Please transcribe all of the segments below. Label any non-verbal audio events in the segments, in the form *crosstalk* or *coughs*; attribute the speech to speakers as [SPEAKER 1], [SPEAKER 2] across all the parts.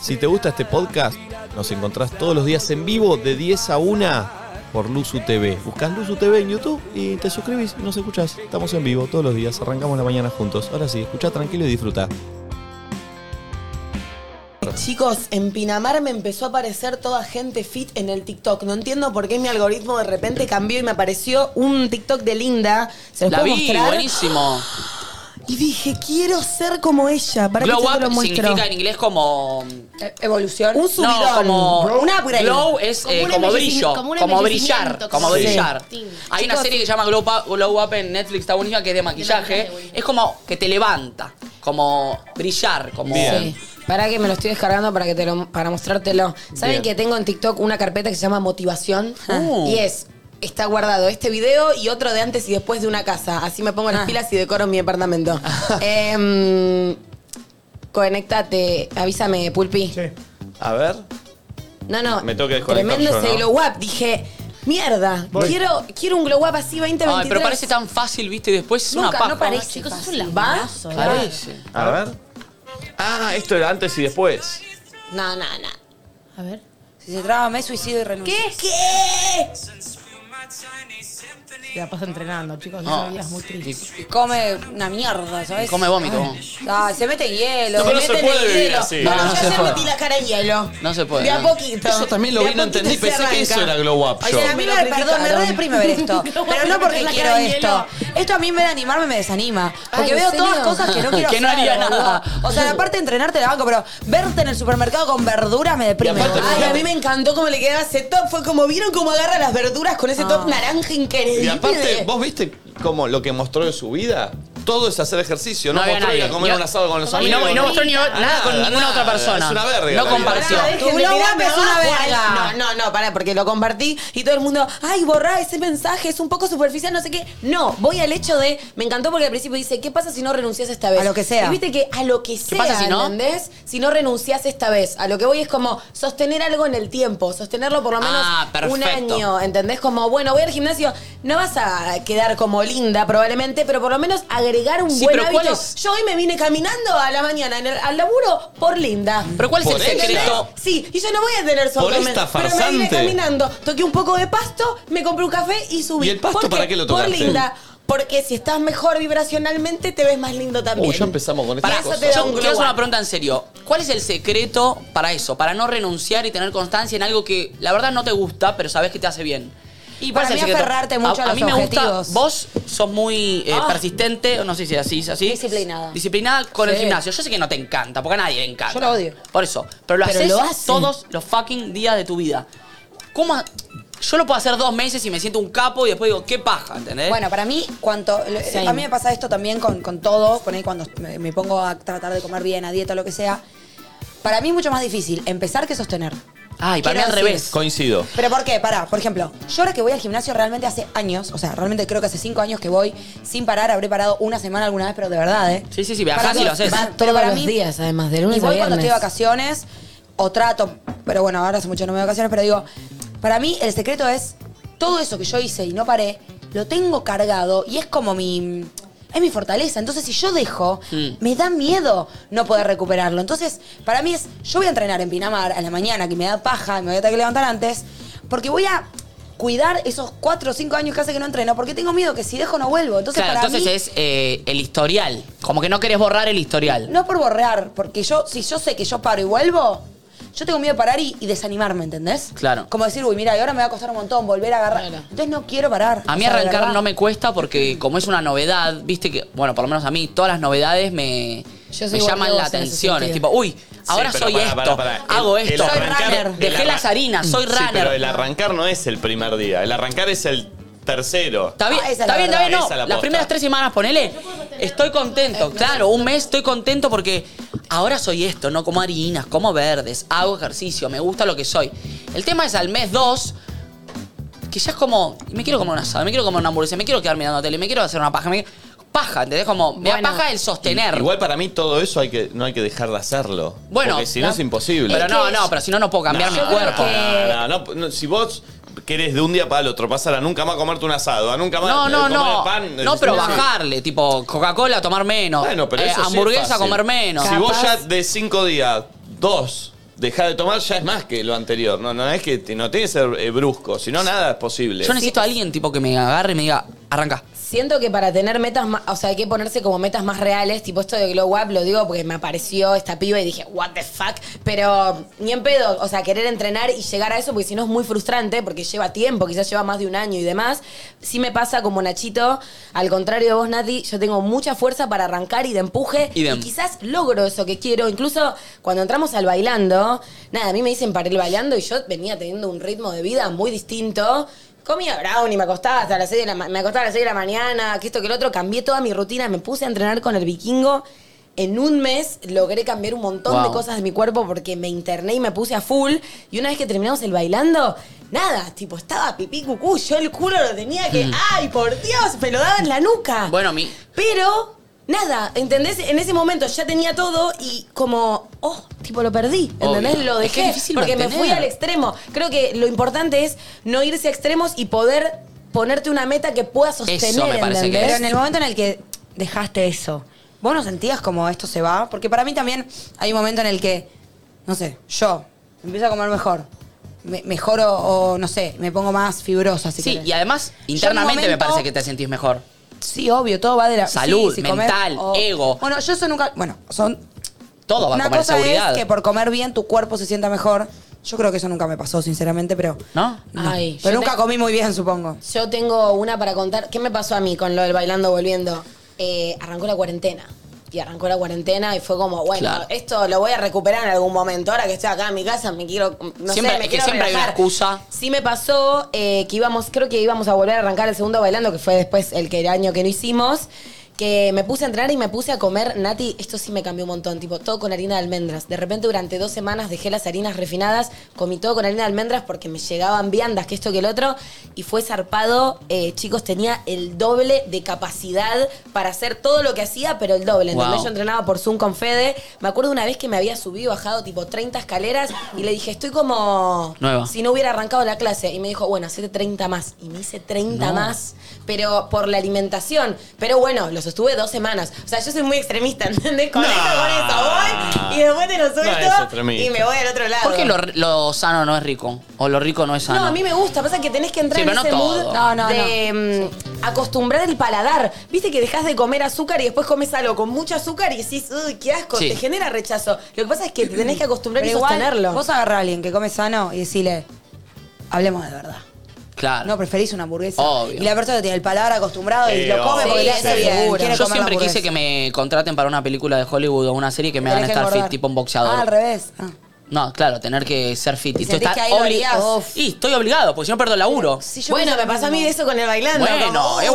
[SPEAKER 1] Si te gusta este podcast, nos encontrás todos los días en vivo de 10 a 1 por Luzu TV. Buscás Luzu TV en YouTube y te suscribís y nos escuchás. Estamos en vivo todos los días, arrancamos la mañana juntos. Ahora sí, escuchá tranquilo y disfruta.
[SPEAKER 2] Chicos, en Pinamar me empezó a aparecer toda gente fit en el TikTok. No entiendo por qué mi algoritmo de repente cambió y me apareció un TikTok de Linda. Se los
[SPEAKER 3] La
[SPEAKER 2] puedo
[SPEAKER 3] vi,
[SPEAKER 2] mostrar.
[SPEAKER 3] buenísimo.
[SPEAKER 2] Y dije, quiero ser como ella. Para
[SPEAKER 3] Glow
[SPEAKER 2] que yo te lo
[SPEAKER 3] up
[SPEAKER 2] muestro.
[SPEAKER 3] significa en inglés como.
[SPEAKER 4] E,
[SPEAKER 5] Evolución.
[SPEAKER 2] Un subidón.
[SPEAKER 3] No, como.
[SPEAKER 2] un upgrade.
[SPEAKER 3] Glow es eh,
[SPEAKER 4] un
[SPEAKER 3] como,
[SPEAKER 4] envejeci-
[SPEAKER 3] brillo.
[SPEAKER 4] como
[SPEAKER 3] Como,
[SPEAKER 4] un
[SPEAKER 3] brillar.
[SPEAKER 4] envejecimiento,
[SPEAKER 3] Como
[SPEAKER 4] como-
[SPEAKER 3] brillar.
[SPEAKER 4] Sí.
[SPEAKER 3] Hay una serie que se llama Glow up, Glow Up en Netflix, está buenísima, que es de maquillaje.
[SPEAKER 4] maquillaje, buenísimo.
[SPEAKER 3] Es como que te levanta. Como brillar. Como.
[SPEAKER 1] Bien.
[SPEAKER 5] Sí. Pará que me lo estoy descargando para que te lo, para mostrártelo. ¿Saben
[SPEAKER 1] Bien.
[SPEAKER 5] que tengo en TikTok una carpeta que se llama motivación?
[SPEAKER 3] Uh.
[SPEAKER 5] Y es está guardado este video y otro de antes y después de una casa. Así me pongo las
[SPEAKER 2] Ah.
[SPEAKER 5] pilas y decoro mi departamento.
[SPEAKER 3] Ah.
[SPEAKER 5] Em, conectate, avísame, Pulpi.
[SPEAKER 1] A ver.
[SPEAKER 5] No, no.
[SPEAKER 1] Me tengo que desconectar
[SPEAKER 5] Tremendo
[SPEAKER 1] yo,
[SPEAKER 5] ese
[SPEAKER 1] ¿no?
[SPEAKER 5] glow up. Dije, mierda, quiero, quiero un glow up así 2023.
[SPEAKER 3] Ay, pero parece tan fácil, viste, y después es una
[SPEAKER 5] Nunca,
[SPEAKER 3] paja.
[SPEAKER 5] no parece.
[SPEAKER 4] Chicos, es
[SPEAKER 5] fácil.
[SPEAKER 4] un
[SPEAKER 5] ¿Va?
[SPEAKER 4] laburazo. ¿eh?
[SPEAKER 3] Parece.
[SPEAKER 1] A ver. Ah, esto era antes y después.
[SPEAKER 5] No, no, no.
[SPEAKER 4] A ver.
[SPEAKER 5] Si se traba, me suicidio y renuncio. ¿Qué? ¿Qué?
[SPEAKER 4] La pasa entrenando, chicos.
[SPEAKER 3] No.
[SPEAKER 4] Esa vida es muy triste.
[SPEAKER 3] Y-
[SPEAKER 5] Come una mierda, ¿sabes?
[SPEAKER 3] y Come vómito.
[SPEAKER 5] Ah, se mete en hielo.
[SPEAKER 1] No, pero
[SPEAKER 5] se
[SPEAKER 1] no se
[SPEAKER 5] mete en
[SPEAKER 1] puede
[SPEAKER 5] el
[SPEAKER 1] vivir
[SPEAKER 5] hielo.
[SPEAKER 1] así.
[SPEAKER 5] No,
[SPEAKER 3] No, no
[SPEAKER 5] yo
[SPEAKER 3] se
[SPEAKER 5] ya
[SPEAKER 3] puede.
[SPEAKER 5] metí la cara en hielo.
[SPEAKER 3] No se puede,
[SPEAKER 5] De a
[SPEAKER 3] no.
[SPEAKER 5] poquito.
[SPEAKER 1] Eso también lo
[SPEAKER 5] De a
[SPEAKER 1] vi, no
[SPEAKER 5] poquito
[SPEAKER 1] entendí.
[SPEAKER 5] se
[SPEAKER 1] Pensé que
[SPEAKER 5] arranca.
[SPEAKER 1] eso era glow up.
[SPEAKER 2] Ay,
[SPEAKER 1] yo.
[SPEAKER 2] a mí me-
[SPEAKER 5] perdón, me re deprime ver esto.
[SPEAKER 3] *laughs*
[SPEAKER 2] Pero no porque quiero esto.
[SPEAKER 5] Esto a mí me da animarme, me desanima.
[SPEAKER 2] Porque veo todas cosas
[SPEAKER 3] *laughs*
[SPEAKER 2] que no quiero
[SPEAKER 3] Que no
[SPEAKER 2] hacer,
[SPEAKER 3] haría
[SPEAKER 2] boludo.
[SPEAKER 3] nada.
[SPEAKER 2] O sea, la parte de entrenarte la banco, pero verte en el supermercado con verduras me deprime.
[SPEAKER 1] Y aparte,
[SPEAKER 2] boludo.
[SPEAKER 5] Ay, a mí me encantó cómo le quedaba ese top. Fue como, ¿vieron cómo agarra las verduras con ese
[SPEAKER 3] Ah.
[SPEAKER 5] top naranja increíble?
[SPEAKER 1] Y aparte, vos viste como lo que mostró de su vida, todo es hacer ejercicio, no,
[SPEAKER 3] No había
[SPEAKER 1] mostró ir a
[SPEAKER 3] nadie.
[SPEAKER 1] comer
[SPEAKER 3] Y-
[SPEAKER 1] un asado con los
[SPEAKER 3] y
[SPEAKER 1] amigos.
[SPEAKER 3] no- y no mostró ni- nada con ninguna otra persona.
[SPEAKER 1] Es una verga.
[SPEAKER 3] No
[SPEAKER 1] la vida.
[SPEAKER 3] compartió.
[SPEAKER 5] Pará,
[SPEAKER 2] Tu
[SPEAKER 5] dejen de
[SPEAKER 2] glow up
[SPEAKER 5] tirarme
[SPEAKER 2] es una
[SPEAKER 5] abajo.
[SPEAKER 2] verga.
[SPEAKER 5] No, no, no, pará, porque lo compartí y todo el mundo, ay, borrá ese mensaje, es un poco superficial, no sé qué. No, voy al hecho de, me encantó porque al principio dice, ¿qué pasa si no renuncias esta vez?
[SPEAKER 2] A lo que sea.
[SPEAKER 5] Y viste que a lo que sea,
[SPEAKER 3] pasa si no?
[SPEAKER 5] ¿entendés? Si no renuncias esta vez. A lo que voy es como sostener algo en el tiempo, sostenerlo por lo menos
[SPEAKER 3] Ah,
[SPEAKER 5] un
[SPEAKER 3] perfecto.
[SPEAKER 5] año, ¿entendés? Como, bueno, voy al gimnasio, no vas a quedar como linda probablemente, pero por lo menos agregar un
[SPEAKER 3] Sí,
[SPEAKER 5] buen
[SPEAKER 3] pero ¿cuál
[SPEAKER 5] hábito.
[SPEAKER 3] es?
[SPEAKER 5] Yo hoy me vine caminando a la mañana en el- al laburo por linda.
[SPEAKER 3] Pero ¿cuál es
[SPEAKER 1] Por
[SPEAKER 3] el
[SPEAKER 1] eso.
[SPEAKER 3] secreto?
[SPEAKER 5] Sí, y yo no voy a tener
[SPEAKER 1] Por
[SPEAKER 5] sobremen-
[SPEAKER 1] esta
[SPEAKER 5] Pero me vine
[SPEAKER 1] farsante.
[SPEAKER 5] caminando, toqué un poco de pasto, me compré un café y subí.
[SPEAKER 1] ¿Y el pasto
[SPEAKER 5] ¿Por
[SPEAKER 1] para qué lo
[SPEAKER 5] Por
[SPEAKER 1] tocaste?
[SPEAKER 5] linda. Porque si estás mejor vibracionalmente, te ves más lindo también.
[SPEAKER 1] Uy, ya empezamos con estas
[SPEAKER 5] Para eso
[SPEAKER 1] cosas.
[SPEAKER 5] te da
[SPEAKER 3] Yo
[SPEAKER 5] un
[SPEAKER 3] quiero hacer
[SPEAKER 5] glow
[SPEAKER 3] una
[SPEAKER 5] up.
[SPEAKER 3] pregunta en serio. ¿Cuál es el secreto para eso? Para no renunciar y tener constancia en algo que la verdad no te gusta, pero sabes que te hace bien.
[SPEAKER 2] Y para
[SPEAKER 3] ¿Cuál es
[SPEAKER 2] mí
[SPEAKER 3] el secreto?
[SPEAKER 2] aferrarte mucho a,
[SPEAKER 3] a
[SPEAKER 2] los
[SPEAKER 3] mí me
[SPEAKER 2] objetivos. Ah.
[SPEAKER 3] gusta, vos sos muy eh, persistente, no sé si es así, es así.
[SPEAKER 5] Disciplinada.
[SPEAKER 3] Disciplinada con el
[SPEAKER 5] Sí.
[SPEAKER 3] gimnasio. Yo sé que no te encanta, porque a nadie le encanta.
[SPEAKER 2] Yo lo odio.
[SPEAKER 3] Por eso. Pero lo
[SPEAKER 5] Pero
[SPEAKER 3] haces
[SPEAKER 5] lo hace.
[SPEAKER 3] todos los fucking días de tu vida. ¿Cómo? ha- Yo lo puedo hacer dos meses y me siento un capo y después digo, qué paja, ¿entendés?
[SPEAKER 2] Bueno, para mí, cuanto.
[SPEAKER 5] Same.
[SPEAKER 2] A mí me pasa esto también con, con todo, con ahí cuando me, me pongo a tratar de comer bien, a dieta, lo que sea. Para mí es mucho más difícil empezar que sostener.
[SPEAKER 3] Ay, para
[SPEAKER 2] quiero
[SPEAKER 3] mí al
[SPEAKER 2] decir-
[SPEAKER 3] revés.
[SPEAKER 1] Coincido.
[SPEAKER 2] ¿Pero por qué? Pará, por ejemplo, yo ahora que voy al gimnasio realmente hace años, o sea, realmente creo que hace cinco años que voy sin parar, habré parado una semana alguna vez, pero de verdad, ¿eh?
[SPEAKER 3] Sí, sí, sí, viajás
[SPEAKER 2] Para
[SPEAKER 3] y lo
[SPEAKER 2] mí-
[SPEAKER 3] haces.
[SPEAKER 2] va-
[SPEAKER 3] Vas
[SPEAKER 2] pero
[SPEAKER 5] todos los días, además, de lunes
[SPEAKER 2] Y
[SPEAKER 5] a
[SPEAKER 2] voy cuando
[SPEAKER 5] viernes.
[SPEAKER 2] estoy de vacaciones, o trato, pero bueno, ahora hace mucho no me voy de vacaciones, pero digo, para mí el secreto es todo eso que yo hice y no paré, lo tengo cargado y es como mi. Es mi fortaleza. Entonces, si yo dejo,
[SPEAKER 3] Mm.
[SPEAKER 2] me da miedo no poder recuperarlo. Entonces, para mí es, yo voy a entrenar en Pinamar a la mañana, que me da paja, me voy a tener que levantar antes, porque voy a cuidar esos cuatro o cinco años que hace que no entreno, porque tengo miedo que si dejo no vuelvo. Entonces,
[SPEAKER 3] claro,
[SPEAKER 2] para
[SPEAKER 3] entonces
[SPEAKER 2] mí,
[SPEAKER 3] es eh, el historial. Como que no querés borrar el historial.
[SPEAKER 2] no por borrear, porque yo, si yo sé que yo paro y vuelvo, yo tengo miedo de parar y, y desanimarme, ¿entendés?
[SPEAKER 3] Claro.
[SPEAKER 2] Como decir, uy, mira, y ahora me va a costar un montón volver a agarrar.
[SPEAKER 5] Claro.
[SPEAKER 2] Entonces no quiero parar.
[SPEAKER 3] A mí
[SPEAKER 2] O sea, de
[SPEAKER 3] arrancar
[SPEAKER 2] verdad.
[SPEAKER 3] no me cuesta porque como es una novedad, viste que, bueno, por lo menos a mí todas las novedades me,
[SPEAKER 5] Yo soy
[SPEAKER 3] me
[SPEAKER 5] igual que
[SPEAKER 3] llaman
[SPEAKER 5] vos
[SPEAKER 3] la
[SPEAKER 5] en ese
[SPEAKER 3] atención. Es
[SPEAKER 5] sentido.
[SPEAKER 3] tipo, uy, ahora
[SPEAKER 1] pero
[SPEAKER 3] soy
[SPEAKER 1] pará,
[SPEAKER 3] esto,
[SPEAKER 1] pará, pará. El-
[SPEAKER 3] hago
[SPEAKER 1] el
[SPEAKER 3] esto,
[SPEAKER 1] arrancar-
[SPEAKER 2] runner.
[SPEAKER 1] el
[SPEAKER 3] dejé
[SPEAKER 1] arran-
[SPEAKER 3] las harinas, soy
[SPEAKER 1] Sí,
[SPEAKER 3] runner.
[SPEAKER 1] pero el arrancar no es el primer día. El arrancar es el tercero.
[SPEAKER 3] Está bien,
[SPEAKER 2] Ah, esa es
[SPEAKER 3] está
[SPEAKER 2] la
[SPEAKER 3] bien, está
[SPEAKER 2] verdad.
[SPEAKER 3] bien, no.
[SPEAKER 1] Esa es la
[SPEAKER 3] Las
[SPEAKER 1] posta.
[SPEAKER 3] primeras tres semanas, ponele, estoy contento. Claro, un mes estoy contento porque ahora soy esto, no como harinas, como verdes, hago ejercicio, me gusta lo que soy. El tema es al mes dos, que ya es como, me quiero comer un asado, me quiero comer una hamburguesa, me quiero quedar mirando tele, me quiero hacer una paja, me paja, ¿entendés? Como, me da
[SPEAKER 5] Bueno.
[SPEAKER 3] paja el sostener.
[SPEAKER 1] Igual para mí todo eso hay que, no hay que dejar de hacerlo.
[SPEAKER 3] Bueno,
[SPEAKER 1] Porque si no
[SPEAKER 3] la-
[SPEAKER 1] es imposible.
[SPEAKER 3] pero no,
[SPEAKER 5] que-
[SPEAKER 3] no, pero si no, no puedo cambiar mi cuerpo.
[SPEAKER 1] No, no, no, no, si vos querés de un día para el otro pasar a nunca más comerte un asado, a nunca más
[SPEAKER 3] No,
[SPEAKER 1] eh,
[SPEAKER 3] no,
[SPEAKER 1] comer
[SPEAKER 3] no.
[SPEAKER 1] pan, eh,
[SPEAKER 3] No, pero
[SPEAKER 1] sí.
[SPEAKER 3] bajarle, tipo Coca-Cola tomar menos.
[SPEAKER 1] Bueno, pero
[SPEAKER 3] eh,
[SPEAKER 1] eso sí es
[SPEAKER 3] hamburguesa
[SPEAKER 1] fácil.
[SPEAKER 3] comer menos.
[SPEAKER 1] Si vos ya de cinco días, dos, dejar de tomar ya es más que lo anterior. No, no es que te- no tiene que ser eh, brusco, si no nada es posible.
[SPEAKER 3] Yo necesito a alguien tipo que me agarre y me diga, arranca.
[SPEAKER 5] Siento que para tener metas más, o sea, hay que ponerse como metas más reales, tipo esto de Glow Up, lo digo porque me apareció esta piba y dije, what the fuck, pero ni en pedo, o sea, querer entrenar y llegar a eso, porque si no es muy frustrante, porque lleva tiempo, quizás lleva más de un año y demás, sí me pasa como Nachito, al contrario de vos, Nati, yo tengo mucha fuerza para arrancar y de empuje,
[SPEAKER 3] Y
[SPEAKER 5] y,
[SPEAKER 3] de-
[SPEAKER 5] quizás logro eso que quiero, incluso cuando entramos al bailando, nada, a mí me dicen para ir bailando y yo venía teniendo un ritmo de vida muy distinto, Comía brownie, me acostaba hasta las 6 de la ma- me acostaba a las 6 de la mañana, que esto que el otro, cambié toda mi rutina, me puse a entrenar con el vikingo. En un mes logré cambiar un montón de
[SPEAKER 3] Wow.
[SPEAKER 5] cosas de mi cuerpo porque me interné y me puse a full. Y una vez que terminamos el bailando, nada, tipo, estaba pipí cucú. Yo el culo lo tenía que, ¡ay, por Dios! Me lo daba en la nuca.
[SPEAKER 3] Hmm. Bueno, mi,
[SPEAKER 5] Pero, nada, ¿entendés? En ese momento ya tenía todo y como, oh, tipo lo perdí, ¿entendés?
[SPEAKER 3] Obvio.
[SPEAKER 5] Lo
[SPEAKER 3] Es que es
[SPEAKER 5] dejé
[SPEAKER 3] difícil
[SPEAKER 5] porque me
[SPEAKER 3] mantener.
[SPEAKER 5] fui al extremo. Creo que lo importante es no irse a extremos y poder ponerte una meta que puedas sostener,
[SPEAKER 3] Eso me parece que
[SPEAKER 5] ¿entendés?
[SPEAKER 2] Pero en el momento en el que dejaste eso, ¿vos no sentías como esto se va? Porque para mí también hay un momento en el que, no sé, yo empiezo a comer mejor. me- mejoro o, no sé, me pongo más fibrosa. Si
[SPEAKER 3] sí,
[SPEAKER 2] querés.
[SPEAKER 3] y además
[SPEAKER 2] Yo
[SPEAKER 3] internamente
[SPEAKER 2] en un
[SPEAKER 3] me
[SPEAKER 2] momento-
[SPEAKER 3] parece que te sentís mejor.
[SPEAKER 2] Sí, obvio, todo va de la...
[SPEAKER 3] Salud,
[SPEAKER 2] sí, si comes-
[SPEAKER 3] mental, ego.
[SPEAKER 2] Bueno, yo eso nunca... Bueno, son
[SPEAKER 3] Todo va a
[SPEAKER 2] Una
[SPEAKER 3] comer
[SPEAKER 2] cosa
[SPEAKER 3] seguridad.
[SPEAKER 2] es que por comer bien tu cuerpo se sienta mejor. Yo creo que eso nunca me pasó, sinceramente, pero.
[SPEAKER 3] ¿No?
[SPEAKER 5] Ay,
[SPEAKER 2] pero
[SPEAKER 5] yo
[SPEAKER 2] nunca
[SPEAKER 5] te-
[SPEAKER 2] comí muy bien, supongo.
[SPEAKER 5] Yo tengo una para contar. ¿Qué me pasó a mí con lo del bailando volviendo? Eh, arrancó la cuarentena. Y arrancó la cuarentena y fue como, bueno,
[SPEAKER 3] Claro.
[SPEAKER 5] esto lo voy a recuperar en algún momento. Ahora que estoy acá en mi casa, me quiero. No
[SPEAKER 3] Siempre-
[SPEAKER 5] sé,
[SPEAKER 3] es
[SPEAKER 5] me
[SPEAKER 3] que
[SPEAKER 5] quiero
[SPEAKER 3] siempre hay una
[SPEAKER 5] relajar.
[SPEAKER 3] excusa.
[SPEAKER 5] Sí me pasó eh, que íbamos, creo que íbamos a volver a arrancar el segundo bailando, que fue después el, que, el año que no hicimos. Que me puse a entrenar y me puse a comer, Nati, esto sí me cambió un montón, tipo todo con harina de almendras. De repente durante dos semanas dejé las harinas refinadas, comí todo con harina de almendras porque me llegaban viandas, que esto que el otro, y fue zarpado, eh, chicos, tenía el doble de capacidad para hacer todo lo que hacía, pero el doble. ¿entendés?
[SPEAKER 3] Wow.
[SPEAKER 5] Yo entrenaba por Zoom con Fede, me acuerdo una vez que me había subido, y bajado tipo 30 escaleras y le dije, estoy como
[SPEAKER 3] Nueva.
[SPEAKER 5] si no hubiera arrancado la clase. Y me dijo, bueno, hacete 30 más. Y me hice 30
[SPEAKER 3] No.
[SPEAKER 5] más, pero por la alimentación. Pero bueno, los estuve dos semanas. O sea, yo soy muy extremista, *laughs* ¿entendés? Con
[SPEAKER 1] No.
[SPEAKER 5] esto, con esto voy. Y después te lo
[SPEAKER 1] es
[SPEAKER 5] suelto
[SPEAKER 1] extremista.
[SPEAKER 5] y me voy al otro lado.
[SPEAKER 3] ¿Por qué lo, lo sano no es rico? ¿O lo rico Ah, no es sano?
[SPEAKER 5] No, a mí me gusta. Pasa que tenés que entrar
[SPEAKER 3] Sí,
[SPEAKER 5] en
[SPEAKER 3] pero no
[SPEAKER 5] ese mood
[SPEAKER 3] todo.
[SPEAKER 5] no, no, de mm, acostumbrar el paladar. Viste que dejas de comer azúcar y después comes algo con mucho azúcar y decís, uy, qué asco,
[SPEAKER 3] Sí.
[SPEAKER 5] te genera rechazo. Lo que pasa es que te tenés que acostumbrar
[SPEAKER 2] Pero
[SPEAKER 5] y
[SPEAKER 2] igual,
[SPEAKER 5] sostenerlo.
[SPEAKER 2] vos agarrás a alguien que come sano y decirle, hablemos de verdad.
[SPEAKER 3] Claro.
[SPEAKER 2] No preferís una hamburguesa.
[SPEAKER 3] Obvio.
[SPEAKER 2] Y la persona tiene el paladar acostumbrado y
[SPEAKER 1] Eh, Sí,
[SPEAKER 2] lo come
[SPEAKER 1] obvio.
[SPEAKER 2] porque le
[SPEAKER 5] Sí,
[SPEAKER 2] hace bien.
[SPEAKER 5] seguro.
[SPEAKER 2] Quiere comer
[SPEAKER 3] Yo
[SPEAKER 2] la
[SPEAKER 3] siempre
[SPEAKER 2] hamburguesa.
[SPEAKER 3] quise que me contraten para una película de Hollywood o una serie que me
[SPEAKER 2] Tenés
[SPEAKER 3] hagan
[SPEAKER 2] que
[SPEAKER 3] estar fit
[SPEAKER 2] engordar.
[SPEAKER 3] tipo un boxeador.
[SPEAKER 2] Ah, al revés. Ah.
[SPEAKER 3] No, claro, tener que ser fit. Y tú
[SPEAKER 2] sentís
[SPEAKER 3] estás
[SPEAKER 2] que ahí lo
[SPEAKER 3] obligado.
[SPEAKER 2] harías.
[SPEAKER 3] Y estoy obligado, porque si no pierdo el laburo.
[SPEAKER 2] Sí, yo
[SPEAKER 5] bueno,
[SPEAKER 2] pienso
[SPEAKER 5] me
[SPEAKER 2] lo
[SPEAKER 5] pasó a
[SPEAKER 2] mismo.
[SPEAKER 5] mí eso con el bailando.
[SPEAKER 3] Bueno,
[SPEAKER 5] como,
[SPEAKER 3] es
[SPEAKER 5] uy,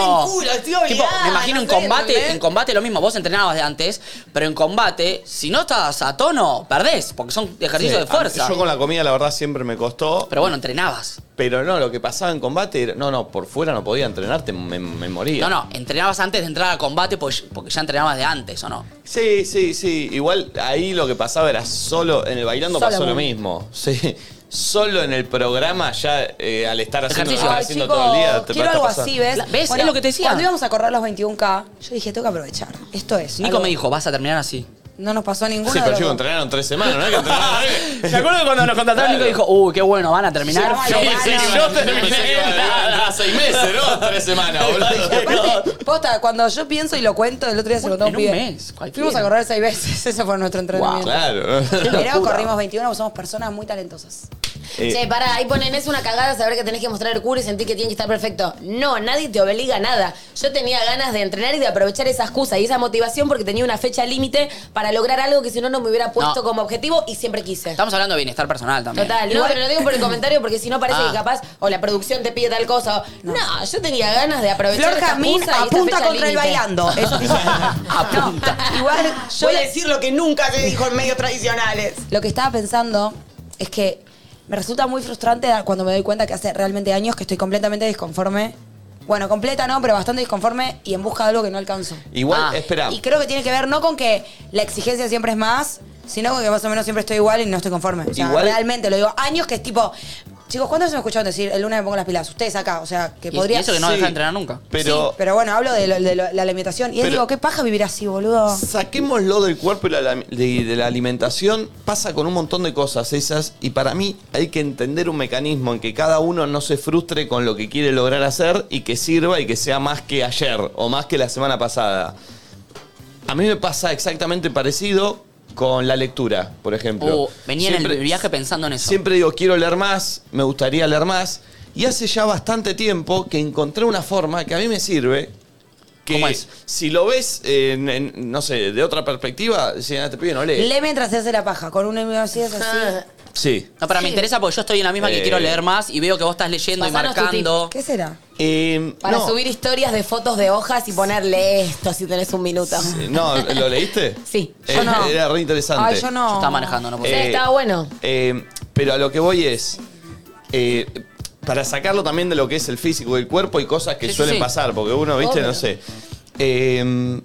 [SPEAKER 5] voy a estar en culo, estoy
[SPEAKER 3] Tipo,
[SPEAKER 5] obligada,
[SPEAKER 3] me imagino
[SPEAKER 5] no
[SPEAKER 3] en
[SPEAKER 5] sé,
[SPEAKER 3] combate,
[SPEAKER 5] ¿entendés?
[SPEAKER 3] en combate lo mismo, vos entrenabas de antes, pero en combate, si no estás a tono, perdés, porque son ejercicios de
[SPEAKER 1] Sí, a-
[SPEAKER 3] fuerza.
[SPEAKER 1] Yo con la comida, la verdad, siempre me costó.
[SPEAKER 3] Pero bueno, entrenabas.
[SPEAKER 1] Pero no, lo que pasaba en combate era. No, no, por fuera no podía entrenarte, me, me moría.
[SPEAKER 3] No, no, entrenabas antes de entrar a combate porque porque ya entrenabas de antes, ¿o no?
[SPEAKER 1] Sí, sí, sí. Igual ahí lo que pasaba era solo. En el bailando
[SPEAKER 5] Solo
[SPEAKER 1] pasó lo
[SPEAKER 5] movimiento.
[SPEAKER 1] mismo. Sí. Solo en el programa, ya eh, al estar haciendo,
[SPEAKER 3] Ejercicio.
[SPEAKER 1] estar
[SPEAKER 2] Ay,
[SPEAKER 1] haciendo
[SPEAKER 2] chicos,
[SPEAKER 1] todo el día, te
[SPEAKER 2] quiero
[SPEAKER 1] vas a
[SPEAKER 2] algo
[SPEAKER 1] pasar.
[SPEAKER 2] así, ¿ves?
[SPEAKER 3] La- ¿ves? Es lo que te decía.
[SPEAKER 2] Cuando íbamos a correr los 21K, yo dije, tengo que aprovechar. Esto es.
[SPEAKER 3] Nico
[SPEAKER 2] algo-
[SPEAKER 3] me dijo, vas a terminar así.
[SPEAKER 2] No nos pasó ninguno
[SPEAKER 1] Sí,
[SPEAKER 2] de
[SPEAKER 1] pero
[SPEAKER 2] los
[SPEAKER 1] chicos,
[SPEAKER 2] dos.
[SPEAKER 1] entrenaron tres semanas, ¿no? Es que entrenaron-
[SPEAKER 3] *laughs* ¿Se acuerdan cuando nos contrataron? Nico dijo, uy, qué bueno, van a terminar.
[SPEAKER 2] Sí,
[SPEAKER 1] Sí, sí, yo
[SPEAKER 3] Pensé
[SPEAKER 1] terminé
[SPEAKER 3] que iba a durar
[SPEAKER 1] hace seis meses, ¿no? Tres semanas,
[SPEAKER 3] *laughs*
[SPEAKER 1] boludo.
[SPEAKER 2] Aparte, posta, cuando yo pienso y lo cuento, el otro día se
[SPEAKER 3] Bueno,
[SPEAKER 2] contó un
[SPEAKER 3] en un
[SPEAKER 2] pibe.
[SPEAKER 3] mes, cualquiera.
[SPEAKER 2] Fuimos a correr seis veces, *laughs* ese fue nuestro entrenamiento.
[SPEAKER 1] Claro.
[SPEAKER 2] Pero
[SPEAKER 3] locura.
[SPEAKER 2] corrimos 21, porque somos personas muy talentosas.
[SPEAKER 3] Eh,
[SPEAKER 1] Eh,
[SPEAKER 5] Che, pará, ahí ponen, es una cagada saber que tenés que mostrar el culo y sentir que tiene que estar perfecto. No, nadie te obliga a nada. Yo tenía ganas de entrenar y de aprovechar esa excusa y esa motivación porque tenía una fecha límite para lograr algo que si no, no me hubiera puesto
[SPEAKER 3] No.
[SPEAKER 5] como objetivo y siempre quise.
[SPEAKER 3] Estamos hablando de bienestar personal también.
[SPEAKER 5] Total, no, pero lo digo por el comentario porque si no parece
[SPEAKER 3] Ah.
[SPEAKER 5] que capaz o la producción te pide tal cosa. o- No, yo tenía ganas de aprovechar
[SPEAKER 2] Flor
[SPEAKER 5] esa
[SPEAKER 2] Jamín
[SPEAKER 5] excusa y esa
[SPEAKER 2] apunta
[SPEAKER 5] fecha
[SPEAKER 2] contra el
[SPEAKER 5] límite. *laughs*
[SPEAKER 2] bailando. Eso sí.
[SPEAKER 3] Apunta.
[SPEAKER 2] No, igual, yo
[SPEAKER 5] Voy a decir lo que nunca se dijo
[SPEAKER 2] *laughs*
[SPEAKER 5] en medios tradicionales.
[SPEAKER 2] lo que estaba pensando es que me resulta muy frustrante da- cuando me doy cuenta que hace realmente años que estoy completamente disconforme. Bueno, completa no, pero bastante disconforme y en busca de algo que no alcanzo.
[SPEAKER 1] Igual,
[SPEAKER 3] Ah,
[SPEAKER 1] espera.
[SPEAKER 2] Y creo que tiene que ver no con que la exigencia siempre es más, sino con que más o menos siempre estoy igual y no estoy conforme. O sea,
[SPEAKER 1] Igual-
[SPEAKER 2] realmente lo digo. Años que es tipo, Chicos, ¿cuántos se me escucharon decir el lunes me pongo las pilas? Ustedes acá, o sea, que
[SPEAKER 3] Y-
[SPEAKER 2] podría.
[SPEAKER 3] y eso que no
[SPEAKER 2] Sí.
[SPEAKER 3] deja de entrenar nunca.
[SPEAKER 1] Pero
[SPEAKER 2] Pero bueno, hablo de, lo- de lo- la alimentación. Y él
[SPEAKER 1] Pero-
[SPEAKER 2] digo, qué paja vivir así, boludo.
[SPEAKER 1] Saquémoslo del cuerpo y la- la- de, de la alimentación. Pasa con un montón de cosas esas. Y para mí hay que entender un mecanismo en que cada uno no se frustre con lo que quiere lograr hacer y que sirva y que sea más que ayer o más que la semana pasada. A mí me pasa exactamente parecido con la lectura, por ejemplo.
[SPEAKER 3] Uh, venía en el
[SPEAKER 1] Siempre-
[SPEAKER 3] viaje pensando en eso.
[SPEAKER 1] Siempre digo, quiero leer más, me gustaría leer más. Y hace ya bastante tiempo que encontré una forma que a mí me sirve. Que
[SPEAKER 3] ¿Cómo es?
[SPEAKER 1] Si lo ves, eh, en- en, no sé, de otra perspectiva, si te pibe no lee.
[SPEAKER 2] Lee mientras se hace la paja, con una así es
[SPEAKER 3] Ah,
[SPEAKER 2] así.
[SPEAKER 1] sí.
[SPEAKER 3] No, pero me interesa porque yo estoy en la misma
[SPEAKER 1] Eh.
[SPEAKER 3] que quiero leer más y veo que vos estás leyendo
[SPEAKER 5] Pasanos
[SPEAKER 3] y
[SPEAKER 5] tu
[SPEAKER 3] marcando.
[SPEAKER 2] ¿Qué será?
[SPEAKER 1] Eh,
[SPEAKER 5] Para
[SPEAKER 1] no.
[SPEAKER 5] subir historias de fotos de hojas y ponerle esto si tenés un minuto.
[SPEAKER 1] Eh, No, ¿lo leíste?
[SPEAKER 5] Sí.
[SPEAKER 1] Eh,
[SPEAKER 2] Yo no.
[SPEAKER 1] Era re interesante.
[SPEAKER 2] Ay, yo
[SPEAKER 3] Yo
[SPEAKER 2] no.
[SPEAKER 3] estaba manejando, no puedo.
[SPEAKER 5] Eh, estaba bueno.
[SPEAKER 1] eh, pero a lo que voy es. eh, para sacarlo también de lo que es el físico del cuerpo y cosas que
[SPEAKER 3] Sí, sí,
[SPEAKER 1] suelen
[SPEAKER 3] sí.
[SPEAKER 1] pasar, porque uno, viste,
[SPEAKER 5] Obvio.
[SPEAKER 1] no sé. Eh,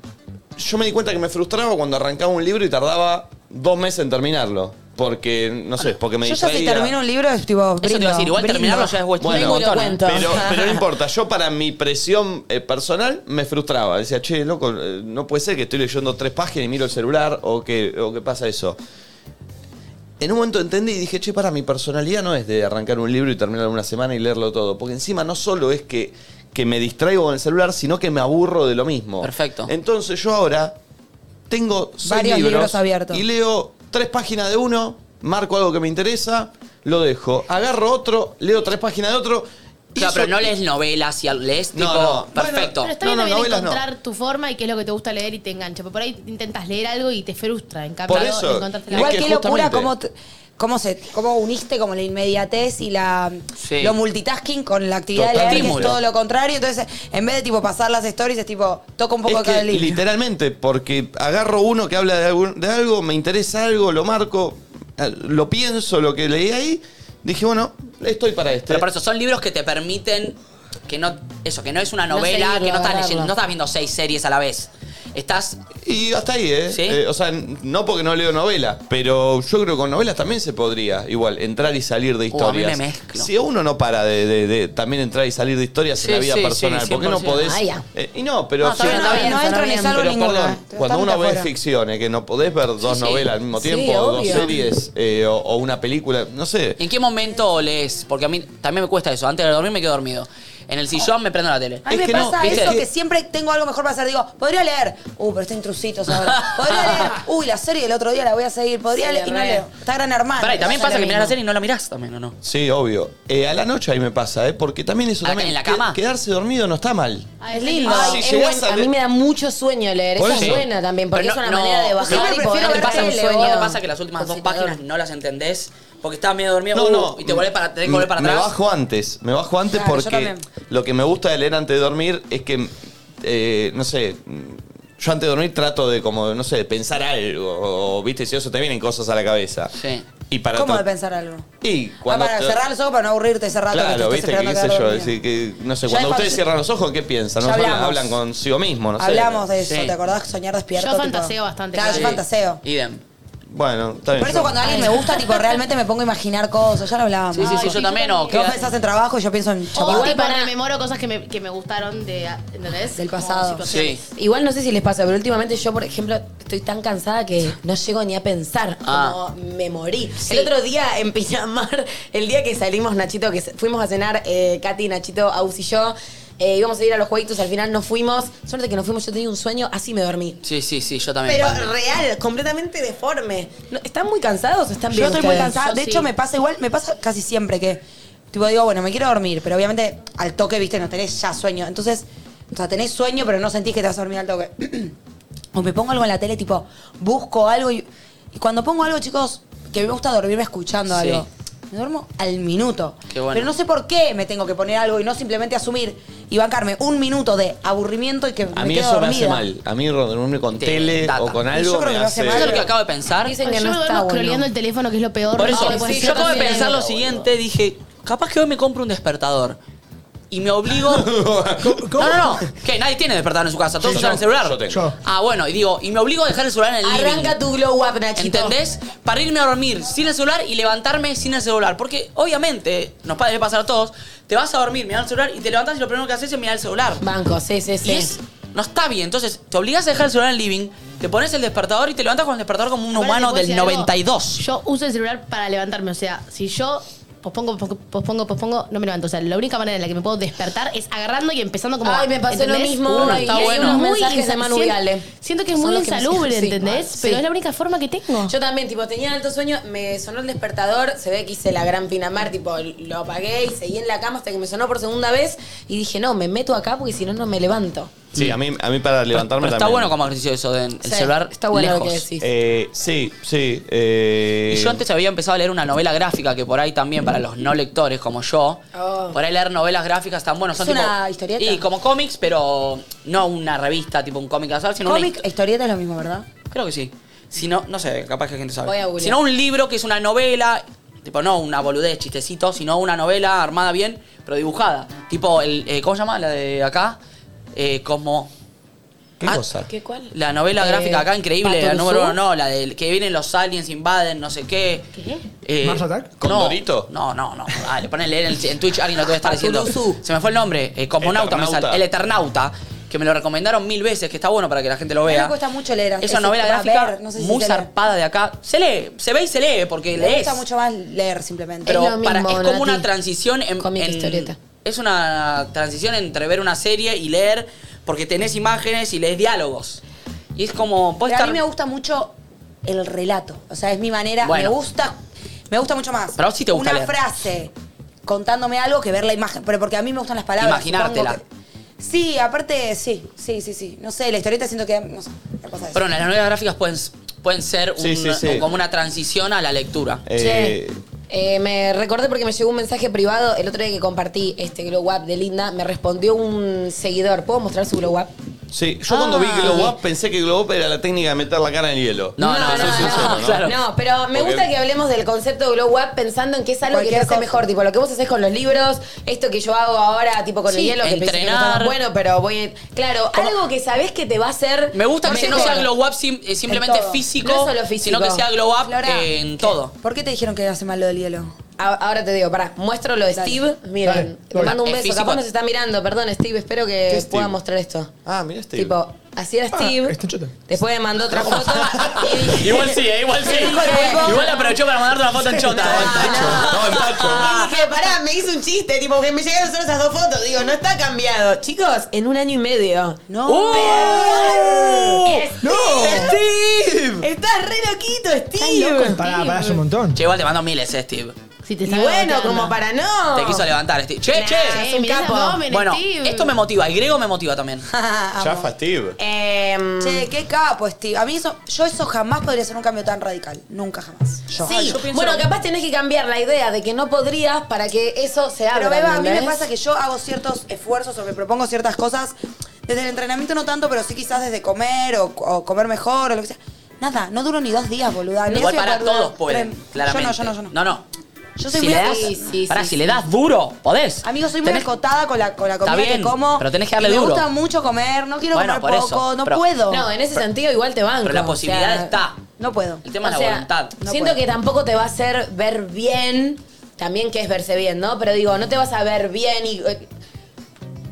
[SPEAKER 1] yo me di cuenta que me frustraba cuando arrancaba un libro y tardaba dos meses en terminarlo. Porque, no sé, porque me
[SPEAKER 2] yo ya si
[SPEAKER 1] distraía.
[SPEAKER 2] termino un libro es tipo.
[SPEAKER 3] Eso te iba a decir, igual terminarlo ya es
[SPEAKER 2] bueno.
[SPEAKER 3] cuestión de
[SPEAKER 1] Bueno,
[SPEAKER 3] montón, ¿eh?
[SPEAKER 5] cuento.
[SPEAKER 3] *laughs*
[SPEAKER 1] Pero, pero no importa, yo para mi presión eh, personal me frustraba. Decía, che, loco, eh, no puede ser que estoy leyendo tres páginas y miro el celular o que, o que pasa eso. En un momento entendí y dije, che, para, mi personalidad no es de arrancar un libro y terminarlo en una semana y leerlo todo. Porque encima no solo es que, que me distraigo con el celular, sino que me aburro de lo mismo.
[SPEAKER 3] Perfecto.
[SPEAKER 1] Entonces yo ahora tengo seis
[SPEAKER 2] Varios libros abiertos.
[SPEAKER 1] Y leo tres páginas de uno, marco algo que me interesa, lo dejo. Agarro otro, leo tres páginas de otro. y
[SPEAKER 3] Claro,
[SPEAKER 1] eso-
[SPEAKER 3] pero no lees novelas y al- lees tipo.
[SPEAKER 1] No, no. Bueno,
[SPEAKER 3] Perfecto.
[SPEAKER 4] Pero está
[SPEAKER 1] No,
[SPEAKER 4] bien
[SPEAKER 1] no,
[SPEAKER 4] también
[SPEAKER 1] novelas no.
[SPEAKER 4] encontrar tu forma y qué es lo que te gusta leer y te engancha. Porque por ahí intentas leer algo y te frustra. En cambio,
[SPEAKER 1] Por eso,
[SPEAKER 4] encontraste la-
[SPEAKER 2] Igual
[SPEAKER 1] Es
[SPEAKER 2] que
[SPEAKER 1] que
[SPEAKER 2] qué locura
[SPEAKER 1] justamente-
[SPEAKER 2] cómo, t- cómo, se, cómo uniste como la inmediatez y la
[SPEAKER 3] Sí.
[SPEAKER 2] lo multitasking con la actividad
[SPEAKER 1] Total.
[SPEAKER 2] de leer, que es
[SPEAKER 3] Estímulo.
[SPEAKER 2] todo lo contrario. Entonces, en vez de tipo pasar las stories, es tipo, toca un poco
[SPEAKER 1] Es
[SPEAKER 2] de cada
[SPEAKER 1] que,
[SPEAKER 2] libro.
[SPEAKER 1] literalmente, porque agarro uno que habla de, algún- de algo, me interesa algo, lo marco, eh, lo pienso, lo que leí ahí, dije, bueno, estoy para este.
[SPEAKER 3] Pero por eso, son libros que te permiten que no. Eso, que no es una novela,
[SPEAKER 5] seguirlo,
[SPEAKER 3] que no estás
[SPEAKER 5] agarrarlo.
[SPEAKER 3] leyendo, no estás viendo seis series a la vez. Estás.
[SPEAKER 1] Y hasta ahí, ¿eh?
[SPEAKER 3] ¿Sí?
[SPEAKER 1] Eh, O sea, n- no porque no leo novelas, pero yo creo que con novelas también se podría, igual, entrar y salir de
[SPEAKER 3] Uh, a mí me
[SPEAKER 1] historias.
[SPEAKER 3] mezclo.
[SPEAKER 1] Si uno no para de, de- de también entrar y salir de historias
[SPEAKER 3] Sí,
[SPEAKER 1] en la vida
[SPEAKER 3] sí, sí,
[SPEAKER 1] personal, ¿por qué no
[SPEAKER 3] 100%.
[SPEAKER 1] podés?
[SPEAKER 5] Ah, ya.
[SPEAKER 1] Eh, y no, pero...
[SPEAKER 3] No, está
[SPEAKER 1] si
[SPEAKER 3] bien,
[SPEAKER 1] uno-
[SPEAKER 3] está bien.
[SPEAKER 2] no entro ni salvo
[SPEAKER 1] Pero
[SPEAKER 2] ninguna.
[SPEAKER 1] perdón, cuando uno ve
[SPEAKER 2] ve
[SPEAKER 1] ficciones, que no podés ver dos
[SPEAKER 3] Sí, sí.
[SPEAKER 1] novelas al mismo
[SPEAKER 5] Sí,
[SPEAKER 1] tiempo, o dos
[SPEAKER 5] obvio.
[SPEAKER 1] series, eh, o, o una película, no sé.
[SPEAKER 3] ¿Y en qué momento lees? Porque a mí también me cuesta eso. Antes de dormir me quedo dormido. En el sillón me prendo la tele.
[SPEAKER 2] A mí
[SPEAKER 1] Es
[SPEAKER 2] me
[SPEAKER 1] que no,
[SPEAKER 2] pasa
[SPEAKER 1] ¿viste?
[SPEAKER 2] eso
[SPEAKER 1] Es que-
[SPEAKER 2] que siempre tengo algo mejor para hacer. Digo, podría leer. Uh, pero está intrusitos ahora. Podría
[SPEAKER 3] *laughs*
[SPEAKER 2] leer. Uy, la serie del otro día la voy a seguir. Podría
[SPEAKER 5] Sí,
[SPEAKER 2] leer. Y no
[SPEAKER 5] re.
[SPEAKER 2] leo. Está gran hermano.
[SPEAKER 3] Pará, y también pasa que mirás
[SPEAKER 5] mismo.
[SPEAKER 3] la serie y no la mirás también, ¿o no?
[SPEAKER 1] Sí, obvio. Eh, a la noche ahí me pasa, ¿eh? Porque también eso
[SPEAKER 3] ¿A la-
[SPEAKER 1] también...
[SPEAKER 3] en la
[SPEAKER 1] que-
[SPEAKER 3] cama?
[SPEAKER 1] Quedarse dormido no está mal.
[SPEAKER 4] Ah, es
[SPEAKER 2] lindo.
[SPEAKER 4] lindo.
[SPEAKER 1] si
[SPEAKER 5] es
[SPEAKER 1] llegás a
[SPEAKER 5] bueno. a mí
[SPEAKER 1] ver-
[SPEAKER 5] me da mucho sueño leer.
[SPEAKER 1] Por
[SPEAKER 5] Eso es
[SPEAKER 1] eso.
[SPEAKER 5] buena también, porque
[SPEAKER 3] Pero
[SPEAKER 5] es una manera de bajar
[SPEAKER 2] siempre
[SPEAKER 5] y
[SPEAKER 2] prefiero
[SPEAKER 5] poder
[SPEAKER 2] ver
[SPEAKER 3] te pasa,
[SPEAKER 2] tele,
[SPEAKER 5] un
[SPEAKER 3] mucho,
[SPEAKER 5] sueño.
[SPEAKER 3] ¿no te pasa que las últimas dos
[SPEAKER 5] pacificador.
[SPEAKER 3] páginas no las entendés porque estabas medio dormido
[SPEAKER 1] No,
[SPEAKER 3] uh,
[SPEAKER 1] no.
[SPEAKER 3] y te volvés para, tenés que volver para
[SPEAKER 1] me
[SPEAKER 3] atrás.
[SPEAKER 1] bajo antes, me bajo antes
[SPEAKER 2] Claro, yo
[SPEAKER 1] porque
[SPEAKER 2] también.
[SPEAKER 1] lo que me gusta de leer antes de dormir es que, eh, no sé, yo antes de dormir trato de como, no sé, de pensar algo, o viste, si eso te vienen cosas a la cabeza.
[SPEAKER 3] Sí.
[SPEAKER 1] Y para
[SPEAKER 2] ¿Cómo
[SPEAKER 1] tra-
[SPEAKER 2] de pensar algo?
[SPEAKER 1] Y
[SPEAKER 2] Ah,
[SPEAKER 1] cuando
[SPEAKER 2] para
[SPEAKER 1] te-
[SPEAKER 2] cerrar los ojos para no aburrirte ese rato. que te
[SPEAKER 1] Claro,
[SPEAKER 2] estás
[SPEAKER 1] viste, que
[SPEAKER 2] esperando
[SPEAKER 1] qué
[SPEAKER 2] a
[SPEAKER 1] sé
[SPEAKER 2] quedar
[SPEAKER 1] yo,
[SPEAKER 2] dormido.
[SPEAKER 1] decir que, no sé,
[SPEAKER 2] Ya
[SPEAKER 1] cuando
[SPEAKER 2] es
[SPEAKER 1] ustedes
[SPEAKER 2] fácil.
[SPEAKER 1] cierran los ojos, ¿qué piensan?
[SPEAKER 2] Ya
[SPEAKER 1] No hablan,
[SPEAKER 2] hablamos.
[SPEAKER 1] hablan consigo mismo, no sé.
[SPEAKER 2] Hablamos de eso,
[SPEAKER 3] Sí.
[SPEAKER 2] ¿te acordás? Soñar despierto.
[SPEAKER 4] Yo
[SPEAKER 2] tipo.
[SPEAKER 4] fantaseo bastante
[SPEAKER 2] Claro, yo
[SPEAKER 4] con eso.
[SPEAKER 2] fantaseo.
[SPEAKER 3] Idem.
[SPEAKER 1] Bueno, está bien.
[SPEAKER 2] Por eso
[SPEAKER 1] yo-
[SPEAKER 2] cuando a alguien me gusta, tipo, realmente me pongo a imaginar cosas. Ya lo hablábamos.
[SPEAKER 3] Sí, sí, sí,
[SPEAKER 4] Ay,
[SPEAKER 3] yo
[SPEAKER 4] sí,
[SPEAKER 3] también.
[SPEAKER 4] yo
[SPEAKER 3] O
[SPEAKER 4] también.
[SPEAKER 2] Vos
[SPEAKER 3] queda-
[SPEAKER 2] pensás en trabajo y yo pienso en
[SPEAKER 4] O
[SPEAKER 2] chapar.
[SPEAKER 5] Igual
[SPEAKER 4] tipo,
[SPEAKER 5] para-
[SPEAKER 4] rememoro cosas que me, que me gustaron de, ¿entendés?
[SPEAKER 2] Del
[SPEAKER 4] Como
[SPEAKER 2] pasado.
[SPEAKER 4] situaciones.
[SPEAKER 3] Sí.
[SPEAKER 5] Igual no sé si les pasa, pero últimamente yo, por ejemplo, estoy tan cansada que no llego ni a pensar.
[SPEAKER 3] Ah.
[SPEAKER 5] Como me morí. El otro día en Pinamar, el día que salimos, Nachito, que se- fuimos a cenar, eh, Katy, Nachito, Aus y yo, eh, íbamos a ir a los jueguitos, al final no fuimos. Suerte que no fuimos, yo tenía un sueño, así me dormí.
[SPEAKER 3] Sí, sí, sí, yo también.
[SPEAKER 5] Pero
[SPEAKER 3] Pablo.
[SPEAKER 5] real, completamente deforme. No, ¿Están muy cansados o están
[SPEAKER 2] Yo
[SPEAKER 5] bien
[SPEAKER 2] estoy muy
[SPEAKER 5] ustedes?
[SPEAKER 2] cansada. De
[SPEAKER 4] Yo
[SPEAKER 2] hecho,
[SPEAKER 4] sí.
[SPEAKER 2] me pasa igual, me pasa casi siempre que, tipo, digo, bueno, me quiero dormir, pero obviamente al toque, viste, no tenés ya sueño. Entonces, o sea, tenés sueño, pero no sentís que te vas a dormir al toque. *clears throat* o me pongo algo en la tele, tipo, busco algo y, y cuando pongo algo, chicos, que me gusta dormirme escuchando
[SPEAKER 3] Sí.
[SPEAKER 2] algo. Me duermo al minuto.
[SPEAKER 3] Qué bueno.
[SPEAKER 2] Pero no sé por qué me tengo que poner algo y no simplemente asumir y bancarme un minuto de aburrimiento y que
[SPEAKER 1] A
[SPEAKER 2] me
[SPEAKER 1] mí
[SPEAKER 2] quede
[SPEAKER 1] eso me hace
[SPEAKER 2] dormida.
[SPEAKER 1] mal. A mí dormirme con
[SPEAKER 3] Te
[SPEAKER 1] tele
[SPEAKER 3] data.
[SPEAKER 1] o con
[SPEAKER 2] Yo
[SPEAKER 1] algo
[SPEAKER 2] creo que
[SPEAKER 1] me
[SPEAKER 2] me hace
[SPEAKER 1] hace...
[SPEAKER 2] mal.
[SPEAKER 3] Eso es lo que acabo de pensar.
[SPEAKER 5] Dicen que
[SPEAKER 4] Yo
[SPEAKER 5] no
[SPEAKER 4] me
[SPEAKER 5] está
[SPEAKER 4] duermo
[SPEAKER 5] bueno.
[SPEAKER 4] scrolleando el teléfono, que es lo peor.
[SPEAKER 3] Por eso,
[SPEAKER 4] No,
[SPEAKER 5] puede
[SPEAKER 3] sí,
[SPEAKER 5] ser
[SPEAKER 3] yo acabo de
[SPEAKER 5] también.
[SPEAKER 3] pensar lo siguiente, dije, capaz que hoy me compro un despertador. y
[SPEAKER 1] *laughs*
[SPEAKER 3] me obligo. No, no, no. ¿Qué? Nadie tiene despertador en su casa. Todos
[SPEAKER 1] Sí,
[SPEAKER 3] usan
[SPEAKER 1] yo,
[SPEAKER 3] el celular.
[SPEAKER 1] yo tengo.
[SPEAKER 6] Yo.
[SPEAKER 3] Ah, bueno, y digo, y me obligo a dejar el celular en el living.
[SPEAKER 5] Arranca tu glow up, Nachito.
[SPEAKER 3] ¿Entendés? Para irme a dormir sin el celular y levantarme sin el celular. Porque obviamente, nos puede pasar a todos, te vas a dormir, mirar el celular y te levantas y lo primero que haces es mirar el celular.
[SPEAKER 5] Banco, sí, sí,
[SPEAKER 3] Y
[SPEAKER 5] sí.
[SPEAKER 3] es, no está bien. Entonces, te obligas a dejar el celular en el living, te pones el despertador y te levantas con el despertador como un
[SPEAKER 4] Aparte,
[SPEAKER 3] humano
[SPEAKER 4] te puedo
[SPEAKER 3] del
[SPEAKER 4] decir algo.
[SPEAKER 3] 92.
[SPEAKER 4] Yo uso el celular para levantarme. O sea, si yo pospongo, pospongo, pospongo, pospongo, no me levanto. O sea, la única manera en la que me puedo despertar es agarrando y empezando como.
[SPEAKER 5] Ay, me pasó lo mismo
[SPEAKER 3] Uno,
[SPEAKER 5] y
[SPEAKER 3] está
[SPEAKER 5] hay
[SPEAKER 3] bueno.
[SPEAKER 5] unos
[SPEAKER 4] muy
[SPEAKER 5] mensajes de
[SPEAKER 4] insa-
[SPEAKER 5] Manu
[SPEAKER 4] siento-
[SPEAKER 5] Viale.
[SPEAKER 4] Siento que es
[SPEAKER 5] Son
[SPEAKER 4] muy
[SPEAKER 5] los que me-
[SPEAKER 4] insalubre,
[SPEAKER 5] sí.
[SPEAKER 4] ¿entendés?
[SPEAKER 5] Sí.
[SPEAKER 4] Pero es la única forma que tengo.
[SPEAKER 5] Yo también, tipo, tenía alto sueño, me sonó el despertador, se ve que hice la gran Pinamar, tipo, lo apagué y seguí en la cama hasta que me sonó por segunda vez y dije, no, me meto acá porque si no, no me levanto.
[SPEAKER 1] Sí, a mí, a mí para levantarme
[SPEAKER 3] Pero está
[SPEAKER 1] también.
[SPEAKER 3] bueno como ejercicio eso de el
[SPEAKER 5] Sí,
[SPEAKER 3] celular
[SPEAKER 5] Está bueno
[SPEAKER 3] lejos.
[SPEAKER 5] lo que decís.
[SPEAKER 1] Eh, sí, sí. eh,
[SPEAKER 3] Y yo antes había empezado a leer una novela gráfica que por ahí también para los no lectores como yo,
[SPEAKER 5] Oh.
[SPEAKER 3] por ahí leer novelas gráficas tan buenos. Son
[SPEAKER 2] ¿Es
[SPEAKER 3] tipo-
[SPEAKER 2] una historieta?
[SPEAKER 3] Y como cómics, pero no una revista tipo un cómic casual, sino
[SPEAKER 2] Cómic,
[SPEAKER 3] una.
[SPEAKER 2] historieta es lo mismo, ¿verdad?
[SPEAKER 3] Creo que sí. Si no, no sé, capaz que la gente
[SPEAKER 5] Voy a
[SPEAKER 3] sabe.
[SPEAKER 5] googlear.
[SPEAKER 3] Sino un libro que es una novela, tipo no una boludez, chistecito, sino una novela armada bien, pero dibujada. Tipo, el, eh, ¿cómo se llama la de acá? Eh, como.
[SPEAKER 1] ¿Qué
[SPEAKER 3] Ah,
[SPEAKER 1] cosa?
[SPEAKER 5] ¿Qué cuál?
[SPEAKER 3] La novela
[SPEAKER 5] Eh,
[SPEAKER 3] gráfica acá, increíble, la
[SPEAKER 5] Paturuzú.
[SPEAKER 3] número uno, no, la del que vienen los aliens, invaden, no sé qué.
[SPEAKER 4] ¿Qué?
[SPEAKER 3] Eh,
[SPEAKER 6] ¿Mars Attack?
[SPEAKER 3] no.
[SPEAKER 1] ¿Condorito?
[SPEAKER 3] No, no, Ah, no. Dale, ponele en, el- en Twitch, alguien lo debe
[SPEAKER 2] Ah,
[SPEAKER 3] estar diciendo.
[SPEAKER 5] Paturuzú.
[SPEAKER 3] Se me fue el nombre, eh, Cosmonauta, me
[SPEAKER 1] Eternauta.
[SPEAKER 3] sale, el Eternauta, que me lo recomendaron mil veces, que está bueno para que la gente lo vea.
[SPEAKER 2] me cuesta mucho leer,
[SPEAKER 3] Esa
[SPEAKER 2] es-
[SPEAKER 3] novela
[SPEAKER 2] a
[SPEAKER 3] gráfica
[SPEAKER 2] ver, no sé si
[SPEAKER 3] muy
[SPEAKER 2] se lee.
[SPEAKER 3] zarpada de acá. Se lee, se ve y se lee, porque
[SPEAKER 2] Me
[SPEAKER 3] lees.
[SPEAKER 2] gusta mucho más leer simplemente.
[SPEAKER 3] Pero
[SPEAKER 5] Es lo
[SPEAKER 3] para-
[SPEAKER 5] mismo,
[SPEAKER 3] es como
[SPEAKER 5] Nati.
[SPEAKER 3] una transición en,
[SPEAKER 5] Cómic,
[SPEAKER 3] en-
[SPEAKER 5] historieta.
[SPEAKER 3] Es una transición entre ver una serie y leer, porque tenés imágenes y lees diálogos. Y es como. podés
[SPEAKER 2] Pero a
[SPEAKER 3] estar-
[SPEAKER 2] mí me gusta mucho el relato. O sea, es mi manera.
[SPEAKER 3] Bueno.
[SPEAKER 2] Me gusta. Me gusta mucho más.
[SPEAKER 3] Pero a vos sí te gusta
[SPEAKER 2] Una
[SPEAKER 3] leer.
[SPEAKER 2] frase contándome algo que ver la imagen. Pero porque a mí me gustan las palabras.
[SPEAKER 3] Imaginártela.
[SPEAKER 2] supongo que- Sí, aparte, sí, sí, sí, sí. No sé, la historieta siento que. No sé, me pasa eso.
[SPEAKER 3] Perdón, las novelas gráficas pueden, pueden ser
[SPEAKER 1] Sí,
[SPEAKER 3] un-
[SPEAKER 1] sí, sí.
[SPEAKER 3] como una transición a la lectura.
[SPEAKER 1] eh,
[SPEAKER 5] Che, eh, me recordé porque me llegó un mensaje privado el otro día que compartí este glow up de Linda. Me respondió un seguidor. ¿Puedo mostrar su glow up?
[SPEAKER 1] Sí, yo cuando vi Glow Up pensé que Glow Up era la técnica de meter la cara en el hielo.
[SPEAKER 3] Ah, No, no,
[SPEAKER 1] soy
[SPEAKER 3] no,
[SPEAKER 1] sincero,
[SPEAKER 3] no, Ah, claro.
[SPEAKER 5] No, pero me
[SPEAKER 1] Porque-
[SPEAKER 5] gusta que hablemos del concepto de glow up pensando en que es algo que te
[SPEAKER 2] Cualquier
[SPEAKER 5] hace
[SPEAKER 2] cosa.
[SPEAKER 5] mejor. Tipo, lo que vos haces con los libros, esto que yo hago ahora, tipo con el
[SPEAKER 3] Sí,
[SPEAKER 5] hielo, que pensé que no
[SPEAKER 3] entrenar.
[SPEAKER 5] estaba bueno, pero voy. Claro, algo que sabés que te va a hacer.
[SPEAKER 3] Me gusta que no
[SPEAKER 5] mejor.
[SPEAKER 3] sea glow up sim- eh, simplemente
[SPEAKER 2] En todo.
[SPEAKER 3] físico,
[SPEAKER 5] No solo físico.
[SPEAKER 3] sino que sea glow up
[SPEAKER 5] Flora,
[SPEAKER 3] eh, en todo.
[SPEAKER 2] ¿Por qué te dijeron que hace mal lo del hielo?
[SPEAKER 5] A- Ahora te digo, pará, muestro lo de
[SPEAKER 2] Dale.
[SPEAKER 5] Steve.
[SPEAKER 6] Dale,
[SPEAKER 5] Miren, te
[SPEAKER 6] dale.
[SPEAKER 5] mando un
[SPEAKER 3] Es
[SPEAKER 5] beso.
[SPEAKER 3] físico.
[SPEAKER 5] Capaz nos está mirando, perdón, Steve, espero que
[SPEAKER 1] Steve?
[SPEAKER 5] pueda mostrar esto.
[SPEAKER 1] Ah, mirá este.
[SPEAKER 5] Tipo, así era Steve.
[SPEAKER 6] Ah, está chota.
[SPEAKER 5] Después me mandó
[SPEAKER 6] *laughs*
[SPEAKER 5] otra foto. y dije-
[SPEAKER 2] *laughs*
[SPEAKER 3] Igual sí, eh, igual sí. Igual aprovechó para mandarte una foto en chota.
[SPEAKER 1] No, en
[SPEAKER 5] Y dije, pará, Ah, me hizo un chiste, tipo, que me llegaron solo esas dos fotos. Digo, no está cambiado. Chicos, en un año y medio. ¡Oh!
[SPEAKER 2] No.
[SPEAKER 6] ¡No!
[SPEAKER 1] ¡Steve!
[SPEAKER 5] Estás re loquito, Steve.
[SPEAKER 6] Loco, Pará, pará, es un montón.
[SPEAKER 3] Che, igual te mando miles, eh, Steve.
[SPEAKER 4] Si te
[SPEAKER 5] Y
[SPEAKER 4] sabe
[SPEAKER 5] bueno,
[SPEAKER 4] boteando.
[SPEAKER 5] como para no.
[SPEAKER 3] Te quiso levantar, Steve. Che,
[SPEAKER 5] Nah, eh,
[SPEAKER 3] che.
[SPEAKER 5] es un
[SPEAKER 4] mirá ese
[SPEAKER 5] capo.
[SPEAKER 4] abdomen,
[SPEAKER 3] Bueno,
[SPEAKER 4] Steve.
[SPEAKER 3] esto me motiva. El griego me
[SPEAKER 5] *laughs*
[SPEAKER 3] motiva también.
[SPEAKER 1] Chafa, Steve.
[SPEAKER 5] Em,
[SPEAKER 2] Che, qué capo, Steve. A mí eso, yo eso jamás podría ser un cambio tan radical. Nunca jamás. Yo.
[SPEAKER 5] Sí, bueno, capaz tenés que cambiar la idea de que no podrías para que eso se abra.
[SPEAKER 2] Pero Beba, a mí me
[SPEAKER 5] ¿entendés?
[SPEAKER 2] pasa que yo hago ciertos esfuerzos o me propongo ciertas cosas. Desde el entrenamiento no tanto, pero sí quizás desde comer o, o comer mejor o lo que sea. Nada, no duro ni dos días, boluda. Ni
[SPEAKER 3] Igual
[SPEAKER 2] soy
[SPEAKER 3] para
[SPEAKER 2] boluda.
[SPEAKER 3] todos pueden,
[SPEAKER 2] Trem-
[SPEAKER 3] claramente.
[SPEAKER 2] Yo no, yo no, yo no.
[SPEAKER 3] No, no.
[SPEAKER 2] Yo soy
[SPEAKER 3] Si
[SPEAKER 2] muy
[SPEAKER 3] le das,
[SPEAKER 5] Sí, sí,
[SPEAKER 3] pará,
[SPEAKER 5] sí,
[SPEAKER 3] si le das duro, podés.
[SPEAKER 2] Amigo, soy muy
[SPEAKER 3] Tenés-
[SPEAKER 2] acotada con la, con la
[SPEAKER 3] Está
[SPEAKER 2] comida
[SPEAKER 3] bien,
[SPEAKER 2] que como.
[SPEAKER 3] pero tenés
[SPEAKER 2] y
[SPEAKER 3] que darle duro.
[SPEAKER 2] Me gusta mucho comer, no quiero
[SPEAKER 3] Bueno, por
[SPEAKER 2] comer
[SPEAKER 3] eso,
[SPEAKER 2] poco, no
[SPEAKER 3] pero-
[SPEAKER 2] puedo.
[SPEAKER 5] No, en ese sentido igual te banco.
[SPEAKER 3] Pero la
[SPEAKER 5] o
[SPEAKER 3] posibilidad
[SPEAKER 5] sea,
[SPEAKER 3] está.
[SPEAKER 2] No puedo.
[SPEAKER 3] El tema
[SPEAKER 5] o
[SPEAKER 3] es la
[SPEAKER 5] sea,
[SPEAKER 3] voluntad.
[SPEAKER 2] No
[SPEAKER 5] siento
[SPEAKER 2] puedo.
[SPEAKER 5] que tampoco te va a hacer ver bien, también que es verse bien, ¿no? Pero digo, no te vas a ver bien y... eh,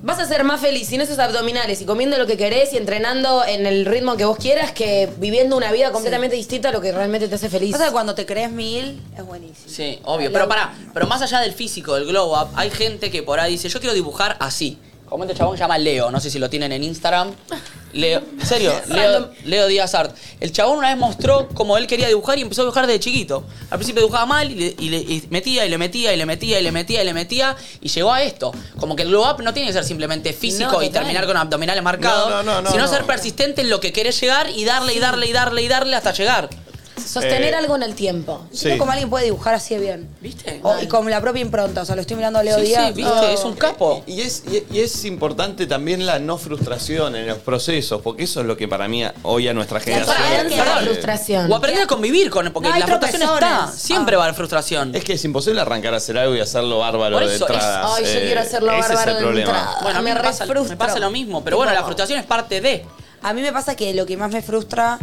[SPEAKER 5] Vas a ser más feliz sin esos abdominales y comiendo lo que querés y entrenando en el ritmo que vos quieras que viviendo una vida completamente distinta a lo que realmente te hace feliz.
[SPEAKER 2] Pasa que cuando te crees mil, es buenísimo.
[SPEAKER 3] Sí, obvio. Pero pará, pero más allá del físico, del glow up, hay gente que por ahí dice, yo quiero dibujar así. Como este chabón que se llama Leo, no sé si lo tienen en Instagram.
[SPEAKER 5] *laughs*
[SPEAKER 3] Leo, en serio, Leo, Leo Díaz Art. El chabón una vez mostró cómo él quería dibujar y empezó a dibujar desde chiquito. Al principio dibujaba mal y, le, y le- y metía y le metía y le metía y le metía y le metía y llegó a esto. Como que el glow up no tiene que ser simplemente físico
[SPEAKER 5] No,
[SPEAKER 3] y
[SPEAKER 5] total.
[SPEAKER 3] terminar con abdominales marcados,
[SPEAKER 1] No, no, no, no,
[SPEAKER 3] sino
[SPEAKER 1] no.
[SPEAKER 3] ser persistente en lo que querés llegar y darle y darle y darle y darle hasta llegar.
[SPEAKER 5] Sostener
[SPEAKER 1] Eh,
[SPEAKER 5] algo en el tiempo.
[SPEAKER 2] No entiendo
[SPEAKER 1] Sí.
[SPEAKER 2] cómo alguien puede dibujar así de bien.
[SPEAKER 3] ¿Viste?
[SPEAKER 2] O- y con la propia impronta. O sea, lo estoy mirando a Leo
[SPEAKER 3] Sí,
[SPEAKER 2] Díaz.
[SPEAKER 3] sí, viste,
[SPEAKER 2] Oh.
[SPEAKER 3] es un capo.
[SPEAKER 1] Y es, y- y es importante también la no frustración en los procesos, porque eso es lo que para mí a- hoy a nuestra generación.
[SPEAKER 5] tolerancia
[SPEAKER 1] eh,
[SPEAKER 5] a la frustración.
[SPEAKER 3] O aprender a convivir con porque
[SPEAKER 2] No, hay
[SPEAKER 3] la frustración está.
[SPEAKER 2] tropezones.
[SPEAKER 3] Siempre va a haber frustración.
[SPEAKER 1] Es que es imposible arrancar a hacer algo y hacerlo bárbaro
[SPEAKER 3] Por
[SPEAKER 1] de
[SPEAKER 3] eso es-
[SPEAKER 1] entrada. Eh,
[SPEAKER 5] Ay, yo quiero hacerlo bárbaro de entrada.
[SPEAKER 3] Bueno, a mí
[SPEAKER 5] Me
[SPEAKER 2] Ah,
[SPEAKER 3] me, pasa,
[SPEAKER 5] refrustro.
[SPEAKER 3] me pasa lo mismo, pero bueno, la frustración es parte de.
[SPEAKER 2] A mí me pasa que lo que más me frustra.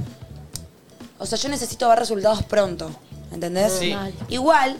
[SPEAKER 2] O sea, yo necesito ver resultados pronto. ¿Entendés?
[SPEAKER 3] Sí.
[SPEAKER 4] Mal.
[SPEAKER 2] Igual,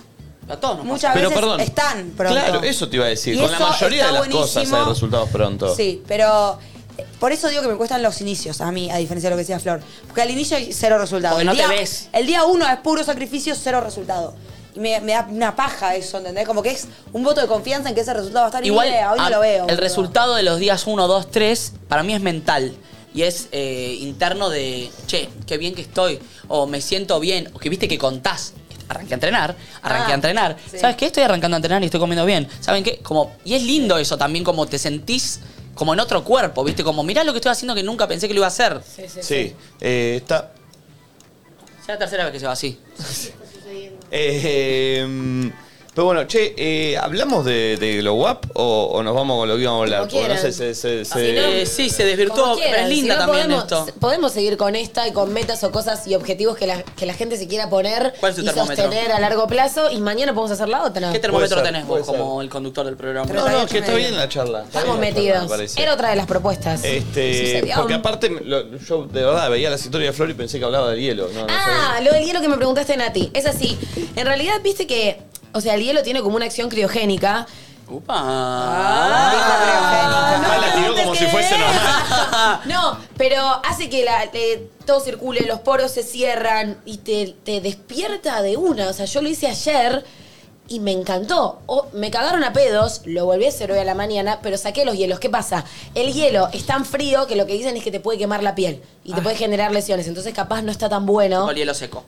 [SPEAKER 3] A todos nos
[SPEAKER 2] muchas
[SPEAKER 1] Pero
[SPEAKER 2] veces
[SPEAKER 1] perdón.
[SPEAKER 2] están pronto.
[SPEAKER 1] Claro, eso te iba a decir.
[SPEAKER 2] Y
[SPEAKER 1] Con la
[SPEAKER 2] eso
[SPEAKER 1] mayoría de
[SPEAKER 2] está
[SPEAKER 1] las cosas
[SPEAKER 2] buenísimo.
[SPEAKER 1] hay resultados pronto.
[SPEAKER 2] Sí, pero. eh, Por eso digo que me cuestan los inicios a mí, a diferencia de lo que decía Flor. Porque al inicio hay cero resultados.
[SPEAKER 3] Porque
[SPEAKER 2] el
[SPEAKER 3] no te
[SPEAKER 2] día,
[SPEAKER 3] ves.
[SPEAKER 2] El día uno es puro sacrificio, cero resultado. Y me, me da una paja eso, ¿entendés? Como que es un voto de confianza en que ese resultado va a estar y
[SPEAKER 3] Igual
[SPEAKER 2] idea, hoy no
[SPEAKER 3] a-
[SPEAKER 2] lo veo.
[SPEAKER 3] el
[SPEAKER 2] boludo.
[SPEAKER 3] resultado de los días 1, 2, 3 para mí es mental. Y es eh, interno de, che, qué bien que estoy. O me siento bien. O que viste que contás. Arranqué a entrenar, arranqué
[SPEAKER 2] Ah,
[SPEAKER 3] a entrenar.
[SPEAKER 2] sí.
[SPEAKER 3] ¿Sabes qué? Estoy arrancando a entrenar y estoy comiendo bien. ¿Saben qué? Como, y es lindo eso también, como te sentís como en otro cuerpo, ¿viste? Como, mirá lo que estoy haciendo que nunca pensé que lo iba a hacer.
[SPEAKER 1] Sí, eh, está.
[SPEAKER 3] Es la tercera vez que se
[SPEAKER 2] *laughs*
[SPEAKER 3] va así.
[SPEAKER 1] eh, em, pero bueno, che, eh, ¿hablamos de, de Glow Up o, o nos vamos con lo que íbamos a hablar?
[SPEAKER 5] Como
[SPEAKER 1] Porque no sé,
[SPEAKER 5] quieran.
[SPEAKER 1] se- se- se-
[SPEAKER 3] Eh, sí, se desvirtuó.
[SPEAKER 5] Como quieran,
[SPEAKER 3] pero es linda
[SPEAKER 5] si no
[SPEAKER 3] también
[SPEAKER 5] podemos,
[SPEAKER 3] esto.
[SPEAKER 5] Podemos seguir con esta y con metas o cosas y objetivos que la, que la gente se quiera poner
[SPEAKER 3] ¿Cuál es tu
[SPEAKER 5] y
[SPEAKER 3] termómetro?
[SPEAKER 5] sostener a largo plazo y mañana podemos hacer la otra.
[SPEAKER 3] ¿Qué termómetro
[SPEAKER 1] ser,
[SPEAKER 3] tenés vos
[SPEAKER 1] puede ser.
[SPEAKER 3] como el conductor del programa?
[SPEAKER 1] No, no, que
[SPEAKER 2] 38
[SPEAKER 1] está
[SPEAKER 2] medio.
[SPEAKER 1] bien la charla. está
[SPEAKER 5] Estamos
[SPEAKER 1] bien la charla, me
[SPEAKER 5] metidos.
[SPEAKER 1] parece.
[SPEAKER 5] Era otra de las propuestas. Sí,
[SPEAKER 1] Este,
[SPEAKER 5] sería
[SPEAKER 1] porque
[SPEAKER 5] un-
[SPEAKER 1] aparte, lo- yo de verdad veía las historias de Flor y pensé que hablaba del hielo. No, no
[SPEAKER 5] Ah, lo del hielo que me preguntaste, Nati. Es así. En realidad, viste que. O sea, el hielo tiene como una acción criogénica.
[SPEAKER 3] ¡Upa!
[SPEAKER 2] Ah,
[SPEAKER 1] Ah, la tiró como si fuese
[SPEAKER 3] *laughs*
[SPEAKER 1] normal.
[SPEAKER 5] No, pero hace que la- eh, todo circule, los poros se cierran y te, te despierta de una. O sea, yo lo hice ayer y me encantó. O- me cagaron a pedos, lo volví a hacer hoy a la mañana, pero saqué los hielos. ¿Qué pasa? El hielo es tan frío que lo que dicen es que te puede quemar la piel y te puede generar lesiones. Entonces, capaz no está tan bueno.
[SPEAKER 3] Con hielo seco.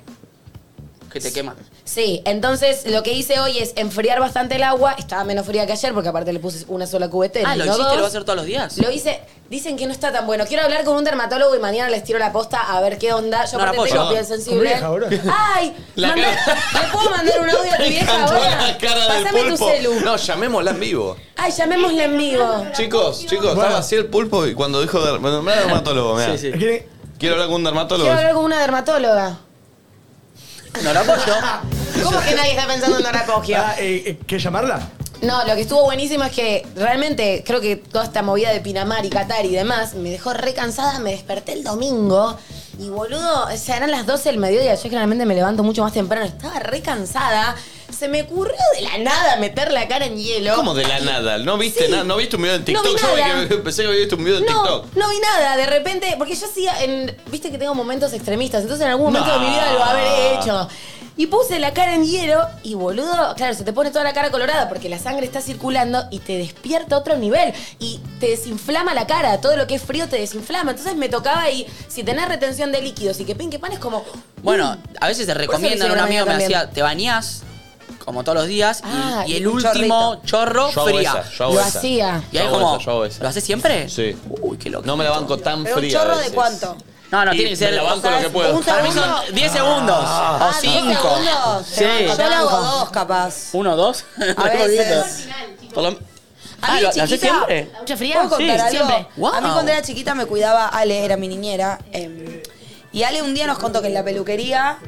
[SPEAKER 3] Que te quema.
[SPEAKER 5] Sí, entonces lo que hice hoy es enfriar bastante el agua. Estaba menos fría que ayer porque aparte le puse una sola cubetera.
[SPEAKER 3] Ah,
[SPEAKER 5] y
[SPEAKER 3] ¿lo
[SPEAKER 5] no
[SPEAKER 3] hiciste?
[SPEAKER 5] dos.
[SPEAKER 3] ¿Lo vas a hacer todos los días?
[SPEAKER 5] Lo hice. Dicen que no está tan bueno. Quiero hablar con un dermatólogo y mañana les tiro la posta a ver qué onda. Yo
[SPEAKER 3] No, la
[SPEAKER 5] aparte
[SPEAKER 3] posta.
[SPEAKER 5] tengo piel sensible.
[SPEAKER 6] vieja ahora.
[SPEAKER 5] ¡Ay!
[SPEAKER 1] La
[SPEAKER 5] mandá-
[SPEAKER 1] cara-
[SPEAKER 5] ¿Le puedo mandar un
[SPEAKER 3] *laughs*
[SPEAKER 5] audio a tu
[SPEAKER 1] Me
[SPEAKER 5] vieja
[SPEAKER 1] encantó
[SPEAKER 5] ahora?
[SPEAKER 1] la cara del
[SPEAKER 5] Pásame tu
[SPEAKER 1] pulpo.
[SPEAKER 5] celu.
[SPEAKER 1] No, llamémosla en vivo.
[SPEAKER 5] Ay, llamémosla en vivo.
[SPEAKER 1] Chicos, chicos, estaba así el pulpo y cuando dijo der- bueno, me da dermatólogo, mirá.
[SPEAKER 3] Sí, sí.
[SPEAKER 6] ¿Quieren-
[SPEAKER 1] Quiero hablar con un dermatólogo.
[SPEAKER 5] Quiero hablar con una dermatóloga.
[SPEAKER 3] No lo apoyo.
[SPEAKER 5] ¿Cómo que
[SPEAKER 7] *laughs*
[SPEAKER 5] nadie está pensando en naracogio?
[SPEAKER 6] Ah, eh, eh, ¿Querés llamarla?
[SPEAKER 5] No, lo que estuvo buenísimo es que realmente creo que toda esta movida de Pinamar y Qatar y demás me dejó re cansada, me desperté el domingo y boludo, o sea, eran las 12 del mediodía, yo generalmente me levanto mucho más temprano, estaba re cansada, se me ocurrió de la nada meter la cara en hielo.
[SPEAKER 1] ¿Cómo de la nada? ¿No viste
[SPEAKER 5] Sí.
[SPEAKER 1] nada? ¿No viste un video en
[SPEAKER 5] No
[SPEAKER 1] TikTok?
[SPEAKER 5] vi
[SPEAKER 1] Yo
[SPEAKER 5] nada.
[SPEAKER 1] me quedé- pensé que había visto un video en
[SPEAKER 5] No,
[SPEAKER 1] TikTok.
[SPEAKER 5] no vi nada, de repente, porque yo hacía, en, viste que tengo momentos extremistas, entonces en algún momento
[SPEAKER 1] No.
[SPEAKER 5] de mi vida lo habré hecho. Y puse la cara en hielo y boludo, claro, se te pone toda la cara colorada porque la sangre está circulando y te despierta a otro nivel y te desinflama la cara, todo lo que es frío te desinflama. Entonces me tocaba y si tenés retención de líquidos y que pin que pan es como... "Uh,
[SPEAKER 3] Bueno, a veces te
[SPEAKER 5] hice
[SPEAKER 3] recomiendan, un
[SPEAKER 5] la
[SPEAKER 3] amigo me
[SPEAKER 5] mía también.
[SPEAKER 3] hacía, te bañás, como todos los días, y-
[SPEAKER 5] Ah,
[SPEAKER 3] y,
[SPEAKER 5] y
[SPEAKER 3] el
[SPEAKER 5] un
[SPEAKER 3] último chorro
[SPEAKER 1] Yo hago
[SPEAKER 3] fría.
[SPEAKER 1] esa, yo hago
[SPEAKER 5] Lo
[SPEAKER 1] esa.
[SPEAKER 5] hacía.
[SPEAKER 3] Y ahí
[SPEAKER 1] Yo hago
[SPEAKER 3] como,
[SPEAKER 1] esa, yo hago esa.
[SPEAKER 3] ¿lo haces
[SPEAKER 1] *laughs*
[SPEAKER 5] Eh.
[SPEAKER 3] siempre?
[SPEAKER 1] Sí.
[SPEAKER 3] Uy, qué loco.
[SPEAKER 1] No me la banco tan
[SPEAKER 2] Pero un
[SPEAKER 1] fría. a
[SPEAKER 2] chorro de
[SPEAKER 1] veces.
[SPEAKER 2] cuánto?
[SPEAKER 3] No, no,
[SPEAKER 1] Y
[SPEAKER 3] tiene que ser...
[SPEAKER 1] me la banco lo que puedo.
[SPEAKER 2] Un
[SPEAKER 3] Para mí
[SPEAKER 2] segundo.
[SPEAKER 3] son 10 segundos, o
[SPEAKER 2] Ah,
[SPEAKER 3] 5.
[SPEAKER 2] ¿dos segundos?
[SPEAKER 3] Sí.
[SPEAKER 2] Yo le hago dos, capaz.
[SPEAKER 3] ¿Uno, dos?
[SPEAKER 1] *laughs*
[SPEAKER 2] A veces.
[SPEAKER 3] Por lo-
[SPEAKER 2] A mí,
[SPEAKER 3] Ah, ¿lo- ¿lo haces
[SPEAKER 2] chiquita,
[SPEAKER 3] siempre?
[SPEAKER 4] ¿Mucha fría?
[SPEAKER 2] ¿Puedo contar algo?
[SPEAKER 4] siempre.
[SPEAKER 2] A mí
[SPEAKER 3] Wow.
[SPEAKER 2] cuando era chiquita me cuidaba Ale, era mi niñera. eh, y Ale un día nos contó que en la peluquería,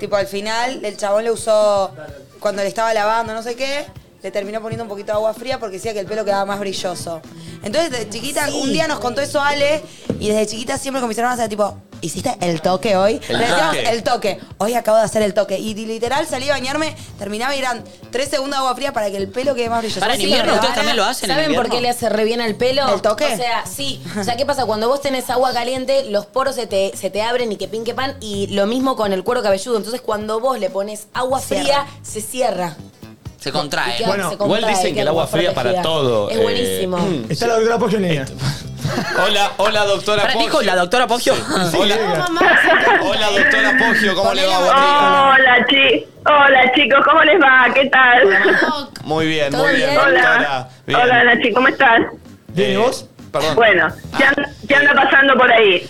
[SPEAKER 2] tipo al final, el chabón le usó, cuando le estaba lavando, no sé qué, le terminó poniendo un poquito de agua fría porque decía que el pelo quedaba más brilloso. Entonces, de chiquita, un día nos contó eso Ale, y desde chiquita siempre con mis hermanas era tipo, ¿hiciste el toque hoy?
[SPEAKER 1] El
[SPEAKER 2] le decíamos
[SPEAKER 1] toque.
[SPEAKER 2] el toque. Hoy acabo de hacer el toque. Y literal salí a bañarme, terminaba y eran tres segundos de agua fría para que el pelo quede más brilloso.
[SPEAKER 3] Para en
[SPEAKER 2] Así que
[SPEAKER 3] invierno
[SPEAKER 2] me
[SPEAKER 3] ustedes
[SPEAKER 2] van a-
[SPEAKER 3] también lo hacen. en
[SPEAKER 5] ¿Saben por
[SPEAKER 3] invierno?
[SPEAKER 5] qué le hace re bien al pelo?
[SPEAKER 2] ¿El toque?
[SPEAKER 5] O sea, sí. O sea, ¿qué pasa? Cuando vos tenés agua caliente, los poros se te, se te abren y que pin que pan. Y lo mismo con el cuero cabelludo. Entonces, cuando vos le pones agua
[SPEAKER 2] Cierra.
[SPEAKER 5] fría, se cierra.
[SPEAKER 3] Se
[SPEAKER 5] Y
[SPEAKER 3] contrae.
[SPEAKER 5] queda-
[SPEAKER 6] Bueno,
[SPEAKER 5] se
[SPEAKER 1] igual
[SPEAKER 5] contrae,
[SPEAKER 1] dicen que el
[SPEAKER 5] queda
[SPEAKER 1] agua
[SPEAKER 5] como
[SPEAKER 1] fría para
[SPEAKER 5] protegida.
[SPEAKER 1] todo,
[SPEAKER 5] Es
[SPEAKER 1] eh,
[SPEAKER 5] buenísimo.
[SPEAKER 6] Está la doctora Pollo en línea.
[SPEAKER 1] Hola, hola doctora
[SPEAKER 3] Pará, ¿Dijo
[SPEAKER 1] Poggio.
[SPEAKER 3] la doctora Poggio? *laughs*
[SPEAKER 5] Ah.
[SPEAKER 6] Hola.
[SPEAKER 1] Hola doctora Poggio, ¿cómo le va?
[SPEAKER 2] Ponela-
[SPEAKER 1] Buen día.
[SPEAKER 7] Hola, chi Hola chicos, ¿cómo les va? ¿Qué tal?
[SPEAKER 4] Doc,
[SPEAKER 1] Muy bien,
[SPEAKER 5] ¿Todo
[SPEAKER 7] *laughs*
[SPEAKER 1] muy bien,
[SPEAKER 5] bien?
[SPEAKER 1] doctora.
[SPEAKER 7] Hola,
[SPEAKER 1] Bien.
[SPEAKER 7] hola Nachi, ¿cómo estás?
[SPEAKER 6] ¿Bien y vos?
[SPEAKER 1] Eh, Perdón.
[SPEAKER 7] Bueno, ¿qué
[SPEAKER 2] Ah,
[SPEAKER 7] anda, qué anda pasando por ahí?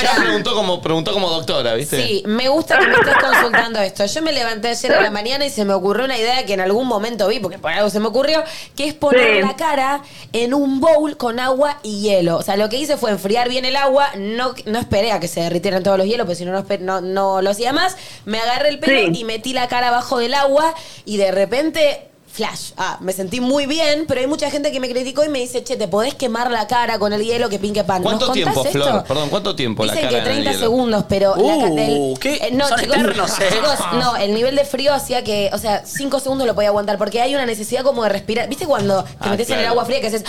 [SPEAKER 1] Ya preguntó como, preguntó como doctora, ¿viste?
[SPEAKER 5] Sí, me gusta que me
[SPEAKER 1] *laughs*
[SPEAKER 5] estés consultando esto. Yo me levanté ayer a la mañana y se me ocurrió una idea que en algún momento vi, porque por algo se me ocurrió, que es poner
[SPEAKER 7] Sí.
[SPEAKER 5] la cara en un bowl con agua y hielo. O sea, lo que hice fue enfriar bien el agua, no, no esperé a que se derritieran todos los hielos, porque si no, no, esper- no, no lo hacía más. Me agarré el pelo
[SPEAKER 7] Sí.
[SPEAKER 5] y metí la cara abajo del agua y de repente... Flash, ah, me sentí muy bien, pero hay mucha gente que me criticó y me dice, che, te podés quemar la cara con el hielo que pinque pan. ¿Nos
[SPEAKER 1] ¿Cuánto
[SPEAKER 5] contás
[SPEAKER 1] tiempo,
[SPEAKER 5] esto?
[SPEAKER 1] Flor? Perdón, ¿cuánto tiempo la
[SPEAKER 5] Dicen
[SPEAKER 1] cara en
[SPEAKER 5] que
[SPEAKER 1] el
[SPEAKER 5] 30
[SPEAKER 1] hielo?
[SPEAKER 5] segundos, pero
[SPEAKER 3] Uh,
[SPEAKER 5] la ca- del-
[SPEAKER 3] ¿qué?
[SPEAKER 5] eh, no,
[SPEAKER 3] Son
[SPEAKER 5] chicos,
[SPEAKER 3] eternos, eh.
[SPEAKER 5] chicos, no, el nivel de frío hacía que, o sea, 5 segundos lo podía aguantar porque hay una necesidad como de respirar. ¿Viste cuando te
[SPEAKER 1] Ah,
[SPEAKER 5] metes en el
[SPEAKER 1] claro.
[SPEAKER 5] agua fría que haces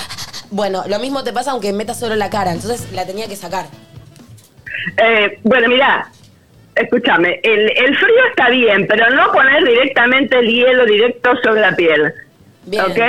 [SPEAKER 5] bueno, lo mismo te pasa aunque metas solo la cara, entonces la tenía que sacar.
[SPEAKER 7] Eh, bueno, mirá, escúchame, el, el frío está bien, pero no poner directamente el hielo directo sobre la piel.
[SPEAKER 5] Bien.
[SPEAKER 7] ¿Ok?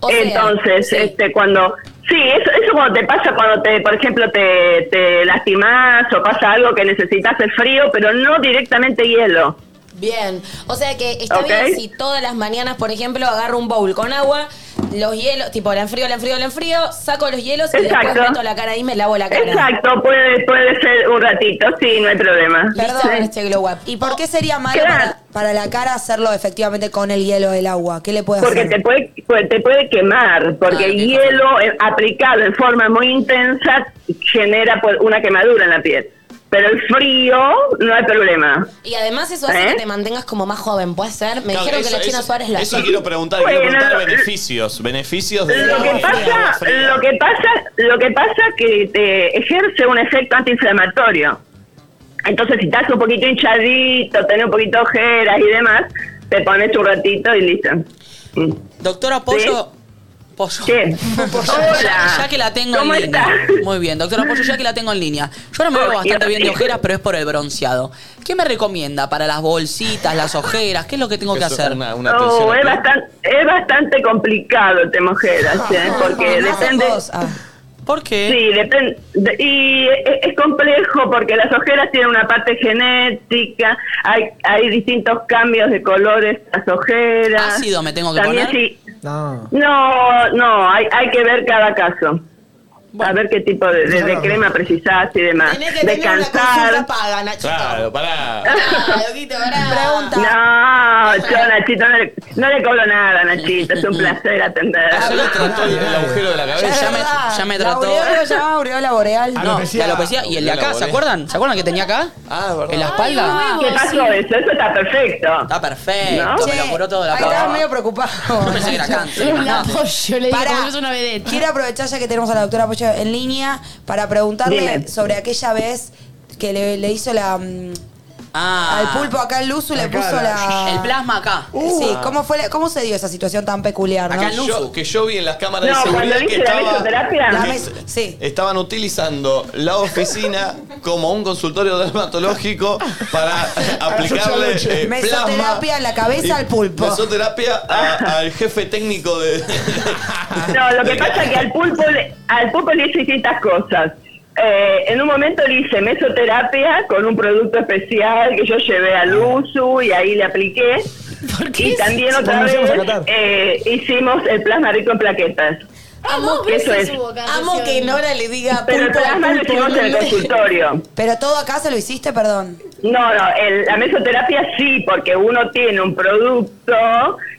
[SPEAKER 5] O sea,
[SPEAKER 7] Entonces,
[SPEAKER 5] sí.
[SPEAKER 7] este, cuando... Sí, eso, eso cuando te pasa cuando, te, por ejemplo, te, te lastimás o pasa algo que necesitas el frío, pero no directamente hielo.
[SPEAKER 5] Bien, o sea que está
[SPEAKER 7] Ok.
[SPEAKER 5] bien si todas las mañanas, por ejemplo, agarro un bowl con agua, los hielos, tipo, la enfrío, la enfrío, la enfrío, saco los hielos y
[SPEAKER 7] Exacto.
[SPEAKER 5] después meto la cara ahí y me lavo la cara.
[SPEAKER 7] Exacto, puede, puede ser un ratito, sí, no hay problema.
[SPEAKER 5] Perdón,
[SPEAKER 7] Sí.
[SPEAKER 5] este glow up.
[SPEAKER 2] ¿Y por qué sería malo para, para la cara hacerlo efectivamente con el hielo del agua? ¿Qué le puede
[SPEAKER 7] Porque
[SPEAKER 2] hacer?
[SPEAKER 7] te puede, pu- te puede quemar, porque
[SPEAKER 3] Ah,
[SPEAKER 7] el
[SPEAKER 3] qué
[SPEAKER 7] hielo eh, aplicado en forma muy intensa genera pues, una quemadura en la piel. Pero el frío no hay problema.
[SPEAKER 5] Y además eso hace
[SPEAKER 7] ¿Eh?
[SPEAKER 5] que te mantengas como más joven, puede ser. Me
[SPEAKER 1] Claro,
[SPEAKER 5] dijeron
[SPEAKER 1] eso-
[SPEAKER 5] que la China
[SPEAKER 1] eso-
[SPEAKER 5] Suárez lo
[SPEAKER 1] Eso
[SPEAKER 5] hacía.
[SPEAKER 1] quiero preguntar,
[SPEAKER 7] Bueno,
[SPEAKER 1] quiero preguntar
[SPEAKER 7] lo-
[SPEAKER 1] beneficios. Beneficios de
[SPEAKER 7] Lo que pasa, lo que pasa, lo que pasa que te ejerce un efecto antiinflamatorio. Entonces, si estás un poquito hinchadito, tenés un poquito de ojeras y demás, te pones un ratito y listo. Mm.
[SPEAKER 3] Doctora Pollo. Pollo. *laughs*
[SPEAKER 7] ¿Qué? Hola.
[SPEAKER 3] Ya, ya que la tengo
[SPEAKER 7] ¿Cómo
[SPEAKER 3] en línea.
[SPEAKER 7] estás?
[SPEAKER 3] Muy bien, doctora Pollo, ya que la tengo en línea. Yo ahora me veo bastante bien de ojeras, pero es por el bronceado. ¿Qué me recomienda para las bolsitas, las ojeras? ¿Qué es lo que tengo que hacer?
[SPEAKER 1] Una, una atención
[SPEAKER 7] Oh,
[SPEAKER 1] al
[SPEAKER 7] es,
[SPEAKER 1] público.
[SPEAKER 7] bastante, es bastante complicado el tema ojeras, ¿eh? porque
[SPEAKER 2] No,
[SPEAKER 7] depende...
[SPEAKER 2] vos. Ah.
[SPEAKER 3] ¿Por qué?
[SPEAKER 7] Sí, depende. Y es, es complejo porque las ojeras tienen una parte genética, hay, hay distintos cambios de colores en las ojeras.
[SPEAKER 3] ¿Ácido me tengo que
[SPEAKER 7] También
[SPEAKER 3] poner?
[SPEAKER 7] sí-
[SPEAKER 6] No.
[SPEAKER 7] no, no, hay, hay que ver cada caso. A ver qué tipo de, de- de
[SPEAKER 6] Claro.
[SPEAKER 7] crema precisás y demás.
[SPEAKER 5] Tenés que tener una
[SPEAKER 7] Descansar.
[SPEAKER 5] consulta paga, Nachito.
[SPEAKER 1] Claro,
[SPEAKER 5] *laughs*
[SPEAKER 1] pará.
[SPEAKER 5] Ah, loquito, pará.
[SPEAKER 2] Pregunta.
[SPEAKER 7] No, yo, Nachito, no le, no le cobro nada, Nachito. Es
[SPEAKER 3] *laughs*
[SPEAKER 7] un placer atender.
[SPEAKER 3] Ah,
[SPEAKER 1] Ya le trató el, el agujero de la
[SPEAKER 2] Ya,
[SPEAKER 1] cabeza.
[SPEAKER 3] ya me-
[SPEAKER 2] ¿verdad?
[SPEAKER 3] ya me
[SPEAKER 2] La
[SPEAKER 3] trató.
[SPEAKER 2] aureola se llama aureola boreal.
[SPEAKER 6] Ah,
[SPEAKER 3] No,
[SPEAKER 6] Alopecia.
[SPEAKER 3] la alopecia y el de acá, ¿se acuerdan? ¿Se acuerdan que tenía acá?
[SPEAKER 1] Ah, verdad.
[SPEAKER 3] ¿En la espalda?
[SPEAKER 7] ¿Qué pasó eso? Eso está perfecto.
[SPEAKER 3] Está perfecto,
[SPEAKER 7] No.
[SPEAKER 3] me lo curó todo de la
[SPEAKER 2] ahí estaba
[SPEAKER 3] cara.
[SPEAKER 2] medio preocupado.
[SPEAKER 3] Yo pensé que
[SPEAKER 2] *laughs*
[SPEAKER 3] era cáncer.
[SPEAKER 4] La pollo, le digo,
[SPEAKER 2] Pará.
[SPEAKER 4] porque es una vedette.
[SPEAKER 2] Quiero aprovechar ya que tenemos a la doctora Pocho en línea para preguntarle
[SPEAKER 7] Dime.
[SPEAKER 2] sobre aquella vez que le, le hizo la mm,
[SPEAKER 3] Ah,
[SPEAKER 2] al pulpo acá en Luzu, le
[SPEAKER 6] Acá,
[SPEAKER 2] puso
[SPEAKER 6] la-
[SPEAKER 2] la. Uh.
[SPEAKER 3] El plasma acá.
[SPEAKER 2] Sí, ¿cómo, fue la- ¿cómo se dio esa situación tan peculiar?
[SPEAKER 3] Acá
[SPEAKER 2] ¿no?
[SPEAKER 3] en
[SPEAKER 1] Yo-
[SPEAKER 3] Luzu.
[SPEAKER 1] que yo vi en las cámaras
[SPEAKER 7] No,
[SPEAKER 1] de seguridad
[SPEAKER 7] cuando
[SPEAKER 1] que
[SPEAKER 7] hice la
[SPEAKER 1] estaba,
[SPEAKER 7] mesoterapia.
[SPEAKER 2] La mes- sí.
[SPEAKER 1] estaban utilizando la oficina como un consultorio dermatológico
[SPEAKER 5] *laughs*
[SPEAKER 1] para aplicarle eh,
[SPEAKER 2] Mesoterapia
[SPEAKER 1] plasma
[SPEAKER 2] en la cabeza
[SPEAKER 1] y
[SPEAKER 2] al pulpo.
[SPEAKER 1] Mesoterapia a- al jefe
[SPEAKER 7] *laughs*
[SPEAKER 1] técnico de.
[SPEAKER 7] No, lo que pasa es que al pulpo, le- al pulpo le hice distintas cosas. Eh, en un momento le hice mesoterapia con un producto especial que yo llevé al uso y ahí le apliqué. Y también otra
[SPEAKER 6] Bueno,
[SPEAKER 7] vez
[SPEAKER 6] vamos a Qatar.
[SPEAKER 7] eh, hicimos el plasma rico en plaquetas.
[SPEAKER 5] Ah,
[SPEAKER 4] Amo,
[SPEAKER 7] que eso es.
[SPEAKER 5] Amo que Nora le diga
[SPEAKER 7] Pero el
[SPEAKER 5] pulpo al
[SPEAKER 7] plasma lo
[SPEAKER 5] pulpo,
[SPEAKER 7] hicimos en el
[SPEAKER 5] ¿no?
[SPEAKER 7] consultorio.
[SPEAKER 2] Pero todo acá se lo hiciste, perdón.
[SPEAKER 7] No, no, el- la mesoterapia sí, porque uno tiene un producto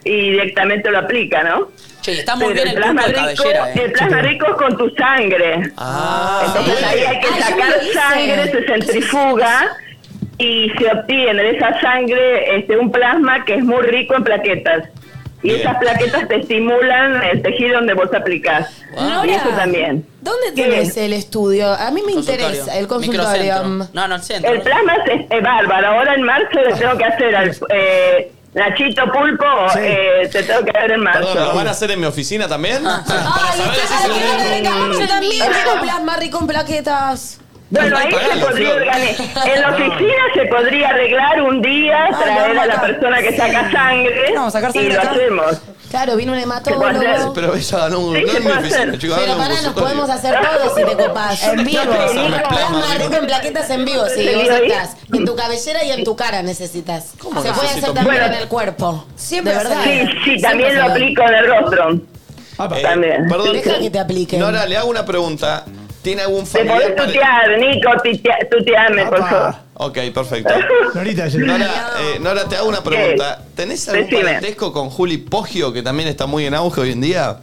[SPEAKER 7] y directamente lo aplica, ¿no?
[SPEAKER 3] Che, está muy
[SPEAKER 7] Pero
[SPEAKER 3] bien el pulpo de
[SPEAKER 7] rico,
[SPEAKER 3] cabellera, eh.
[SPEAKER 7] el plasma rico es con tu sangre. Entonces ahí hay que
[SPEAKER 5] Ah, yo
[SPEAKER 7] sacar
[SPEAKER 5] me lo hice.
[SPEAKER 7] sangre, se centrifuga y se obtiene de esa sangre este, un plasma que es muy rico en plaquetas. Y
[SPEAKER 1] Bien.
[SPEAKER 7] esas plaquetas te estimulan el tejido donde vos aplicás. Y eso también.
[SPEAKER 5] ¿Dónde tenés
[SPEAKER 7] Sí.
[SPEAKER 5] el estudio? A mí me
[SPEAKER 3] Consultorio.
[SPEAKER 5] interesa el consultorio.
[SPEAKER 3] Microcentro. No, no, el centro.
[SPEAKER 7] El plasma es, es bárbaro. Ahora en marzo le tengo que hacer al
[SPEAKER 3] *laughs*
[SPEAKER 7] eh, Nachito Pulpo,
[SPEAKER 6] Sí.
[SPEAKER 7] eh, te tengo que ver en marzo.
[SPEAKER 1] Perdón, ¿lo van a hacer en mi oficina también?
[SPEAKER 7] Ah.
[SPEAKER 1] Para
[SPEAKER 5] Ay,
[SPEAKER 1] saber
[SPEAKER 5] está
[SPEAKER 1] si
[SPEAKER 5] la cara de
[SPEAKER 1] es un-
[SPEAKER 5] Nora,
[SPEAKER 4] un-
[SPEAKER 5] yo también
[SPEAKER 4] un-
[SPEAKER 5] quiero plasma rico en plaquetas.
[SPEAKER 7] *laughs* Bueno, ahí se
[SPEAKER 1] Pagalo,
[SPEAKER 7] podría
[SPEAKER 1] Flor.
[SPEAKER 7] organizar. En la oficina se podría arreglar un día,
[SPEAKER 2] Ah,
[SPEAKER 7] traer
[SPEAKER 2] no,
[SPEAKER 7] a la
[SPEAKER 2] acá.
[SPEAKER 7] persona que saca sangre
[SPEAKER 2] No, sacar
[SPEAKER 7] y
[SPEAKER 2] sangre
[SPEAKER 7] lo
[SPEAKER 2] acá.
[SPEAKER 7] hacemos.
[SPEAKER 5] Claro, vino un
[SPEAKER 7] hacer?
[SPEAKER 5] hematólogo.
[SPEAKER 1] Pero ella ganó un.
[SPEAKER 7] Sí,
[SPEAKER 1] no
[SPEAKER 7] se
[SPEAKER 1] en mi
[SPEAKER 7] puede Ah,
[SPEAKER 1] oficina,
[SPEAKER 7] hacer.
[SPEAKER 1] chicos.
[SPEAKER 5] Pero
[SPEAKER 1] ganó un
[SPEAKER 5] pará, nos
[SPEAKER 1] consultorio.
[SPEAKER 5] podemos hacer todo si
[SPEAKER 7] *laughs*
[SPEAKER 5] te copás.
[SPEAKER 2] En vivo.
[SPEAKER 1] Plasma
[SPEAKER 5] Plasma
[SPEAKER 1] rico.
[SPEAKER 5] rico en plaquetas en vivo, sí, vos
[SPEAKER 7] ¿Seguido ahí?
[SPEAKER 5] estás. En tu cabellera y en tu cara necesitas. Se puede
[SPEAKER 1] necesito?
[SPEAKER 5] hacer también
[SPEAKER 7] Bueno.
[SPEAKER 5] en el cuerpo.
[SPEAKER 2] Siempre
[SPEAKER 5] De
[SPEAKER 2] se
[SPEAKER 5] verdad.
[SPEAKER 2] ve.
[SPEAKER 7] Sí, sí,
[SPEAKER 5] Siempre
[SPEAKER 7] también
[SPEAKER 5] se
[SPEAKER 7] lo
[SPEAKER 5] ve.
[SPEAKER 7] aplico en el rostro.
[SPEAKER 6] Apa.
[SPEAKER 7] Ah, También.
[SPEAKER 1] Eh, Perdón.
[SPEAKER 5] Deja que te apliquen.
[SPEAKER 1] Nora, le hago una pregunta. ¿Tiene algún
[SPEAKER 7] Te podés
[SPEAKER 1] familiar? pare-
[SPEAKER 7] tutear, Nico, tutea- tuteame, por
[SPEAKER 6] Apa.
[SPEAKER 7] favor.
[SPEAKER 1] Ok, perfecto.
[SPEAKER 6] Norita,
[SPEAKER 7] *laughs*
[SPEAKER 1] Nora, eh, Nora, te hago una pregunta. ¿Tenés algún
[SPEAKER 7] Decime.
[SPEAKER 1] parentesco con Juli Poggio, que también está muy en auge hoy en día?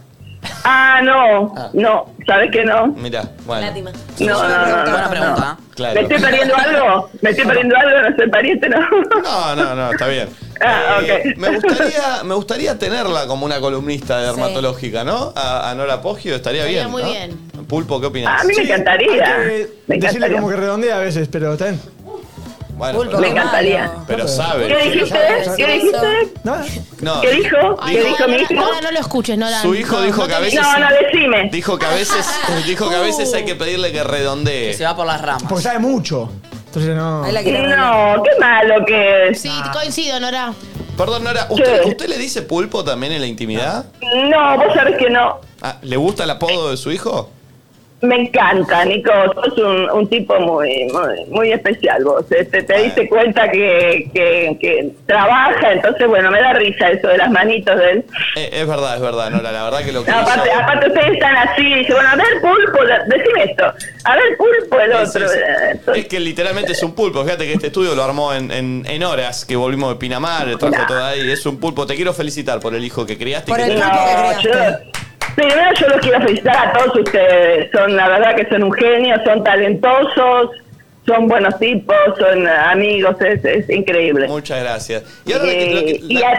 [SPEAKER 7] Ah, no, no, ¿sabes que no?
[SPEAKER 1] Mirá, bueno.
[SPEAKER 5] Lástima.
[SPEAKER 7] No, no, no, no,
[SPEAKER 3] Buena
[SPEAKER 7] no,
[SPEAKER 3] pregunta.
[SPEAKER 7] no.
[SPEAKER 1] Claro. Ah.
[SPEAKER 7] ¿Me estoy perdiendo algo? ¿Me estoy perdiendo algo? ¿No soy pariente? No.
[SPEAKER 1] No, no, no, está bien.
[SPEAKER 7] *laughs*
[SPEAKER 1] Eh,
[SPEAKER 7] Ah, ok.
[SPEAKER 1] me, gustaría, me gustaría tenerla como una columnista de
[SPEAKER 5] Sí.
[SPEAKER 1] dermatológica, ¿no? A, a Nora Poggio estaría
[SPEAKER 4] Estaría
[SPEAKER 1] bien.
[SPEAKER 4] muy
[SPEAKER 1] ¿no?
[SPEAKER 4] bien.
[SPEAKER 1] Pulpo, ¿qué
[SPEAKER 7] A
[SPEAKER 1] opinas?
[SPEAKER 7] mí me encantaría. Me
[SPEAKER 6] Decirle
[SPEAKER 7] encantaría.
[SPEAKER 6] como que redondea a veces, pero está bien.
[SPEAKER 1] Bueno,
[SPEAKER 5] Pulpo,
[SPEAKER 7] Me
[SPEAKER 1] pero,
[SPEAKER 7] encantaría.
[SPEAKER 5] malo.
[SPEAKER 1] pero sabe.
[SPEAKER 7] ¿Qué dijiste? ¿Qué dijiste?
[SPEAKER 6] No,
[SPEAKER 1] No,
[SPEAKER 7] ¿Qué dijo?
[SPEAKER 4] Ay,
[SPEAKER 7] ¿Qué
[SPEAKER 4] no,
[SPEAKER 7] dijo
[SPEAKER 4] no,
[SPEAKER 7] mi
[SPEAKER 4] no,
[SPEAKER 7] hijo?
[SPEAKER 4] no, no lo escuches, no, Dan.
[SPEAKER 1] Su hijo
[SPEAKER 4] No,
[SPEAKER 1] dijo
[SPEAKER 4] no
[SPEAKER 1] que a
[SPEAKER 4] te-
[SPEAKER 1] veces-
[SPEAKER 7] No, no, decime.
[SPEAKER 1] dijo que a veces, dijo que a veces hay que pedirle que redondee.
[SPEAKER 3] Que se va por las ramas.
[SPEAKER 6] porque sabe mucho. Entonces no.
[SPEAKER 1] Ah.
[SPEAKER 5] Ahí la quiere arreglar.
[SPEAKER 7] No, qué malo que es.
[SPEAKER 4] Sí, coincido, Nora.
[SPEAKER 1] Perdón, Nora, ¿usted,
[SPEAKER 7] ¿Qué?
[SPEAKER 1] ¿usted le dice pulpo también en la intimidad?
[SPEAKER 7] No, vos sabés que no.
[SPEAKER 1] Ah, ¿Le gusta el apodo de su hijo?
[SPEAKER 7] Me encanta, Nico. Sos un, un tipo muy, muy muy especial vos. Este,
[SPEAKER 1] Ah.
[SPEAKER 7] te diste cuenta que, que, que trabaja, entonces, bueno, me da risa eso de las manitos de él.
[SPEAKER 1] Eh, es verdad, es verdad, Nora, la verdad que lo
[SPEAKER 7] *laughs*
[SPEAKER 1] que
[SPEAKER 7] No, aparte,
[SPEAKER 1] hizo-
[SPEAKER 7] aparte ustedes están así, dice, bueno, a ver pulpo, la- decime esto, a ver pulpo el
[SPEAKER 1] Sí,
[SPEAKER 7] otro.
[SPEAKER 1] sí, sí.
[SPEAKER 7] eh,
[SPEAKER 1] Es que literalmente es un pulpo. Fíjate que este estudio lo armó en, en- en horas que volvimos de Pinamar, le trajo
[SPEAKER 7] Nah.
[SPEAKER 1] todo ahí. Es un pulpo. Te quiero felicitar por el hijo que criaste. y
[SPEAKER 2] Por
[SPEAKER 1] que
[SPEAKER 2] el
[SPEAKER 1] te-
[SPEAKER 2] pulpo
[SPEAKER 7] No,
[SPEAKER 2] que creaste.
[SPEAKER 7] yo, primero yo los quiero felicitar a todos ustedes. Son la verdad que son un genio, son talentosos, son buenos tipos, son amigos, es, es increíble.
[SPEAKER 1] Muchas gracias. Y ahora lo que- lo
[SPEAKER 7] Eh,
[SPEAKER 1] que-
[SPEAKER 7] y,
[SPEAKER 1] la-
[SPEAKER 7] a-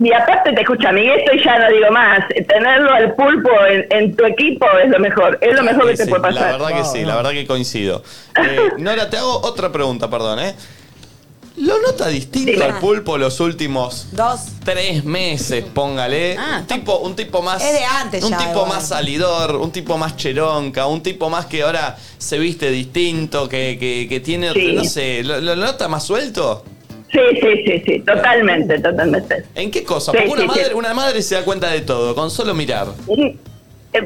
[SPEAKER 7] y aparte te escucha esto y ya no digo más. Tenerlo al pulpo en, en tu equipo es lo mejor, es lo mejor que
[SPEAKER 1] Sí,
[SPEAKER 7] te
[SPEAKER 1] sí,
[SPEAKER 7] puede pasar.
[SPEAKER 1] La verdad que sí, la verdad
[SPEAKER 7] *laughs*
[SPEAKER 1] que coincido. Eh, Nora, te hago otra pregunta, perdón, ¿eh? ¿Lo nota distinto
[SPEAKER 7] Diga.
[SPEAKER 1] al pulpo los últimos
[SPEAKER 2] Dos.
[SPEAKER 1] tres meses, póngale?
[SPEAKER 2] Ah,
[SPEAKER 1] un, tipo, un tipo más.
[SPEAKER 2] Es de antes
[SPEAKER 1] Un
[SPEAKER 2] ya,
[SPEAKER 1] tipo
[SPEAKER 2] igual.
[SPEAKER 1] más salidor, un tipo más cheronca, un tipo más que ahora se viste distinto, que, que- que tiene.
[SPEAKER 7] Sí.
[SPEAKER 1] No sé, ¿lo, lo nota más suelto?
[SPEAKER 7] Sí, sí, sí, sí, totalmente, totalmente.
[SPEAKER 1] ¿En qué cosa?
[SPEAKER 7] Sí,
[SPEAKER 1] Porque una,
[SPEAKER 7] sí, sí.
[SPEAKER 1] madre, una madre se da cuenta de todo, con solo mirar.
[SPEAKER 7] Eh,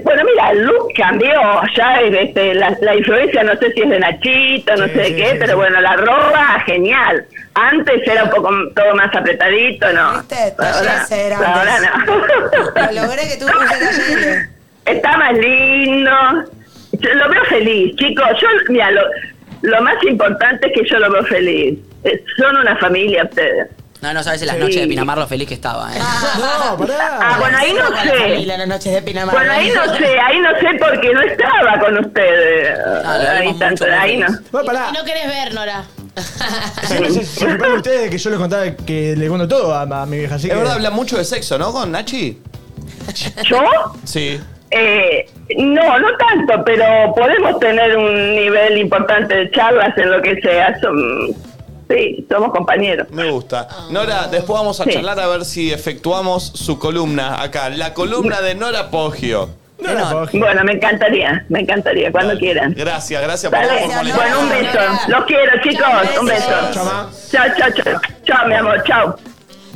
[SPEAKER 7] Bueno, mira, el look cambió, ya eh, este, la, la influencia no sé si es de Nachito, no
[SPEAKER 6] Sí,
[SPEAKER 7] sé
[SPEAKER 6] sí,
[SPEAKER 7] qué,
[SPEAKER 6] sí,
[SPEAKER 7] pero
[SPEAKER 6] sí.
[SPEAKER 7] bueno, la ropa, genial. Antes era un poco m- todo más apretadito, ¿no?
[SPEAKER 2] ¿Viste?
[SPEAKER 7] Ahora,
[SPEAKER 2] Talleres era
[SPEAKER 7] ahora
[SPEAKER 2] antes. Lo
[SPEAKER 7] no.
[SPEAKER 2] logré que tú uses
[SPEAKER 3] *laughs*
[SPEAKER 2] talleres.
[SPEAKER 7] Está más lindo. Yo lo veo feliz, chicos. Yo, mira, lo, lo más importante es que yo lo veo feliz. Eh, Son una familia ustedes.
[SPEAKER 3] No, no sabes en las
[SPEAKER 7] Sí.
[SPEAKER 3] noches de Pinamar lo feliz que estaba, ¿eh?
[SPEAKER 6] No,
[SPEAKER 7] Ah,
[SPEAKER 6] pará.
[SPEAKER 7] bueno, ahí no
[SPEAKER 5] Con la familia
[SPEAKER 7] sé.
[SPEAKER 5] en las noches de Pinamar.
[SPEAKER 7] Bueno, ahí no sé, ahí no sé porque no estaba con ustedes.
[SPEAKER 3] lo
[SPEAKER 7] ahí
[SPEAKER 3] vemos
[SPEAKER 7] tanto,
[SPEAKER 3] mucho más
[SPEAKER 7] ahí no.
[SPEAKER 3] feliz.
[SPEAKER 6] Bueno, pará.
[SPEAKER 4] Y no querés ver, Nora.
[SPEAKER 6] Se, se, se sorprende ustedes que yo les contaba que le cuento todo a, a mi vieja. Así
[SPEAKER 1] Es
[SPEAKER 6] que,
[SPEAKER 1] verdad, habla mucho de sexo, ¿no? Con Nachi.
[SPEAKER 7] ¿Yo?
[SPEAKER 1] Sí.
[SPEAKER 7] Eh, no, no tanto, pero podemos tener un nivel importante de charlas en lo que sea. Som- sí, somos compañeros.
[SPEAKER 1] Me gusta. Nora, después vamos a
[SPEAKER 7] Sí.
[SPEAKER 1] charlar a ver si efectuamos su columna acá. La columna de Nora Poggio.
[SPEAKER 6] No, la puedo-
[SPEAKER 7] Bueno, me encantaría, me encantaría, cuando
[SPEAKER 1] Dale.
[SPEAKER 7] quieran.
[SPEAKER 1] Gracias, gracias por,
[SPEAKER 7] Dale,
[SPEAKER 1] por molestar.
[SPEAKER 7] bueno, un beso. Los quiero, chicos. Un beso.
[SPEAKER 6] Chao, ma.
[SPEAKER 7] Chao, chao, chao. Chao, mi amor, chao.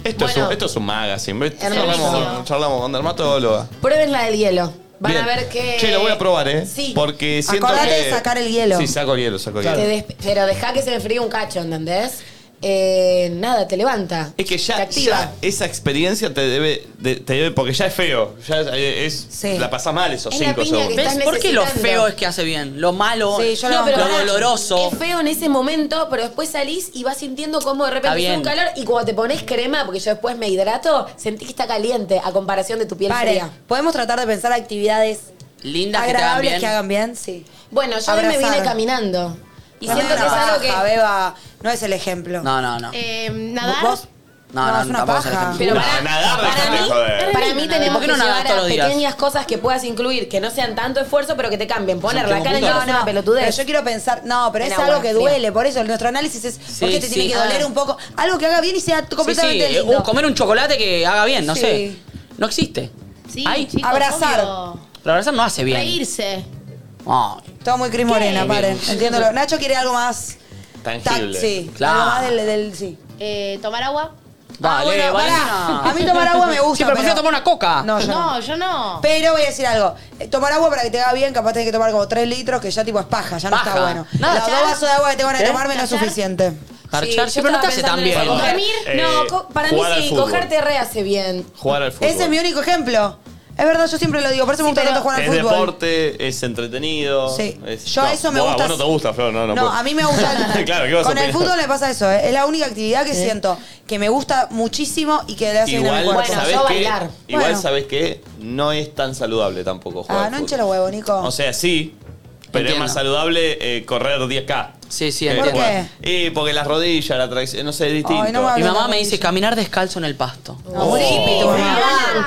[SPEAKER 1] Esto, es
[SPEAKER 5] Bueno.
[SPEAKER 1] un, esto es un magazine. ¿ves?
[SPEAKER 5] Hermoso.
[SPEAKER 1] Charlamos con, charlamos con dermatóloga.
[SPEAKER 5] Prueben la del hielo. Van
[SPEAKER 1] Bien.
[SPEAKER 5] a ver que.
[SPEAKER 1] Che, lo voy a probar, ¿eh?
[SPEAKER 5] Sí.
[SPEAKER 1] Porque siento
[SPEAKER 2] Acordate
[SPEAKER 1] que...
[SPEAKER 2] de sacar el hielo.
[SPEAKER 1] Sí, saco el hielo, saco el
[SPEAKER 6] Claro.
[SPEAKER 1] hielo.
[SPEAKER 5] Te des- Pero deja que se me fríe un cacho, ¿entendés? Eh, nada, te levanta.
[SPEAKER 1] Es que
[SPEAKER 5] Te
[SPEAKER 1] ya,
[SPEAKER 5] activa.
[SPEAKER 1] ya esa experiencia te debe, de- te debe... Porque ya es feo. Ya es, es-
[SPEAKER 2] Sí.
[SPEAKER 1] La pasás mal esos
[SPEAKER 5] Es la
[SPEAKER 1] cinco
[SPEAKER 5] piña que
[SPEAKER 1] segundos.
[SPEAKER 3] ¿Ves?
[SPEAKER 5] Estás
[SPEAKER 3] ¿Por qué lo
[SPEAKER 5] necesitando.
[SPEAKER 3] feo es que hace bien? Lo malo,
[SPEAKER 2] Sí, yo
[SPEAKER 5] No,
[SPEAKER 2] lo-
[SPEAKER 5] pero
[SPEAKER 3] lo
[SPEAKER 5] pará,
[SPEAKER 3] doloroso.
[SPEAKER 5] Es feo en ese momento, pero después salís y vas sintiendo como de
[SPEAKER 3] Está
[SPEAKER 5] repente
[SPEAKER 3] bien.
[SPEAKER 5] hace un calor y cuando te pones crema, porque yo después me hidrato, sentí que está caliente a comparación de tu piel
[SPEAKER 2] Pare,
[SPEAKER 5] fría.
[SPEAKER 2] podemos tratar de pensar actividades
[SPEAKER 3] Lindas que te hagan
[SPEAKER 2] agradables
[SPEAKER 3] bien.
[SPEAKER 2] que hagan bien, sí.
[SPEAKER 5] Bueno, yo hoy me
[SPEAKER 2] Abrazar.
[SPEAKER 5] vine caminando y
[SPEAKER 2] No,
[SPEAKER 5] siento
[SPEAKER 2] no,
[SPEAKER 5] que es algo
[SPEAKER 2] baja,
[SPEAKER 5] que...
[SPEAKER 2] Beba, no es el ejemplo.
[SPEAKER 3] No, no, no.
[SPEAKER 4] Eh, nadar.
[SPEAKER 2] ¿Vos?
[SPEAKER 3] No, no,
[SPEAKER 2] es una
[SPEAKER 3] tampoco es el
[SPEAKER 2] paja.
[SPEAKER 3] ejemplo.
[SPEAKER 5] Pero
[SPEAKER 1] No,
[SPEAKER 5] para,
[SPEAKER 1] nadar,
[SPEAKER 5] para
[SPEAKER 1] déjame
[SPEAKER 5] mí,
[SPEAKER 1] joder.
[SPEAKER 5] para mí
[SPEAKER 4] ¿Y
[SPEAKER 5] tenemos
[SPEAKER 3] por
[SPEAKER 5] que
[SPEAKER 3] qué no nadar
[SPEAKER 5] llevar
[SPEAKER 3] todos
[SPEAKER 5] a
[SPEAKER 3] los días?
[SPEAKER 5] pequeñas cosas que puedas incluir, que no sean tanto esfuerzo, pero que te cambien. Poner la
[SPEAKER 1] tengo
[SPEAKER 5] cara y
[SPEAKER 1] punto.
[SPEAKER 5] no es una
[SPEAKER 2] Pero
[SPEAKER 5] pelotudez.
[SPEAKER 2] yo quiero pensar, no, pero
[SPEAKER 5] En
[SPEAKER 2] es
[SPEAKER 5] agua
[SPEAKER 2] algo que
[SPEAKER 5] fría.
[SPEAKER 2] duele, por eso nuestro análisis es por qué te
[SPEAKER 3] sí.
[SPEAKER 2] tiene que
[SPEAKER 5] Ah.
[SPEAKER 2] doler un poco, algo que haga bien y sea
[SPEAKER 3] Sí, sí,
[SPEAKER 2] completamente
[SPEAKER 3] eh,
[SPEAKER 2] lindo.
[SPEAKER 3] un- comer un chocolate que haga bien, no
[SPEAKER 2] Sí.
[SPEAKER 3] sé. No existe.
[SPEAKER 4] Sí,
[SPEAKER 3] Ay,
[SPEAKER 4] chicos,
[SPEAKER 2] abrazar.
[SPEAKER 4] obvio.
[SPEAKER 3] Pero abrazar no hace bien.
[SPEAKER 4] Reírse.
[SPEAKER 3] Ay,
[SPEAKER 2] Todo muy Cris Morena, paren, entiéndolo. Nacho quiere algo más
[SPEAKER 1] Tangible.
[SPEAKER 2] tac- sí,
[SPEAKER 3] Claro.
[SPEAKER 2] algo más del, del- sí.
[SPEAKER 4] Eh, tomar agua.
[SPEAKER 3] Dale,
[SPEAKER 2] bueno,
[SPEAKER 3] Valina.
[SPEAKER 2] pará. A mí tomar agua me gusta,
[SPEAKER 3] Sí, pero prefiero
[SPEAKER 2] pero-
[SPEAKER 3] tomar una coca.
[SPEAKER 2] No, yo no.
[SPEAKER 4] No, yo no.
[SPEAKER 2] Pero voy a decir algo, eh, tomar agua para que te haga bien, capaz tenés que tomar como 3 litros, que ya tipo es paja, ya no
[SPEAKER 3] Paja.
[SPEAKER 2] está bueno.
[SPEAKER 3] Nada,
[SPEAKER 2] Los
[SPEAKER 3] ya.
[SPEAKER 2] dos vasos de agua que tengo ganas de tomarme no es
[SPEAKER 4] Ya.
[SPEAKER 2] suficiente.
[SPEAKER 3] Parchar,
[SPEAKER 5] Sí,
[SPEAKER 3] sí,
[SPEAKER 5] yo
[SPEAKER 3] pero no te
[SPEAKER 5] estaba
[SPEAKER 3] hace tan
[SPEAKER 5] pensando en
[SPEAKER 3] bien.
[SPEAKER 5] eso.
[SPEAKER 1] Perdón.
[SPEAKER 5] Dormir,
[SPEAKER 1] Eh,
[SPEAKER 5] no, co- para mí
[SPEAKER 1] jugar al
[SPEAKER 5] sí,
[SPEAKER 1] fútbol.
[SPEAKER 5] cogerte re hace bien.
[SPEAKER 1] Jugar al fútbol.
[SPEAKER 2] Ese es mi único ejemplo. Es verdad, yo siempre lo digo, por eso me
[SPEAKER 4] Sí,
[SPEAKER 2] gusta
[SPEAKER 4] pero-
[SPEAKER 2] tanto jugar al
[SPEAKER 1] Es
[SPEAKER 2] fútbol.
[SPEAKER 1] deporte, es entretenido.
[SPEAKER 2] Sí.
[SPEAKER 1] es-
[SPEAKER 2] Yo a eso me
[SPEAKER 1] vos- a
[SPEAKER 2] gusta-
[SPEAKER 1] vos no te gusta, Flor. No, no,
[SPEAKER 2] No,
[SPEAKER 1] puedo.
[SPEAKER 2] a mí
[SPEAKER 1] *laughs*
[SPEAKER 2] me gusta.
[SPEAKER 1] claro, ¿qué vas a
[SPEAKER 2] Con el
[SPEAKER 1] opinar?
[SPEAKER 2] fútbol me pasa eso, ¿eh? es la única actividad que siento que me gusta muchísimo y que le hace bien a mi
[SPEAKER 1] Igual,
[SPEAKER 2] cuerpo.
[SPEAKER 5] Bueno,
[SPEAKER 1] ¿sabés
[SPEAKER 5] yo
[SPEAKER 1] qué?
[SPEAKER 5] bailar.
[SPEAKER 1] Igual
[SPEAKER 2] Bueno.
[SPEAKER 1] sabés que no es tan saludable tampoco jugar.
[SPEAKER 2] ah,
[SPEAKER 1] al
[SPEAKER 2] no
[SPEAKER 1] fútbol.
[SPEAKER 2] hinche los huevos, Nico.
[SPEAKER 1] O sea, sí, pero es
[SPEAKER 3] Entiendo.
[SPEAKER 1] más saludable eh, correr 10K.
[SPEAKER 3] Sí, sí,
[SPEAKER 1] que
[SPEAKER 2] ¿Por
[SPEAKER 3] entiendo.
[SPEAKER 1] jugar.
[SPEAKER 2] qué?
[SPEAKER 1] Y porque las rodillas, la tracción, no sé, es distinto.
[SPEAKER 2] Ay, no me
[SPEAKER 3] Mi
[SPEAKER 2] hables
[SPEAKER 3] mamá
[SPEAKER 2] de
[SPEAKER 3] me
[SPEAKER 2] rodillas.
[SPEAKER 3] dice caminar descalzo en el pasto.
[SPEAKER 2] No, un hippie, tu mamá.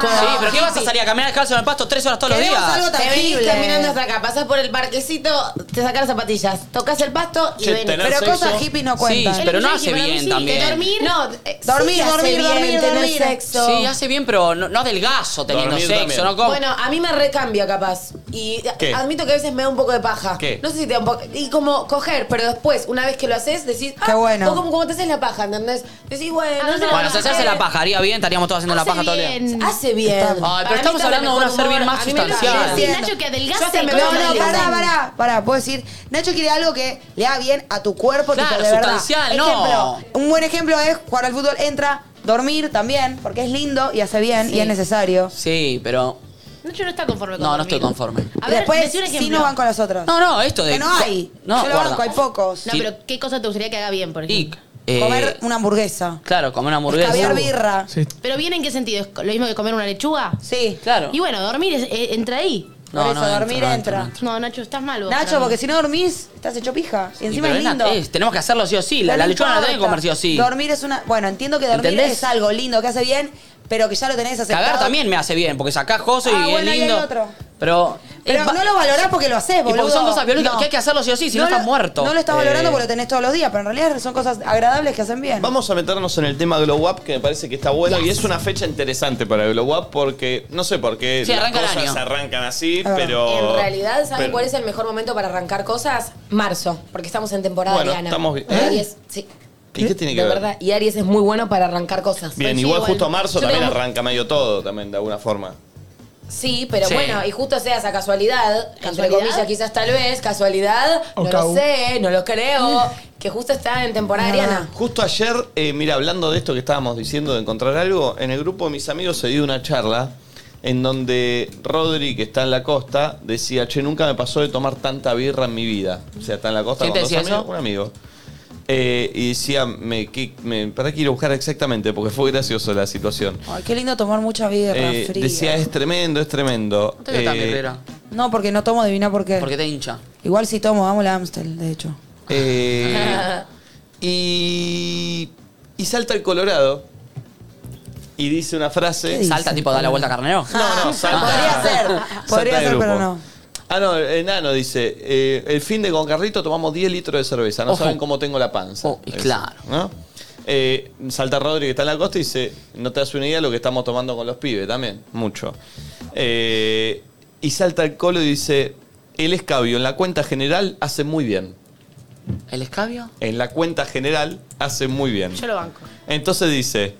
[SPEAKER 3] Sí, pero ¿qué vas a salir a caminar descalzo en el pasto tres horas todos los
[SPEAKER 2] Ah, Queremos algo
[SPEAKER 3] días?
[SPEAKER 5] Te venís
[SPEAKER 2] Tangible.
[SPEAKER 5] caminando hasta acá, pasás por el parquecito, te sacas las zapatillas, tocas el pasto y
[SPEAKER 1] Che,
[SPEAKER 5] venís.
[SPEAKER 1] tenés-
[SPEAKER 2] Pero
[SPEAKER 1] sexo.
[SPEAKER 2] cosas hippies no cuentan.
[SPEAKER 3] Sí, pero no
[SPEAKER 4] Yo
[SPEAKER 3] hace
[SPEAKER 4] dije, para mí
[SPEAKER 3] bien
[SPEAKER 4] sí,
[SPEAKER 3] también.
[SPEAKER 4] que dormir. No, eh,
[SPEAKER 2] Dormir,
[SPEAKER 5] Sí, hace
[SPEAKER 2] dormir,
[SPEAKER 5] bien
[SPEAKER 2] dormir,
[SPEAKER 5] tener
[SPEAKER 2] dormir.
[SPEAKER 5] sexo.
[SPEAKER 3] Sí, hace bien, pero no, no adelgazo teniendo
[SPEAKER 1] Dormir
[SPEAKER 3] sexo,
[SPEAKER 1] también.
[SPEAKER 3] ¿no? Como-
[SPEAKER 5] Bueno, a mí me recambia capaz. Y
[SPEAKER 1] ¿Qué?
[SPEAKER 5] admito que a veces me da un poco de paja.
[SPEAKER 1] ¿Qué?
[SPEAKER 5] No sé si te da un poco. Y como coger, pero después, una vez que lo haces, decís. Ah,
[SPEAKER 2] Qué bueno.
[SPEAKER 5] o como, como te haces la paja, ¿entendés? Decís, bueno,
[SPEAKER 4] Ah,
[SPEAKER 5] no sé
[SPEAKER 4] no,
[SPEAKER 3] bueno,
[SPEAKER 4] no,
[SPEAKER 3] si hacerse la paja, haría bien, estaríamos todos haciendo la
[SPEAKER 4] hace
[SPEAKER 3] paja todo el día.
[SPEAKER 4] bien.
[SPEAKER 5] Hace bien.
[SPEAKER 2] Ay, pero
[SPEAKER 5] Para mí
[SPEAKER 3] estamos
[SPEAKER 5] está de
[SPEAKER 3] hablando de
[SPEAKER 5] mejor
[SPEAKER 3] un hacer bien
[SPEAKER 5] humor.
[SPEAKER 3] más
[SPEAKER 5] A mí me
[SPEAKER 3] sustancial.
[SPEAKER 5] encanta.
[SPEAKER 4] Sí,
[SPEAKER 2] Entiendo.
[SPEAKER 4] Nacho, que adelgace
[SPEAKER 5] Yo hasta me
[SPEAKER 4] con
[SPEAKER 2] No,
[SPEAKER 5] veo
[SPEAKER 4] la
[SPEAKER 2] no,
[SPEAKER 5] mal.
[SPEAKER 4] dieta.
[SPEAKER 2] pará, pará, pará. Puedo decir, Nacho quiere algo que le haga bien a tu cuerpo,
[SPEAKER 3] Claro,
[SPEAKER 2] tipo, de
[SPEAKER 3] sustancial,
[SPEAKER 2] verdad.
[SPEAKER 3] no.
[SPEAKER 2] Ejemplo, un buen ejemplo es jugar al fútbol, entra, dormir también, porque es lindo y hace bien y es necesario.
[SPEAKER 3] Sí, pero.
[SPEAKER 4] Nacho no está conforme con
[SPEAKER 3] No, no
[SPEAKER 4] dormir.
[SPEAKER 3] estoy conforme.
[SPEAKER 4] A
[SPEAKER 2] Y
[SPEAKER 4] ver,
[SPEAKER 2] después,
[SPEAKER 4] decí un
[SPEAKER 2] si
[SPEAKER 4] ejemplo.
[SPEAKER 2] no van con los otros.
[SPEAKER 3] No, no, esto de.
[SPEAKER 2] que no hay.
[SPEAKER 3] No,
[SPEAKER 2] Yo lo
[SPEAKER 3] guarda.
[SPEAKER 2] banco, hay pocos.
[SPEAKER 4] No,
[SPEAKER 3] Sí.
[SPEAKER 4] pero ¿qué cosa te gustaría que haga bien, por
[SPEAKER 3] Y,
[SPEAKER 4] ejemplo?
[SPEAKER 3] eh,
[SPEAKER 2] Ah, Comer una hamburguesa.
[SPEAKER 3] Claro, comer una hamburguesa.
[SPEAKER 2] Caviar birra.
[SPEAKER 6] Sí.
[SPEAKER 4] ¿Pero bien en qué sentido? ¿Es lo mismo que comer una lechuga?
[SPEAKER 2] Sí.
[SPEAKER 3] Claro.
[SPEAKER 4] Y bueno, dormir es- eh, entra ahí.
[SPEAKER 3] No,
[SPEAKER 2] Por
[SPEAKER 3] no
[SPEAKER 2] eso,
[SPEAKER 3] entra,
[SPEAKER 2] dormir
[SPEAKER 3] no
[SPEAKER 2] entra.
[SPEAKER 3] entra, no
[SPEAKER 4] No, Nacho, estás mal vos.
[SPEAKER 2] Nacho,
[SPEAKER 4] Fran.
[SPEAKER 2] porque si no dormís, estás hecho pija. Y encima
[SPEAKER 3] Pero
[SPEAKER 2] es
[SPEAKER 3] la-
[SPEAKER 2] lindo.
[SPEAKER 3] es, tenemos que hacerlo sí o sí. La,
[SPEAKER 2] Pero
[SPEAKER 3] la
[SPEAKER 2] no
[SPEAKER 3] lechuga no la
[SPEAKER 2] importa.
[SPEAKER 3] tenés que comer sí o sí.
[SPEAKER 2] Dormir es una. Bueno, entiendo que dormir
[SPEAKER 3] ¿Entendés?
[SPEAKER 2] es algo lindo que hace bien, pero que ya lo tenés aceptado.
[SPEAKER 3] Cagar también me hace bien, porque sacás cosas
[SPEAKER 2] Ah,
[SPEAKER 3] y
[SPEAKER 2] bueno,
[SPEAKER 3] es
[SPEAKER 2] ahí
[SPEAKER 3] lindo.
[SPEAKER 2] hay otro.
[SPEAKER 3] Pero.
[SPEAKER 2] Pero
[SPEAKER 3] es va-
[SPEAKER 2] no lo valorás porque lo haces,
[SPEAKER 3] y
[SPEAKER 2] boludo.
[SPEAKER 3] porque son cosas biológicas que hay que hacerlo sí o sí, si no,
[SPEAKER 2] lo-
[SPEAKER 3] estás muerto.
[SPEAKER 2] No lo estás valorando
[SPEAKER 1] Eh.
[SPEAKER 2] porque lo tenés todos los días, pero en realidad son cosas agradables que hacen bien.
[SPEAKER 1] Vamos a meternos en el tema Glow Up, que me parece que está bueno y es una fecha interesante para Glow Up porque no sé por qué
[SPEAKER 3] Sí, arranca el
[SPEAKER 1] las cosas
[SPEAKER 3] año.
[SPEAKER 1] arrancan así,
[SPEAKER 2] verdad.
[SPEAKER 1] pero
[SPEAKER 5] En realidad, ¿saben
[SPEAKER 1] pero-
[SPEAKER 5] cuál es el mejor momento para arrancar cosas? Marzo, porque estamos en temporada
[SPEAKER 1] Bueno,
[SPEAKER 5] de Ana.
[SPEAKER 1] estamos- ¿eh?
[SPEAKER 5] Aries, sí.
[SPEAKER 1] ¿Y qué tiene que
[SPEAKER 5] de
[SPEAKER 1] ver?
[SPEAKER 5] verdad, y Aries es muy bueno para arrancar cosas.
[SPEAKER 1] Bien,
[SPEAKER 4] Pues Sí,
[SPEAKER 1] igual
[SPEAKER 4] igual.
[SPEAKER 1] justo a marzo
[SPEAKER 5] Yo
[SPEAKER 1] también
[SPEAKER 5] tengo-
[SPEAKER 1] arranca medio todo, también de alguna forma.
[SPEAKER 5] Sí, pero
[SPEAKER 3] Sí.
[SPEAKER 5] bueno, y justo sea esa casualidad, entre
[SPEAKER 4] ¿Casualidad?
[SPEAKER 5] comillas, quizás tal vez, casualidad,
[SPEAKER 6] O
[SPEAKER 5] no
[SPEAKER 6] cau.
[SPEAKER 5] lo sé, no lo
[SPEAKER 2] *laughs*
[SPEAKER 5] creo, que justo está en temporada ariana.
[SPEAKER 1] Justo ayer, eh, mira, hablando de esto que estábamos diciendo de encontrar algo, en el grupo de mis amigos se dio una charla en donde Rodri, que está en la costa, decía, che, nunca me pasó de tomar tanta birra en mi vida. O sea, está en la costa
[SPEAKER 3] ¿Quién
[SPEAKER 1] con
[SPEAKER 3] te
[SPEAKER 1] dos
[SPEAKER 3] decía
[SPEAKER 1] amigos,
[SPEAKER 3] eso?
[SPEAKER 1] un amigo. Eh, y decía, me, que- me, para que ir a buscar exactamente, porque fue gracioso la situación.
[SPEAKER 2] Ay, qué lindo tomar mucha birra
[SPEAKER 1] Eh,
[SPEAKER 2] fría.
[SPEAKER 1] decía, es tremendo, es tremendo.
[SPEAKER 3] No te veo tan
[SPEAKER 1] Eh,
[SPEAKER 3] guerrera,
[SPEAKER 2] No, porque no tomo, adivina por qué.
[SPEAKER 3] Porque te hincha.
[SPEAKER 2] Igual si tomo, amo la Amstel, de hecho.
[SPEAKER 1] Eh, y, y salta el Colorado y dice una frase.
[SPEAKER 2] Sí,
[SPEAKER 3] Salta,
[SPEAKER 2] sí.
[SPEAKER 3] tipo, da la vuelta carnero. Ah.
[SPEAKER 1] No,
[SPEAKER 2] *laughs*
[SPEAKER 1] no, salta.
[SPEAKER 2] Podría ser,
[SPEAKER 1] Salta
[SPEAKER 2] podría
[SPEAKER 1] de
[SPEAKER 2] ser,
[SPEAKER 1] grupo.
[SPEAKER 2] pero no.
[SPEAKER 1] Ah, no, enano dice, eh, el fin de con Carrito tomamos 10 litros de cerveza, no
[SPEAKER 3] Ojo.
[SPEAKER 1] saben cómo tengo la panza.
[SPEAKER 3] Oh, y
[SPEAKER 1] Eso,
[SPEAKER 3] claro.
[SPEAKER 1] ¿no? Eh, salta Rodri que está en la costa y dice, no te das una idea de lo que estamos tomando con los pibes también, mucho. Eh, y salta el colo y dice, el escabio en la cuenta general hace muy bien.
[SPEAKER 3] ¿El escabio?
[SPEAKER 1] En la cuenta general hace muy bien.
[SPEAKER 4] Yo lo banco.
[SPEAKER 1] Entonces dice,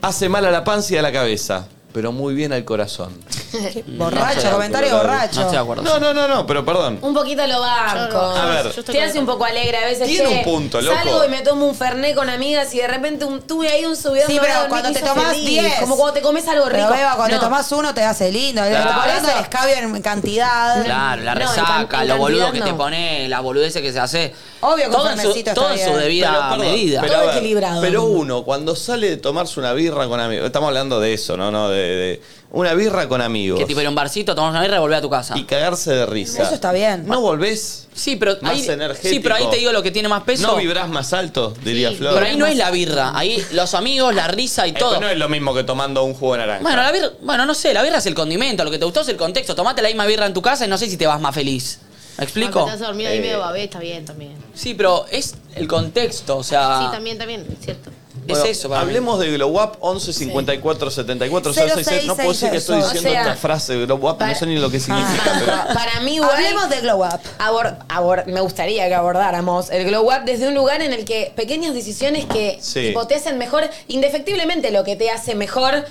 [SPEAKER 1] hace mal a la panza y a la cabeza, pero muy bien al corazón.
[SPEAKER 2] *laughs* Borracho,
[SPEAKER 3] no,
[SPEAKER 2] comentario
[SPEAKER 1] no, no,
[SPEAKER 2] borracho.
[SPEAKER 3] No estoy de acuerdo.
[SPEAKER 1] No, no, no, no, pero perdón.
[SPEAKER 5] Un poquito lo banco.
[SPEAKER 1] A ver.
[SPEAKER 4] Yo estoy
[SPEAKER 5] Te hace
[SPEAKER 4] con-
[SPEAKER 5] un poco alegre a veces.
[SPEAKER 1] Tiene
[SPEAKER 5] che,
[SPEAKER 1] un punto, loco.
[SPEAKER 5] Salgo y me tomo un fernet con amigas y de repente un, tuve ahí un subidón.
[SPEAKER 2] Sí, pero
[SPEAKER 5] dorado, me
[SPEAKER 2] cuando te
[SPEAKER 5] hizo
[SPEAKER 2] tomás
[SPEAKER 5] feliz,
[SPEAKER 2] 10.
[SPEAKER 5] Como cuando te comes algo rico.
[SPEAKER 2] Pero Beba, cuando
[SPEAKER 5] No.
[SPEAKER 2] tomás uno te hace lindo. Te
[SPEAKER 1] Claro.
[SPEAKER 2] hablando
[SPEAKER 5] Eso.
[SPEAKER 2] del escabio en cantidad.
[SPEAKER 3] Claro, la
[SPEAKER 5] No, en can-
[SPEAKER 3] resaca,
[SPEAKER 5] en
[SPEAKER 3] lo boludo
[SPEAKER 5] cantidad
[SPEAKER 3] que
[SPEAKER 5] no.
[SPEAKER 3] te pone, la boludez que se hace.
[SPEAKER 2] Obvio que
[SPEAKER 3] todo
[SPEAKER 2] un
[SPEAKER 3] en su,
[SPEAKER 2] fernecito está
[SPEAKER 3] todo en su
[SPEAKER 2] bien.
[SPEAKER 3] debida
[SPEAKER 1] perdón,
[SPEAKER 3] medida.
[SPEAKER 1] pero
[SPEAKER 5] Todo
[SPEAKER 1] a ver,
[SPEAKER 5] equilibrado.
[SPEAKER 1] Pero uno, cuando sale de tomarse una birra con amigos, estamos hablando de eso, ¿no? no de, de- una birra con amigos
[SPEAKER 3] que tipo ir a un barcito, tomar una birra y volver a tu casa.
[SPEAKER 1] y cagarse de risa.
[SPEAKER 2] Eso está bien.
[SPEAKER 1] ¿No volvés
[SPEAKER 3] Sí, pero
[SPEAKER 1] más
[SPEAKER 3] ahí,
[SPEAKER 1] energético?
[SPEAKER 3] sí, pero ahí te digo lo que tiene más peso.
[SPEAKER 1] ¿No vibrás más alto? Diría
[SPEAKER 4] Sí,
[SPEAKER 1] Flor.
[SPEAKER 3] pero ahí no es la birra, ahí los amigos, la risa y
[SPEAKER 1] Eh,
[SPEAKER 3] todo.
[SPEAKER 1] pero no es lo mismo que tomando un jugo de naranja.
[SPEAKER 3] Bueno, la birra, bueno, no sé, la birra es el condimento, lo que te gustó es el contexto. Tomate la misma birra en tu casa y no sé si te vas más feliz. ¿Me
[SPEAKER 4] Ah,
[SPEAKER 3] explico? Eh.
[SPEAKER 4] pero Estás dormido
[SPEAKER 1] Eh,
[SPEAKER 4] ahí medio babé, está bien también.
[SPEAKER 3] Sí, pero es el contexto, o sea,
[SPEAKER 1] Ah.
[SPEAKER 4] Sí, también, también, es cierto.
[SPEAKER 3] es
[SPEAKER 1] Bueno,
[SPEAKER 3] eso para mí.
[SPEAKER 1] Hablemos de Glow Up 11 54 74 066. No puedo decir que estoy
[SPEAKER 2] 06,
[SPEAKER 1] diciendo
[SPEAKER 5] o sea,
[SPEAKER 1] esta frase de Glow Up, no
[SPEAKER 5] para- Ah.
[SPEAKER 1] sé ni lo que significa. pero-
[SPEAKER 5] Para mí, igual.
[SPEAKER 2] Hablemos de glow up.
[SPEAKER 5] abor- abor- me gustaría que abordáramos el glow up desde un lugar en el que pequeñas decisiones que
[SPEAKER 1] Sí.
[SPEAKER 5] tipo, te hacen mejor, indefectiblemente lo que te hace mejor,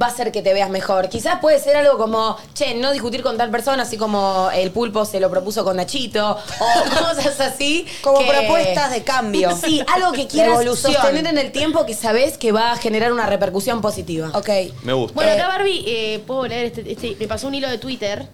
[SPEAKER 5] va a ser que te veas mejor. Quizás puede ser algo como, che, no discutir con tal persona, así como el pulpo se lo propuso con Nachito,
[SPEAKER 2] *laughs*
[SPEAKER 5] o cosas así.
[SPEAKER 2] Como
[SPEAKER 5] que-
[SPEAKER 2] propuestas de cambio.
[SPEAKER 4] *laughs*
[SPEAKER 5] *laughs* Sí, algo que
[SPEAKER 2] De
[SPEAKER 5] quieras
[SPEAKER 2] evolución.
[SPEAKER 5] sostener en el tiempo que sabes que va a generar una repercusión positiva.
[SPEAKER 2] Ok.
[SPEAKER 1] Me gusta.
[SPEAKER 4] Bueno, acá Barbie, eh, puedo leer este, este- me pasó un hilo de Twitter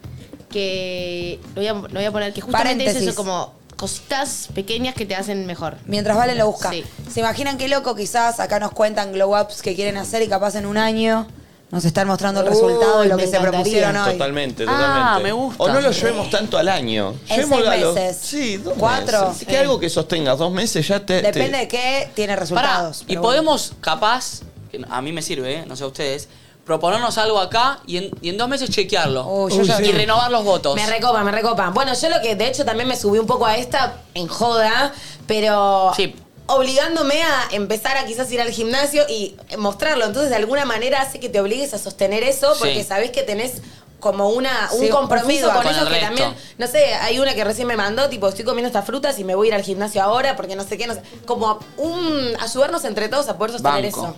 [SPEAKER 4] que lo voy a, lo voy a poner, que justamente es
[SPEAKER 2] Paréntesis.
[SPEAKER 4] eso, como cositas pequeñas que te hacen mejor.
[SPEAKER 2] Mientras Valen lo busca.
[SPEAKER 4] Sí.
[SPEAKER 2] ¿Se imaginan qué loco? Quizás acá nos cuentan glow ups que quieren hacer y capaz en un año nos están mostrando el
[SPEAKER 5] Uy,
[SPEAKER 2] resultado de lo
[SPEAKER 5] me
[SPEAKER 2] que se
[SPEAKER 5] encantaría.
[SPEAKER 2] propusieron hoy.
[SPEAKER 1] Totalmente, totalmente.
[SPEAKER 3] Ah, me gusta.
[SPEAKER 1] O no lo llevemos tanto al año.
[SPEAKER 2] En
[SPEAKER 1] Llevémoslo
[SPEAKER 2] seis
[SPEAKER 1] a los-
[SPEAKER 2] meses.
[SPEAKER 1] Sí, dos
[SPEAKER 2] Cuatro.
[SPEAKER 1] meses.
[SPEAKER 2] Sí.
[SPEAKER 1] Que algo que sostengas dos meses ya te... te-
[SPEAKER 2] Depende de qué tiene
[SPEAKER 3] Pará,
[SPEAKER 2] resultados.
[SPEAKER 3] y
[SPEAKER 2] pero bueno.
[SPEAKER 3] podemos, capaz, que a mí me sirve, ¿eh? no sé a ustedes, proponernos algo acá y en, y en dos meses chequearlo.
[SPEAKER 2] Uy, Oh, yo
[SPEAKER 6] Uy,
[SPEAKER 2] ya-
[SPEAKER 6] sí.
[SPEAKER 3] Y renovar los votos.
[SPEAKER 5] Me recopa, me recopa. Bueno, yo lo que de hecho también me subí un poco a esta en joda, pero
[SPEAKER 3] Sí.
[SPEAKER 5] obligándome a empezar a quizás ir al gimnasio y mostrarlo. Entonces, de alguna manera hace que te obligues a sostener eso porque
[SPEAKER 3] Sí.
[SPEAKER 5] sabés que tenés como una, un
[SPEAKER 2] Sí, un
[SPEAKER 5] compromiso
[SPEAKER 2] feedback.
[SPEAKER 5] con,
[SPEAKER 3] Con
[SPEAKER 5] eso
[SPEAKER 3] el
[SPEAKER 5] que
[SPEAKER 3] resto.
[SPEAKER 5] también, no sé, hay una que recién me mandó, tipo, estoy comiendo estas frutas y me voy a ir al gimnasio ahora porque no sé qué, no sé. Como un ayudarnos entre todos a poder sostener
[SPEAKER 3] Banco.
[SPEAKER 5] eso.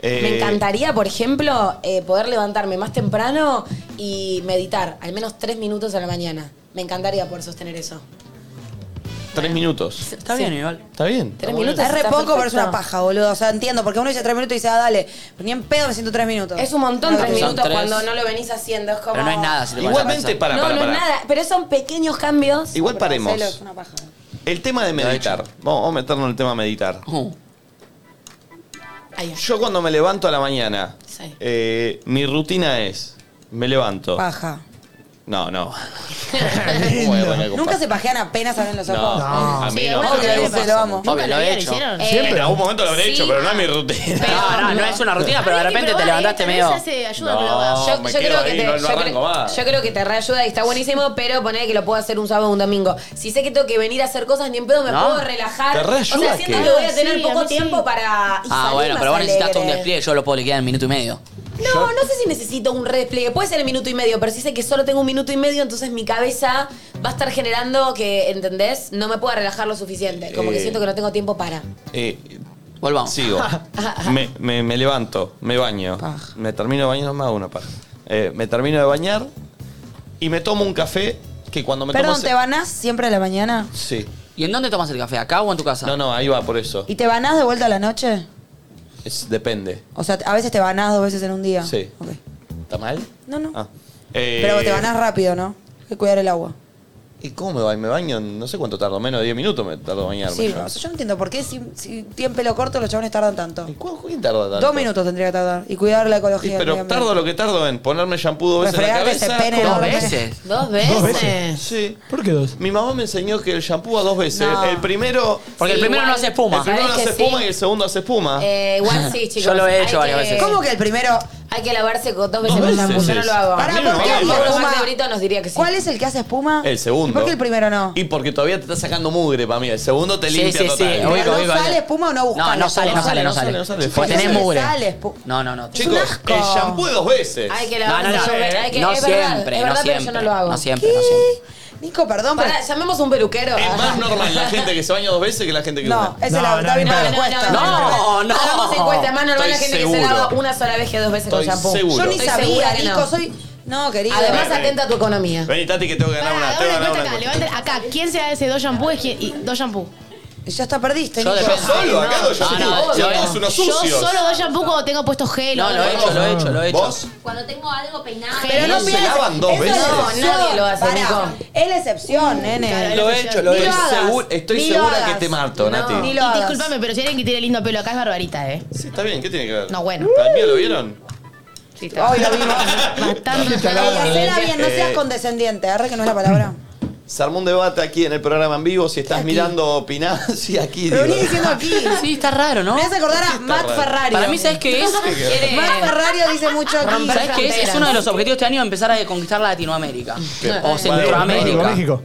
[SPEAKER 1] Eh,
[SPEAKER 5] Me encantaría, por ejemplo, eh, poder levantarme más temprano y meditar, al menos tres minutos a la mañana. Me encantaría poder sostener eso.
[SPEAKER 1] Tres minutos.
[SPEAKER 3] Está bien, igual.
[SPEAKER 1] ¿Está bien?
[SPEAKER 5] Tres minutos.
[SPEAKER 2] Es re
[SPEAKER 5] está
[SPEAKER 2] poco, pero es
[SPEAKER 5] perfecto.
[SPEAKER 2] una paja, boludo. O sea, entiendo, porque uno dice tres minutos y dice, ah, dale, pero ni en pedo me siento tres minutos.
[SPEAKER 5] Es un montón tres
[SPEAKER 3] Son
[SPEAKER 5] minutos
[SPEAKER 3] tres.
[SPEAKER 5] cuando no lo venís haciendo. Es como...
[SPEAKER 3] Pero no es nada. Si te pones a
[SPEAKER 1] Igualmente,
[SPEAKER 3] pensar.
[SPEAKER 1] para,
[SPEAKER 5] no,
[SPEAKER 1] para,
[SPEAKER 5] no
[SPEAKER 1] para.
[SPEAKER 5] es nada. Pero son pequeños cambios.
[SPEAKER 1] Igual
[SPEAKER 2] Marcelo, Es
[SPEAKER 1] paremos.
[SPEAKER 2] una paja.
[SPEAKER 1] El tema de meditar. Vamos vamos a meternos en el tema de meditar.
[SPEAKER 3] Uh,
[SPEAKER 5] Ay, ay.
[SPEAKER 1] Yo cuando me levanto a la mañana,
[SPEAKER 5] Sí.
[SPEAKER 1] eh, mi rutina es, me levanto.
[SPEAKER 2] Paja.
[SPEAKER 1] No,
[SPEAKER 3] *laughs*
[SPEAKER 1] no.
[SPEAKER 2] Nunca se pajean apenas abren los
[SPEAKER 1] No,
[SPEAKER 2] ojos.
[SPEAKER 6] No.
[SPEAKER 1] a mí
[SPEAKER 4] Sí,
[SPEAKER 1] no.
[SPEAKER 4] bueno,
[SPEAKER 2] Obvio,
[SPEAKER 4] a mí me
[SPEAKER 2] ese
[SPEAKER 4] pasó.
[SPEAKER 2] lo amo.
[SPEAKER 4] Nunca
[SPEAKER 3] Obvio, lo
[SPEAKER 4] la
[SPEAKER 3] he
[SPEAKER 4] vida
[SPEAKER 3] hecho. Eh,
[SPEAKER 4] le hicieron.
[SPEAKER 1] En algún momento lo habré
[SPEAKER 4] Sí.
[SPEAKER 1] hecho, pero no es mi rutina.
[SPEAKER 3] No,
[SPEAKER 5] Ah,
[SPEAKER 3] no, no es una rutina, pero de
[SPEAKER 4] Ay,
[SPEAKER 3] repente
[SPEAKER 4] pero
[SPEAKER 3] te
[SPEAKER 4] dale,
[SPEAKER 3] levantaste
[SPEAKER 4] tal vez
[SPEAKER 3] medio-
[SPEAKER 4] hace ayuda,
[SPEAKER 1] No.
[SPEAKER 4] pero va.
[SPEAKER 1] Yo- me quedo ahí, no- no
[SPEAKER 5] yo,
[SPEAKER 1] arranco
[SPEAKER 5] creo,
[SPEAKER 1] más.
[SPEAKER 5] yo creo que te reayuda y está buenísimo, pero poner que lo puedo hacer un sábado o un domingo. Si sé que tengo que venir a hacer cosas, ni en pedo me
[SPEAKER 3] No.
[SPEAKER 5] puedo relajar.
[SPEAKER 1] ¿Te reayuda
[SPEAKER 5] o sea, siento
[SPEAKER 1] qué?
[SPEAKER 5] que voy a
[SPEAKER 4] Ah,
[SPEAKER 5] tener
[SPEAKER 4] sí, a
[SPEAKER 5] poco
[SPEAKER 4] mí sí.
[SPEAKER 5] tiempo para. y
[SPEAKER 3] Ah,
[SPEAKER 5] salir
[SPEAKER 3] bueno,
[SPEAKER 5] más
[SPEAKER 3] pero vos necesitas todo un
[SPEAKER 5] alegre.
[SPEAKER 3] despliegue. Yo lo puedo liquidar en minuto y medio.
[SPEAKER 5] No, no sé si necesito un redespliegue. Puede ser el minuto y medio, pero si sé que solo tengo un minuto y medio, entonces mi cabeza va a estar generando que, ¿entendés? No me pueda relajar lo suficiente. Como que
[SPEAKER 1] Eh.
[SPEAKER 5] siento que no tengo tiempo para.
[SPEAKER 1] Eh,
[SPEAKER 3] Volvamos.
[SPEAKER 2] *laughs*
[SPEAKER 1] sigo. me, me- me levanto, me baño.
[SPEAKER 3] Paja.
[SPEAKER 1] Me termino de bañar, no más una paja. Eh, me termino de bañar y me tomo un café que cuando me tomo...
[SPEAKER 2] Perdón,
[SPEAKER 1] ese-
[SPEAKER 2] ¿te banás siempre a la mañana?
[SPEAKER 1] Sí.
[SPEAKER 3] ¿Y en dónde tomas el café? ¿Acá o en tu casa?
[SPEAKER 1] No, no, ahí va por eso.
[SPEAKER 2] ¿Y te banás de vuelta a la noche?
[SPEAKER 1] Es- depende.
[SPEAKER 2] O sea, a veces te banás dos veces en un día.
[SPEAKER 1] Sí.
[SPEAKER 2] Ok.
[SPEAKER 1] ¿Está mal?
[SPEAKER 2] No, no.
[SPEAKER 1] Ah. Eh,
[SPEAKER 2] Pero te banás rápido, ¿no? Hay que cuidar el agua.
[SPEAKER 1] ¿Y cómo me baño? Me baño, en- no sé cuánto tardo, menos de 10 minutos me tardo en bañarme.
[SPEAKER 2] Sí,
[SPEAKER 1] yo.
[SPEAKER 2] o sea, yo no entiendo por qué si, si tienen pelo corto los chabones tardan tanto.
[SPEAKER 1] ¿Y cu- ¿Quién tarda tanto?
[SPEAKER 2] Dos minutos tendría que tardar. Y cuidar la
[SPEAKER 1] Sí,
[SPEAKER 2] ecología. del medio
[SPEAKER 1] pero
[SPEAKER 2] ambiente.
[SPEAKER 1] tardo lo que tardo en ponerme shampoo dos veces Pues en la
[SPEAKER 2] Refregarte ese
[SPEAKER 1] cabeza.
[SPEAKER 2] pene
[SPEAKER 1] ¿Cómo?
[SPEAKER 3] ¿Dos
[SPEAKER 2] enorme.
[SPEAKER 3] veces?
[SPEAKER 5] ¿Dos veces?
[SPEAKER 6] Dos veces.
[SPEAKER 1] Sí.
[SPEAKER 6] ¿Por qué dos?
[SPEAKER 1] Mi mamá me enseñó que el shampoo a dos veces.
[SPEAKER 2] No.
[SPEAKER 1] El primero.
[SPEAKER 3] Porque el primero
[SPEAKER 5] igual.
[SPEAKER 3] no hace espuma.
[SPEAKER 1] El primero no
[SPEAKER 5] ¿sabés
[SPEAKER 1] hace
[SPEAKER 5] que
[SPEAKER 1] espuma
[SPEAKER 5] sí?
[SPEAKER 1] y el segundo hace espuma.
[SPEAKER 5] Eh, igual
[SPEAKER 1] *laughs*
[SPEAKER 5] sí, chicos.
[SPEAKER 3] Yo lo he
[SPEAKER 5] Hay
[SPEAKER 3] hecho varias
[SPEAKER 5] que-
[SPEAKER 3] veces.
[SPEAKER 2] ¿Cómo que el primero?
[SPEAKER 5] Hay que lavarse con dos veces
[SPEAKER 1] Dos
[SPEAKER 5] con
[SPEAKER 1] veces.
[SPEAKER 5] shampoo. Yo no lo hago.
[SPEAKER 1] Pará,
[SPEAKER 5] Yo
[SPEAKER 2] Para,
[SPEAKER 1] mí me
[SPEAKER 2] ¿por qué
[SPEAKER 1] lo
[SPEAKER 2] hace
[SPEAKER 1] hago.
[SPEAKER 2] espuma?
[SPEAKER 5] Max de Brito nos diría que sí.
[SPEAKER 2] ¿Cuál es el que hace espuma?
[SPEAKER 1] El segundo.
[SPEAKER 2] ¿Y por qué el primero no?
[SPEAKER 1] Y porque todavía te está sacando mugre para mí. El segundo te
[SPEAKER 3] Sí,
[SPEAKER 1] limpia
[SPEAKER 3] sí, sí.
[SPEAKER 1] total.
[SPEAKER 2] Pero
[SPEAKER 3] Oigo,
[SPEAKER 2] ¿No
[SPEAKER 3] oigo,
[SPEAKER 2] sale
[SPEAKER 3] oigo.
[SPEAKER 2] espuma o no buscas?
[SPEAKER 3] No, no sale, no sale, no sale.
[SPEAKER 1] no sale.
[SPEAKER 3] Porque
[SPEAKER 1] Chicos,
[SPEAKER 3] tenés
[SPEAKER 2] no
[SPEAKER 3] mugre.
[SPEAKER 2] sale espu-
[SPEAKER 3] No, no, no.
[SPEAKER 1] Chicos,
[SPEAKER 2] asco.
[SPEAKER 1] el shampoo de dos veces.
[SPEAKER 5] Hay que
[SPEAKER 3] No, no,
[SPEAKER 5] lavarse
[SPEAKER 3] no.
[SPEAKER 5] dos veces. Hay que,
[SPEAKER 3] No
[SPEAKER 5] es verdad,
[SPEAKER 3] siempre,
[SPEAKER 5] es
[SPEAKER 3] no
[SPEAKER 5] verdad, pero
[SPEAKER 3] siempre.
[SPEAKER 5] yo no lo hago.
[SPEAKER 3] No siempre, no
[SPEAKER 2] ¿Qué?
[SPEAKER 3] siempre.
[SPEAKER 2] Nico, perdón, pero...
[SPEAKER 5] Pará, llamemos a un peluquero.
[SPEAKER 1] Es más
[SPEAKER 5] Ah.
[SPEAKER 1] normal la gente que se baña dos veces que la gente que
[SPEAKER 2] No,
[SPEAKER 1] una.
[SPEAKER 2] ese
[SPEAKER 6] No,
[SPEAKER 2] la
[SPEAKER 6] no,
[SPEAKER 2] está bien
[SPEAKER 6] no,
[SPEAKER 2] para la
[SPEAKER 6] no,
[SPEAKER 2] encuesta.
[SPEAKER 3] no, no.
[SPEAKER 5] *laughs* Hagamos encuesta. Es más normal la
[SPEAKER 1] Estoy
[SPEAKER 5] gente que
[SPEAKER 1] seguro.
[SPEAKER 5] se lava una sola vez que dos veces
[SPEAKER 1] Estoy
[SPEAKER 5] con shampoo.
[SPEAKER 1] seguro.
[SPEAKER 2] Yo ni
[SPEAKER 5] Estoy
[SPEAKER 2] sabía,
[SPEAKER 5] segura que
[SPEAKER 2] Nico,
[SPEAKER 5] no.
[SPEAKER 2] soy... No, querido.
[SPEAKER 5] Además, atenta a tu economía.
[SPEAKER 1] Vení, Tati, que tengo que ganar
[SPEAKER 4] Pará,
[SPEAKER 1] una.
[SPEAKER 4] hagamos
[SPEAKER 1] Tengo que
[SPEAKER 4] una
[SPEAKER 1] ganar
[SPEAKER 4] encuesta
[SPEAKER 1] una.
[SPEAKER 4] acá, levanten- acá, ¿quién se hace dos shampoos quién- y dos shampoos?
[SPEAKER 2] Ya está, perdiste,
[SPEAKER 3] Yo
[SPEAKER 2] Nico.
[SPEAKER 1] Yo solo, acá hago yo.
[SPEAKER 3] No, Ah, no,
[SPEAKER 1] Sí,
[SPEAKER 3] yo-
[SPEAKER 1] todos unos
[SPEAKER 4] Yo
[SPEAKER 1] sucios.
[SPEAKER 4] solo dos shampoos cuando tengo puesto gel.
[SPEAKER 3] No,
[SPEAKER 4] o
[SPEAKER 3] lo he
[SPEAKER 4] algo.
[SPEAKER 3] hecho, lo he hecho, lo he hecho.
[SPEAKER 1] ¿Vos?
[SPEAKER 8] Cuando tengo algo peinado.
[SPEAKER 2] Pero no
[SPEAKER 1] se
[SPEAKER 2] pienses-
[SPEAKER 1] lavan dos
[SPEAKER 2] eso es
[SPEAKER 1] veces.
[SPEAKER 5] No, nadie lo hace,
[SPEAKER 2] Pará,
[SPEAKER 5] Nico.
[SPEAKER 2] Es la
[SPEAKER 4] Mm.
[SPEAKER 2] excepción, nene.
[SPEAKER 1] Lo he hecho, lo
[SPEAKER 2] Ni
[SPEAKER 1] he
[SPEAKER 2] lo
[SPEAKER 1] hecho.
[SPEAKER 2] hagas,
[SPEAKER 1] Seguro- estoy
[SPEAKER 2] ni lo
[SPEAKER 1] segura
[SPEAKER 2] hagas.
[SPEAKER 1] que te marto, Nati.
[SPEAKER 2] Ni lo
[SPEAKER 4] Y
[SPEAKER 2] hagas.
[SPEAKER 4] discúlpame, pero si alguien que tiene lindo pelo acá es barbarita, ¿eh?
[SPEAKER 1] Sí, está bien, ¿qué tiene que ver?
[SPEAKER 4] No, bueno.
[SPEAKER 1] ¿Al mío lo vieron?
[SPEAKER 4] Sí, está.
[SPEAKER 2] Hoy lo vimos.
[SPEAKER 4] Bastante.
[SPEAKER 2] Hacela bien, no seas
[SPEAKER 1] Eh,
[SPEAKER 2] condescendiente. Arre que no es la
[SPEAKER 3] *laughs*
[SPEAKER 2] palabra.
[SPEAKER 1] Se armó un debate aquí en el programa en vivo. Si estás mirando, opinás. *laughs* Sí, aquí.
[SPEAKER 2] Pero
[SPEAKER 1] digo.
[SPEAKER 2] vení diciendo aquí.
[SPEAKER 3] Sí, está raro, ¿no?
[SPEAKER 2] Me hace acordar a
[SPEAKER 1] Está
[SPEAKER 2] Matt
[SPEAKER 1] raro.
[SPEAKER 2] Ferrari.
[SPEAKER 3] Para mí,
[SPEAKER 2] *laughs*
[SPEAKER 3] ¿sabes qué es?
[SPEAKER 2] Matt Ferrario dice mucho aquí.
[SPEAKER 3] ¿Sabes qué es? Es uno de los objetivos de este año empezar a conquistar Latinoamérica. O
[SPEAKER 6] México,
[SPEAKER 3] Centroamérica.
[SPEAKER 6] México.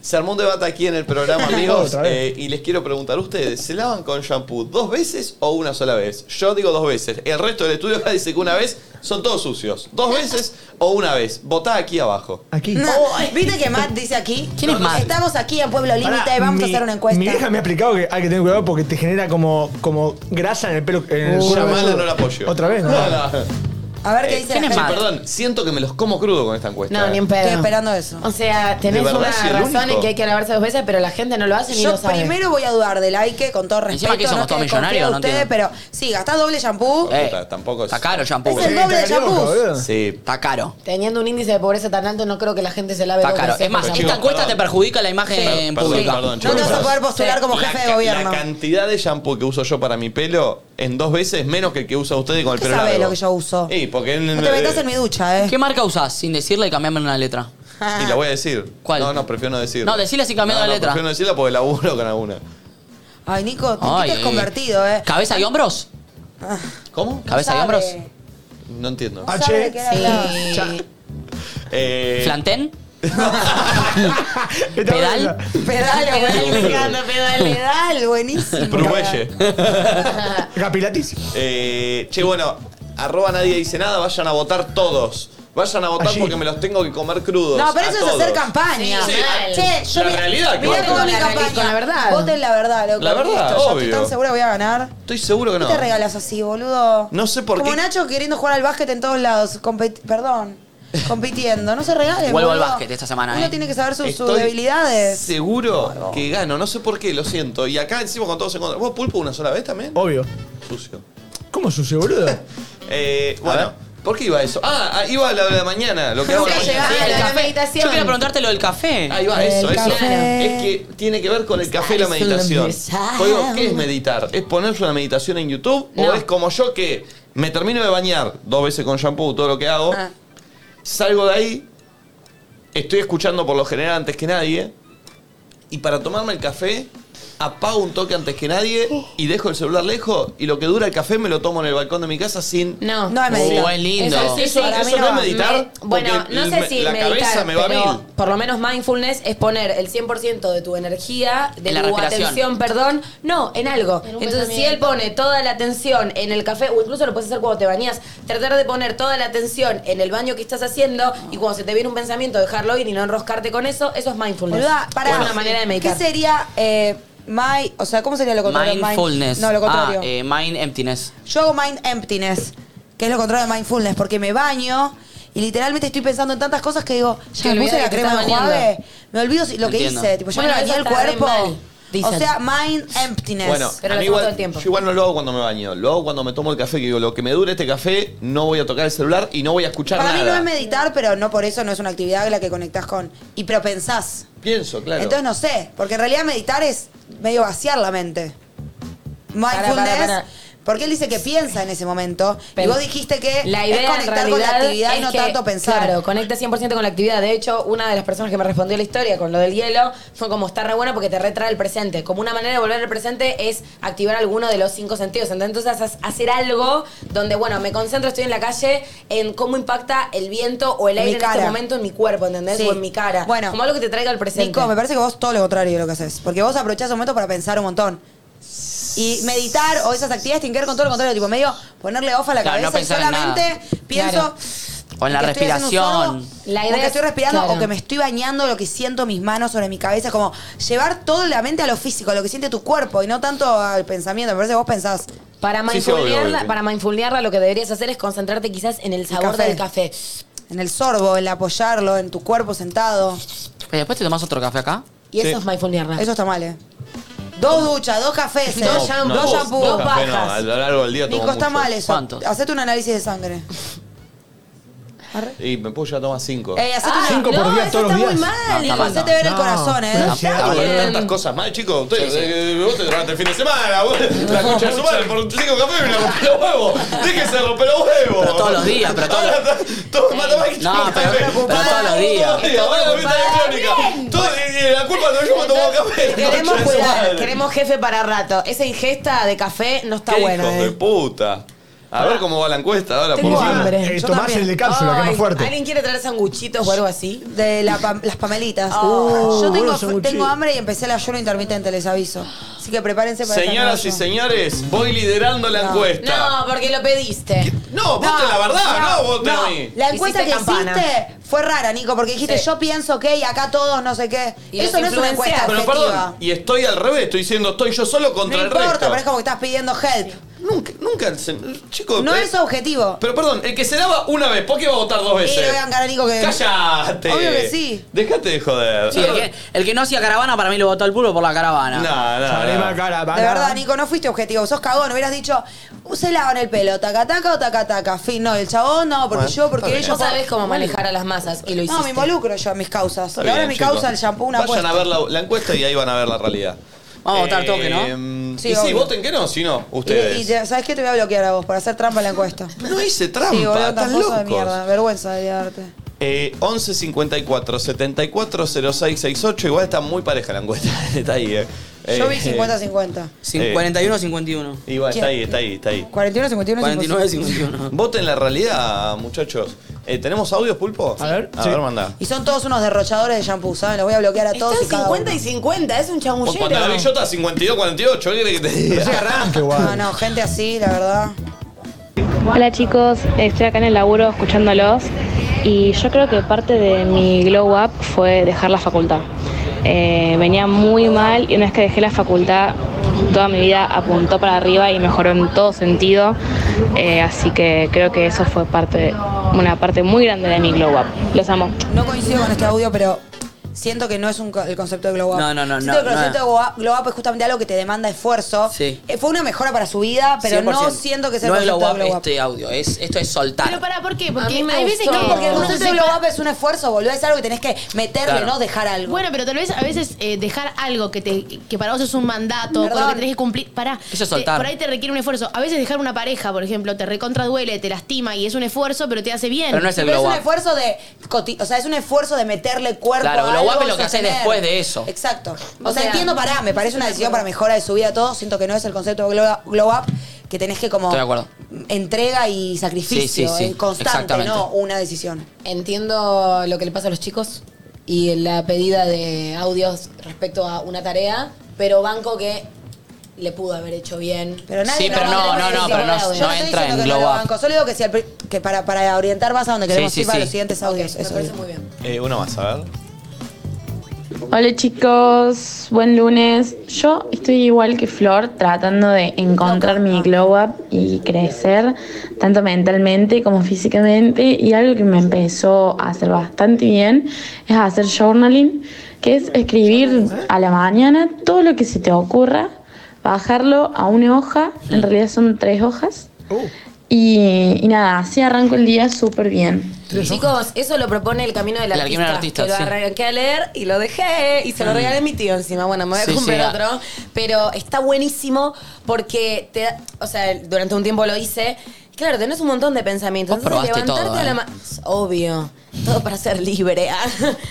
[SPEAKER 1] Se armó un debate aquí en el programa, amigos.
[SPEAKER 6] Otra vez.
[SPEAKER 1] eh, y les quiero preguntar a ustedes: ¿se lavan con shampoo dos veces o una sola vez? Yo digo dos veces. El resto del estudio acá dice que una vez son todos sucios. ¿Dos veces o una vez? Votá aquí abajo. Oh,
[SPEAKER 6] Aquí.
[SPEAKER 2] No, ¿Viste que Matt dice aquí?
[SPEAKER 3] Oh, ¿Quién es Matt?
[SPEAKER 2] Estamos aquí en Pueblo Límite
[SPEAKER 6] Pará,
[SPEAKER 2] y vamos a
[SPEAKER 6] mi-
[SPEAKER 2] hacer una encuesta.
[SPEAKER 6] Mi vieja me ha explicado que hay que tener cuidado porque te genera como, como grasa en el pelo. En el
[SPEAKER 1] Una
[SPEAKER 6] cuero
[SPEAKER 1] mala
[SPEAKER 6] cabelludo.
[SPEAKER 1] eh, no la apoyo.
[SPEAKER 6] Otra vez, ¿no?
[SPEAKER 1] No, no.
[SPEAKER 2] A ver qué dice la
[SPEAKER 3] Eh, ¿quién
[SPEAKER 2] gente.
[SPEAKER 3] es
[SPEAKER 1] Sí,
[SPEAKER 3] Madre.
[SPEAKER 1] perdón, siento que me los como crudo con esta encuesta. eh.
[SPEAKER 5] No, ni en pedo.
[SPEAKER 2] Estoy esperando eso.
[SPEAKER 5] O sea, tenés
[SPEAKER 1] ¿De verdad
[SPEAKER 5] una
[SPEAKER 1] soy el
[SPEAKER 5] razón en
[SPEAKER 1] único?
[SPEAKER 5] que hay que lavarse dos veces, pero la gente no lo hace ni
[SPEAKER 2] Yo
[SPEAKER 5] lo sabe.
[SPEAKER 2] primero voy a dudar del Ike con todo respeto.
[SPEAKER 3] Encima que somos
[SPEAKER 2] no
[SPEAKER 3] todos
[SPEAKER 2] estoy desconfiada
[SPEAKER 3] millonarios,
[SPEAKER 2] de
[SPEAKER 3] no
[SPEAKER 2] ustedes, pero sí, gastás doble shampoo.
[SPEAKER 3] Eh,
[SPEAKER 1] Puta, tampoco es-
[SPEAKER 3] Está caro el shampoo.
[SPEAKER 2] Es el doble de
[SPEAKER 6] está
[SPEAKER 2] shampoos.
[SPEAKER 6] loco, boludo.
[SPEAKER 1] Sí.
[SPEAKER 3] Está caro.
[SPEAKER 5] Teniendo un índice de pobreza tan alto, no creo que la gente se lave
[SPEAKER 3] Está
[SPEAKER 5] dos
[SPEAKER 3] caro.
[SPEAKER 5] veces.
[SPEAKER 3] Es más,
[SPEAKER 5] por
[SPEAKER 1] chicos,
[SPEAKER 3] esta
[SPEAKER 5] semana.
[SPEAKER 3] encuesta te
[SPEAKER 1] perdón.
[SPEAKER 3] perjudica la imagen
[SPEAKER 1] Perdón,
[SPEAKER 3] pública.
[SPEAKER 1] perdón,
[SPEAKER 2] No te vas a
[SPEAKER 1] chicos.
[SPEAKER 2] poder postular como
[SPEAKER 1] La
[SPEAKER 2] jefe
[SPEAKER 1] ca-
[SPEAKER 2] de
[SPEAKER 1] La
[SPEAKER 2] gobierno.
[SPEAKER 1] cantidad de shampoo que uso yo para mi pelo en dos veces menos que el que usa usted con el
[SPEAKER 2] ¿Qué
[SPEAKER 1] pelo
[SPEAKER 2] sabe
[SPEAKER 1] largo.
[SPEAKER 2] lo que yo uso?
[SPEAKER 1] Y porque
[SPEAKER 2] No te metas en mi ducha, ¿eh?
[SPEAKER 3] ¿Qué marca usás? Sin decirle y cambiarme una letra.
[SPEAKER 2] Ah.
[SPEAKER 1] Y la voy a decir.
[SPEAKER 3] ¿Cuál?
[SPEAKER 1] No, no, prefiero no decirla.
[SPEAKER 3] No, decila sin cambiar
[SPEAKER 1] No,
[SPEAKER 3] la
[SPEAKER 1] no,
[SPEAKER 3] letra.
[SPEAKER 1] Prefiero no decirla porque laburo con alguna.
[SPEAKER 2] Ay, Nico, ¿en
[SPEAKER 3] Ay,
[SPEAKER 2] qué te has convertido, eh?
[SPEAKER 3] ¿Cabeza y hombros?
[SPEAKER 1] ¿Cómo?
[SPEAKER 3] ¿Cabeza y hombros?
[SPEAKER 1] No entiendo.
[SPEAKER 6] Ah,
[SPEAKER 2] ¿Sabe de
[SPEAKER 6] che.
[SPEAKER 2] qué hablaba?
[SPEAKER 1] Eh,
[SPEAKER 3] ¿Flantén?
[SPEAKER 6] Está
[SPEAKER 3] ¿Pedal?
[SPEAKER 6] buena.
[SPEAKER 1] *laughs*
[SPEAKER 2] Pedal, buenísimo. Pedal, pedal, buenísimo.
[SPEAKER 1] Bruguelle.
[SPEAKER 2] *laughs*
[SPEAKER 6] Capilatis.
[SPEAKER 1] Eh, che, bueno, arroba nadie dice nada, vayan a votar todos. Vayan a votar
[SPEAKER 6] Allí.
[SPEAKER 1] porque me los tengo que comer crudos.
[SPEAKER 2] No, pero
[SPEAKER 1] a
[SPEAKER 2] eso
[SPEAKER 1] todos.
[SPEAKER 2] es hacer campaña.
[SPEAKER 5] Sí, sí.
[SPEAKER 2] Mal. Che, yo
[SPEAKER 1] La
[SPEAKER 2] mirá-
[SPEAKER 1] realidad,
[SPEAKER 2] mirá
[SPEAKER 1] claro.
[SPEAKER 2] cómo es mi
[SPEAKER 5] La realidad,
[SPEAKER 2] campaña.
[SPEAKER 5] con la verdad.
[SPEAKER 2] Voten la verdad, loco.
[SPEAKER 1] La verdad,
[SPEAKER 2] Listo, Yo estoy
[SPEAKER 1] obvio.
[SPEAKER 2] tan segura que voy a ganar.
[SPEAKER 1] Estoy seguro que
[SPEAKER 2] ¿Qué
[SPEAKER 1] no.
[SPEAKER 2] te regalas así, boludo?
[SPEAKER 1] No sé por
[SPEAKER 2] Como
[SPEAKER 1] qué.
[SPEAKER 2] Nacho queriendo jugar al básquet en todos lados. compet- Perdón. Compitiendo. No se regalen,
[SPEAKER 3] Vuelvo al
[SPEAKER 2] boludo.
[SPEAKER 3] básquet esta semana,
[SPEAKER 2] Uno
[SPEAKER 3] eh.
[SPEAKER 2] tiene que saber sus, sus
[SPEAKER 1] Estoy
[SPEAKER 2] debilidades.
[SPEAKER 1] Seguro que gano, no sé por qué, lo siento. Y acá encima con todos en contra. ¿Vos pulpo una sola vez también?
[SPEAKER 6] Obvio.
[SPEAKER 1] Sucio.
[SPEAKER 6] ¿Cómo sucio, boludo?
[SPEAKER 1] Eh, bueno, ¿por qué iba eso? Ah, ah, iba a la de la mañana, lo que hago a
[SPEAKER 5] Nunca
[SPEAKER 1] la mañana.
[SPEAKER 5] llegás.
[SPEAKER 3] Sí,
[SPEAKER 5] Ah,
[SPEAKER 3] el
[SPEAKER 5] la
[SPEAKER 3] café.
[SPEAKER 5] meditación.
[SPEAKER 3] Yo quería preguntarte lo del café.
[SPEAKER 1] Ahí va, eso,
[SPEAKER 2] El
[SPEAKER 1] eso.
[SPEAKER 2] café.
[SPEAKER 1] Es que tiene que ver con el café y la meditación. Yo digo, ¿qué es meditar? ¿Es ponerse una meditación en YouTube?
[SPEAKER 5] No.
[SPEAKER 1] ¿O es como yo que me termino de bañar dos veces con shampoo, todo lo que hago?
[SPEAKER 2] Ah.
[SPEAKER 1] Salgo de ahí, estoy escuchando por lo general antes que nadie, y para tomarme el café, apago un toque antes que nadie y dejo el celular lejos, y lo que dura el café me lo tomo en el balcón de mi casa sin.
[SPEAKER 5] No.
[SPEAKER 2] No es
[SPEAKER 3] Uh,
[SPEAKER 2] meditación.
[SPEAKER 3] es lindo.
[SPEAKER 5] Eso sí,
[SPEAKER 1] Eso,
[SPEAKER 5] para
[SPEAKER 1] eso
[SPEAKER 2] mí
[SPEAKER 1] no
[SPEAKER 2] no.
[SPEAKER 1] es meditar.
[SPEAKER 5] Me- bueno,
[SPEAKER 1] porque
[SPEAKER 5] no
[SPEAKER 1] el-
[SPEAKER 5] sé si
[SPEAKER 1] la
[SPEAKER 5] meditar,
[SPEAKER 1] cabeza me va a
[SPEAKER 5] pero
[SPEAKER 1] mil.
[SPEAKER 5] por lo menos mindfulness es poner el 100% de tu energía, de
[SPEAKER 3] En la
[SPEAKER 5] tu
[SPEAKER 3] respiración.
[SPEAKER 5] atención, perdón, no, en algo.
[SPEAKER 4] En un
[SPEAKER 5] Entonces, si
[SPEAKER 4] pensamiento.
[SPEAKER 5] él pone toda la atención en el café, o incluso lo puedes hacer cuando te bañas, tratar de poner toda la atención en el baño que estás haciendo y cuando se te viene un pensamiento, dejarlo ir y no enroscarte con eso, eso es mindfulness.
[SPEAKER 2] Boluda, pará.
[SPEAKER 5] es una manera de meditar.
[SPEAKER 2] ¿Qué sería eh, my, o sea, cómo sería lo contrario? Mind-
[SPEAKER 3] Mindfulness.
[SPEAKER 2] no, lo contrario.
[SPEAKER 3] Ah, eh, mind emptiness.
[SPEAKER 2] Yo hago mind emptiness, que es lo contrario de mindfulness, porque me baño y literalmente estoy pensando en tantas cosas que digo,
[SPEAKER 5] Te
[SPEAKER 2] ya me
[SPEAKER 5] olvidás
[SPEAKER 2] puse
[SPEAKER 5] de
[SPEAKER 2] la
[SPEAKER 5] que
[SPEAKER 2] crema de
[SPEAKER 5] estás
[SPEAKER 2] enjuague,
[SPEAKER 5] bañando.
[SPEAKER 2] me olvido si- lo que
[SPEAKER 3] Entiendo.
[SPEAKER 2] hice, tipo, ya
[SPEAKER 5] Bueno,
[SPEAKER 2] me bañé
[SPEAKER 5] eso
[SPEAKER 2] el
[SPEAKER 5] está re
[SPEAKER 2] cuerpo.
[SPEAKER 5] mal, dicen.
[SPEAKER 2] O sea, mind emptiness.
[SPEAKER 1] Bueno,
[SPEAKER 5] Pero
[SPEAKER 1] a
[SPEAKER 5] lo
[SPEAKER 1] mí
[SPEAKER 5] hacemos
[SPEAKER 1] igual,
[SPEAKER 5] todo el tiempo.
[SPEAKER 1] yo igual no lo hago cuando me baño, lo hago cuando me tomo el café, que digo, lo que me dure este café, no voy a tocar el celular y no voy a escuchar
[SPEAKER 2] Para
[SPEAKER 1] nada.
[SPEAKER 2] mí no es meditar, pero no por eso no es una actividad en la que conectás con. Y pero pensás.
[SPEAKER 1] Pienso, claro.
[SPEAKER 2] Entonces no sé, porque en realidad meditar es medio vaciar la mente. Mindfulness.
[SPEAKER 5] Pará, pará, pará.
[SPEAKER 2] Porque él dice que piensa en ese momento. y
[SPEAKER 5] Pero
[SPEAKER 2] vos dijiste que
[SPEAKER 5] la idea
[SPEAKER 2] es conectar
[SPEAKER 5] en
[SPEAKER 2] con la
[SPEAKER 5] realidad
[SPEAKER 2] actividad y
[SPEAKER 5] es
[SPEAKER 2] no
[SPEAKER 5] que,
[SPEAKER 2] tanto pensar.
[SPEAKER 5] Claro, conecta 100% con la actividad. De hecho, una de las personas que me respondió la historia con lo del hielo fue como está re bueno porque te retrae el presente. Como una manera de volver al presente es activar alguno de los cinco sentidos. ¿entendés? Entonces, haces- hacer algo donde, bueno, me concentro, estoy en la calle, en cómo impacta el viento o el
[SPEAKER 2] En
[SPEAKER 5] aire
[SPEAKER 2] mi
[SPEAKER 5] en este
[SPEAKER 2] cara.
[SPEAKER 5] momento en mi cuerpo, ¿entendés?
[SPEAKER 2] Sí.
[SPEAKER 5] O en mi cara.
[SPEAKER 2] Bueno.
[SPEAKER 5] como algo que te traiga al presente.
[SPEAKER 2] Nico, me parece que vos todo lo contrario de lo que haces. Porque vos aprovechás un momento para pensar un montón. Y meditar o esas actividades tienen que ver con todo lo contrario. Tipo, medio ponerle off a la
[SPEAKER 3] Claro, no
[SPEAKER 2] cabeza y
[SPEAKER 3] pensar en
[SPEAKER 2] solamente
[SPEAKER 3] nada.
[SPEAKER 2] pienso.
[SPEAKER 5] Claro.
[SPEAKER 3] O en la
[SPEAKER 2] que estoy haciendo un
[SPEAKER 3] respiración.
[SPEAKER 2] sorbo,
[SPEAKER 5] La
[SPEAKER 2] o
[SPEAKER 5] idea
[SPEAKER 2] que
[SPEAKER 5] es-
[SPEAKER 2] estoy respirando
[SPEAKER 5] claro.
[SPEAKER 2] o que me estoy bañando, lo que siento mis manos sobre mi cabeza. Como llevar toda la mente a lo físico, a lo que siente tu cuerpo y no tanto al pensamiento. Me parece que vos pensás.
[SPEAKER 5] Para
[SPEAKER 1] Sí, sí, obvio,
[SPEAKER 5] mindfulnearla,
[SPEAKER 1] obvio.
[SPEAKER 5] para mindfulnearla, lo que deberías hacer es concentrarte quizás en el sabor
[SPEAKER 2] café.
[SPEAKER 5] del café.
[SPEAKER 2] En el sorbo, en apoyarlo, en tu cuerpo sentado.
[SPEAKER 3] Pero Eh, después te tomás otro café acá.
[SPEAKER 5] Y
[SPEAKER 1] Sí. *laughs*
[SPEAKER 5] eso es mindfulnearla.
[SPEAKER 2] Eso está mal, ¿eh? Dos duchas, dos cafés,
[SPEAKER 5] No,
[SPEAKER 2] dos shampoos, dos shampoos,
[SPEAKER 1] no,
[SPEAKER 2] dos
[SPEAKER 1] café no,
[SPEAKER 2] pajas.
[SPEAKER 1] a lo largo del día tomo
[SPEAKER 2] Nico, está
[SPEAKER 1] mucho.
[SPEAKER 2] mal eso.
[SPEAKER 3] ¿Cuántos?
[SPEAKER 2] Hacete un análisis de sangre. Arre.
[SPEAKER 1] Y me puedo ya tomar cinco.
[SPEAKER 2] Ey, Eh, hacete un
[SPEAKER 6] Cinco por
[SPEAKER 5] no,
[SPEAKER 6] día,
[SPEAKER 5] eso
[SPEAKER 6] todos los
[SPEAKER 5] está muy
[SPEAKER 6] días.
[SPEAKER 5] mal.
[SPEAKER 3] No, está
[SPEAKER 2] Nico,
[SPEAKER 3] mal,
[SPEAKER 2] hacete
[SPEAKER 3] no.
[SPEAKER 2] ver el
[SPEAKER 6] No,
[SPEAKER 2] corazón, ¿eh.
[SPEAKER 6] pero
[SPEAKER 3] Está
[SPEAKER 1] Ah,
[SPEAKER 3] mal.
[SPEAKER 1] pero
[SPEAKER 5] bien.
[SPEAKER 1] tantas cosas más, chicos. Usted, eh, vos te trabajaste el fin de semana, vos, la concha de su madre, por cinco cafés me la rompió los huevos. Déjese romper los huevos.
[SPEAKER 3] *laughs* Pero todos los días, pero todos-
[SPEAKER 1] Ahora, todo me mata más que
[SPEAKER 3] No,
[SPEAKER 1] todo el
[SPEAKER 3] pero-
[SPEAKER 1] café.
[SPEAKER 3] pero todos los días.
[SPEAKER 1] Todos los días, ahora volviste a la crónica. Todo- eh, La culpa no yo cuando tomo café. la
[SPEAKER 5] Queremos
[SPEAKER 1] concha de su
[SPEAKER 5] cuidar,
[SPEAKER 1] madre.
[SPEAKER 5] queremos jefe para rato. Esa ingesta de café no está
[SPEAKER 1] Qué
[SPEAKER 5] buena.
[SPEAKER 1] hijos de
[SPEAKER 5] eh.
[SPEAKER 1] puta. A ver cómo va la encuesta ahora.
[SPEAKER 5] Tengo
[SPEAKER 1] por
[SPEAKER 6] Ah,
[SPEAKER 1] favor.
[SPEAKER 5] hambre.
[SPEAKER 6] eh,
[SPEAKER 2] yo
[SPEAKER 6] tomás
[SPEAKER 2] también.
[SPEAKER 6] el de cápsula, que es
[SPEAKER 5] Ay,
[SPEAKER 6] más fuerte.
[SPEAKER 5] ¿Alguien quiere traer sanguchitos o algo así?
[SPEAKER 2] De la pam- las pamelitas.
[SPEAKER 5] Oh.
[SPEAKER 2] Yo
[SPEAKER 1] Uh,
[SPEAKER 2] tengo,
[SPEAKER 6] Boludo, son muy
[SPEAKER 2] tengo
[SPEAKER 6] chidos.
[SPEAKER 2] hambre y empecé el ayuno intermitente, les aviso. Así que prepárense para esa
[SPEAKER 1] Señoras y
[SPEAKER 2] nueva yo.
[SPEAKER 1] señores, voy liderando la
[SPEAKER 2] No.
[SPEAKER 1] encuesta.
[SPEAKER 5] No, porque lo pediste.
[SPEAKER 1] No, vos te la verdad, no, vos te a mí.
[SPEAKER 2] La encuesta que
[SPEAKER 5] Hiciste campana.
[SPEAKER 2] hiciste fue rara, Nico, porque dijiste
[SPEAKER 5] Sí.
[SPEAKER 2] yo pienso que y acá todos no sé qué.
[SPEAKER 5] Y
[SPEAKER 2] Eso
[SPEAKER 5] los
[SPEAKER 2] no es una encuesta
[SPEAKER 5] influenciados.
[SPEAKER 1] Pero
[SPEAKER 2] objetiva.
[SPEAKER 1] perdón, y estoy al revés, estoy diciendo estoy yo solo contra
[SPEAKER 2] no
[SPEAKER 1] el
[SPEAKER 2] importa,
[SPEAKER 1] resto.
[SPEAKER 2] pero es como que estás pidiendo help.
[SPEAKER 1] Nunca, nunca, se- chicos.
[SPEAKER 2] No
[SPEAKER 1] eh,
[SPEAKER 2] es objetivo.
[SPEAKER 1] Pero perdón, el que se lava una vez, ¿por qué va a votar dos
[SPEAKER 2] Y
[SPEAKER 1] veces?
[SPEAKER 2] le voy a encarar a Nico que.
[SPEAKER 1] ¡Cállate!
[SPEAKER 2] Obvio que sí.
[SPEAKER 1] Déjate de joder.
[SPEAKER 3] Sí, el, que, el que no hacía caravana para mí lo votó al pulpo por la caravana.
[SPEAKER 1] No, no, no.
[SPEAKER 2] De verdad, Nico, no fuiste objetivo. Sos cagón. Hubieras dicho, se lavan el pelo, taca, taca o taca, taca. Fin, no, el chabón no, porque
[SPEAKER 9] Bueno,
[SPEAKER 2] yo, porque
[SPEAKER 9] está
[SPEAKER 5] No
[SPEAKER 2] ellos.
[SPEAKER 5] sabes cómo manejar a las masas y lo hiciste.
[SPEAKER 2] No, me involucro yo en mis causas.
[SPEAKER 1] Está
[SPEAKER 2] Pero ahora
[SPEAKER 1] bien,
[SPEAKER 2] mi
[SPEAKER 1] chicos.
[SPEAKER 2] causa, el shampoo, una
[SPEAKER 1] Vayan
[SPEAKER 2] apuesta.
[SPEAKER 1] a ver la, la encuesta y ahí van a ver la realidad.
[SPEAKER 3] Vamos a votar todo que no.
[SPEAKER 1] em,
[SPEAKER 2] Sí,
[SPEAKER 1] y sí,
[SPEAKER 2] obvio.
[SPEAKER 1] voten que no, si no,
[SPEAKER 2] Y,
[SPEAKER 1] ustedes.
[SPEAKER 2] y te- ¿sabes qué? Te voy a bloquear a vos por hacer trampa en la encuesta.
[SPEAKER 1] No hice trampa,
[SPEAKER 2] Sí, boludo,
[SPEAKER 1] están
[SPEAKER 2] tramposo de
[SPEAKER 1] locos.
[SPEAKER 2] mierda. Vergüenza de darte.
[SPEAKER 1] Eh, 11 54 74 06 68. Igual está muy pareja la encuesta. *laughs* está ahí, eh.
[SPEAKER 2] Yo vi
[SPEAKER 1] Eh,
[SPEAKER 2] 50-50.
[SPEAKER 1] Eh.
[SPEAKER 3] 51-51.
[SPEAKER 1] Igual, está
[SPEAKER 2] ¿Quién?
[SPEAKER 1] ahí, está ahí, está ahí.
[SPEAKER 2] 41, 51,
[SPEAKER 3] 49-51.
[SPEAKER 1] Voten la realidad, muchachos. Eh, ¿Tenemos audios, Pulpo?
[SPEAKER 6] A ver,
[SPEAKER 1] A
[SPEAKER 6] sí.
[SPEAKER 1] ver, manda.
[SPEAKER 2] Y son todos unos derrochadores de shampoo, ¿saben? Los voy a bloquear a todos.
[SPEAKER 5] Están
[SPEAKER 2] y cada
[SPEAKER 5] 50 y
[SPEAKER 2] uno.
[SPEAKER 5] 50, es un
[SPEAKER 1] Vos cuando la vi
[SPEAKER 5] chamullero.
[SPEAKER 1] yo estaba 52, 48. ¿Qué querés que te diga?
[SPEAKER 6] arranque,
[SPEAKER 2] No,
[SPEAKER 6] igual.
[SPEAKER 2] no, gente así, la verdad.
[SPEAKER 8] Hola chicos, estoy acá en el laburo escuchándolos y yo creo que parte de mi glow up fue dejar la facultad. Eh, venía muy mal y una vez que dejé la facultad toda mi vida apuntó para arriba y mejoró en todo sentido, Eh, así que creo que eso fue parte, una parte muy grande de mi glow up. Los amo.
[SPEAKER 2] No coincido con este audio, pero siento que no es un co- el concepto de glow up.
[SPEAKER 3] No, no, no,
[SPEAKER 2] Siento
[SPEAKER 3] no,
[SPEAKER 2] que el
[SPEAKER 3] no
[SPEAKER 2] concepto de glow up- glow up es justamente algo que te demanda esfuerzo.
[SPEAKER 3] Sí.
[SPEAKER 2] Eh, fue una mejora para su vida, pero no
[SPEAKER 3] 100%.
[SPEAKER 2] siento que sea el
[SPEAKER 3] No es
[SPEAKER 2] concepto
[SPEAKER 3] glow
[SPEAKER 2] de
[SPEAKER 3] up
[SPEAKER 2] glow up.
[SPEAKER 3] este audio, es, esto es soltar.
[SPEAKER 4] *laughs* Pero pará, ¿por qué?
[SPEAKER 5] A
[SPEAKER 4] Porque
[SPEAKER 5] mí me
[SPEAKER 4] hay veces
[SPEAKER 5] gustó.
[SPEAKER 4] que.
[SPEAKER 2] No, porque el
[SPEAKER 5] No,
[SPEAKER 2] concepto de glow up es un esfuerzo, boludo. Es algo que tenés que meterle,
[SPEAKER 3] Claro.
[SPEAKER 2] no dejar algo.
[SPEAKER 4] Bueno, pero tal vez a veces eh, dejar algo que te que para vos es un mandato, con lo
[SPEAKER 2] Perdón.
[SPEAKER 4] que tenés que cumplir, pará.
[SPEAKER 3] Eso es
[SPEAKER 4] Te-
[SPEAKER 3] soltar.
[SPEAKER 4] por ahí te requiere un esfuerzo. A veces dejar una pareja, por ejemplo, te recontra duele, te lastima y es un esfuerzo, pero te hace bien.
[SPEAKER 3] Pero no es
[SPEAKER 2] Sí,
[SPEAKER 3] el
[SPEAKER 2] pero es un
[SPEAKER 3] glow up.
[SPEAKER 2] esfuerzo de. coti- O sea, es un esfuerzo de meterle cuerpo
[SPEAKER 3] Claro,
[SPEAKER 2] a
[SPEAKER 3] glow up
[SPEAKER 2] algo,
[SPEAKER 3] es lo que haces
[SPEAKER 2] sostener.
[SPEAKER 3] después de eso.
[SPEAKER 2] Exacto. O,
[SPEAKER 5] O
[SPEAKER 2] sea,
[SPEAKER 5] sea,
[SPEAKER 2] entiendo, pará, me parece una decisión para mejora de su vida todo. Siento que no es el concepto de glow up, glow up, que tenés que como.
[SPEAKER 3] Estoy de acuerdo.
[SPEAKER 2] Entrega y sacrificio.
[SPEAKER 3] Sí, sí, sí.
[SPEAKER 2] eh, constante,
[SPEAKER 3] Exactamente.
[SPEAKER 2] no una decisión.
[SPEAKER 5] Entiendo lo que le pasa a los chicos y la pedida de audios respecto a una tarea, pero banco que le pudo haber hecho bien.
[SPEAKER 2] Pero nadie
[SPEAKER 3] Sí,
[SPEAKER 2] lo
[SPEAKER 3] pero
[SPEAKER 2] banca,
[SPEAKER 3] no,
[SPEAKER 2] nadie
[SPEAKER 3] no,
[SPEAKER 2] lo
[SPEAKER 3] no, pero
[SPEAKER 2] banca.
[SPEAKER 3] no-
[SPEAKER 2] Yo
[SPEAKER 3] no
[SPEAKER 2] estoy
[SPEAKER 3] entra
[SPEAKER 2] diciendo
[SPEAKER 3] en
[SPEAKER 2] que no
[SPEAKER 3] glow
[SPEAKER 2] lo
[SPEAKER 3] up.
[SPEAKER 2] banco, Solo digo que, si al pri- que para, para orientar más a donde queremos
[SPEAKER 3] sí,
[SPEAKER 2] ir para
[SPEAKER 3] sí.
[SPEAKER 2] los siguientes audios.
[SPEAKER 5] Ok, me
[SPEAKER 2] eso
[SPEAKER 5] parece
[SPEAKER 2] digo.
[SPEAKER 5] muy bien.
[SPEAKER 1] Eh, uno más, a ver.
[SPEAKER 8] Hola chicos, buen lunes. Yo estoy igual que Flor tratando de encontrar mi glow up y crecer tanto mentalmente como físicamente y algo que me empezó a hacer bastante bien es hacer journaling, que es escribir a la mañana todo lo que se te ocurra, bajarlo a una hoja, en realidad son tres hojas y, y nada, así arranco el día súper bien.
[SPEAKER 5] Chicos, eso lo propone el camino del
[SPEAKER 3] El
[SPEAKER 5] artista.
[SPEAKER 3] camino del artista,
[SPEAKER 5] que lo
[SPEAKER 3] sí. Mm.
[SPEAKER 5] arranqué a leer y lo dejé y se lo regalé a mi tío encima. Bueno, me voy a
[SPEAKER 3] Sí,
[SPEAKER 5] comprar
[SPEAKER 3] sí, ah.
[SPEAKER 5] otro. Pero está buenísimo porque te da- o sea, durante un tiempo lo hice. Claro, tenés un montón de pensamientos.
[SPEAKER 3] Vos
[SPEAKER 5] Entonces,
[SPEAKER 3] probaste
[SPEAKER 5] levantarte
[SPEAKER 3] todo,
[SPEAKER 5] a la
[SPEAKER 3] ¿eh?
[SPEAKER 5] ma- Obvio. Todo para ser libre *laughs* ah,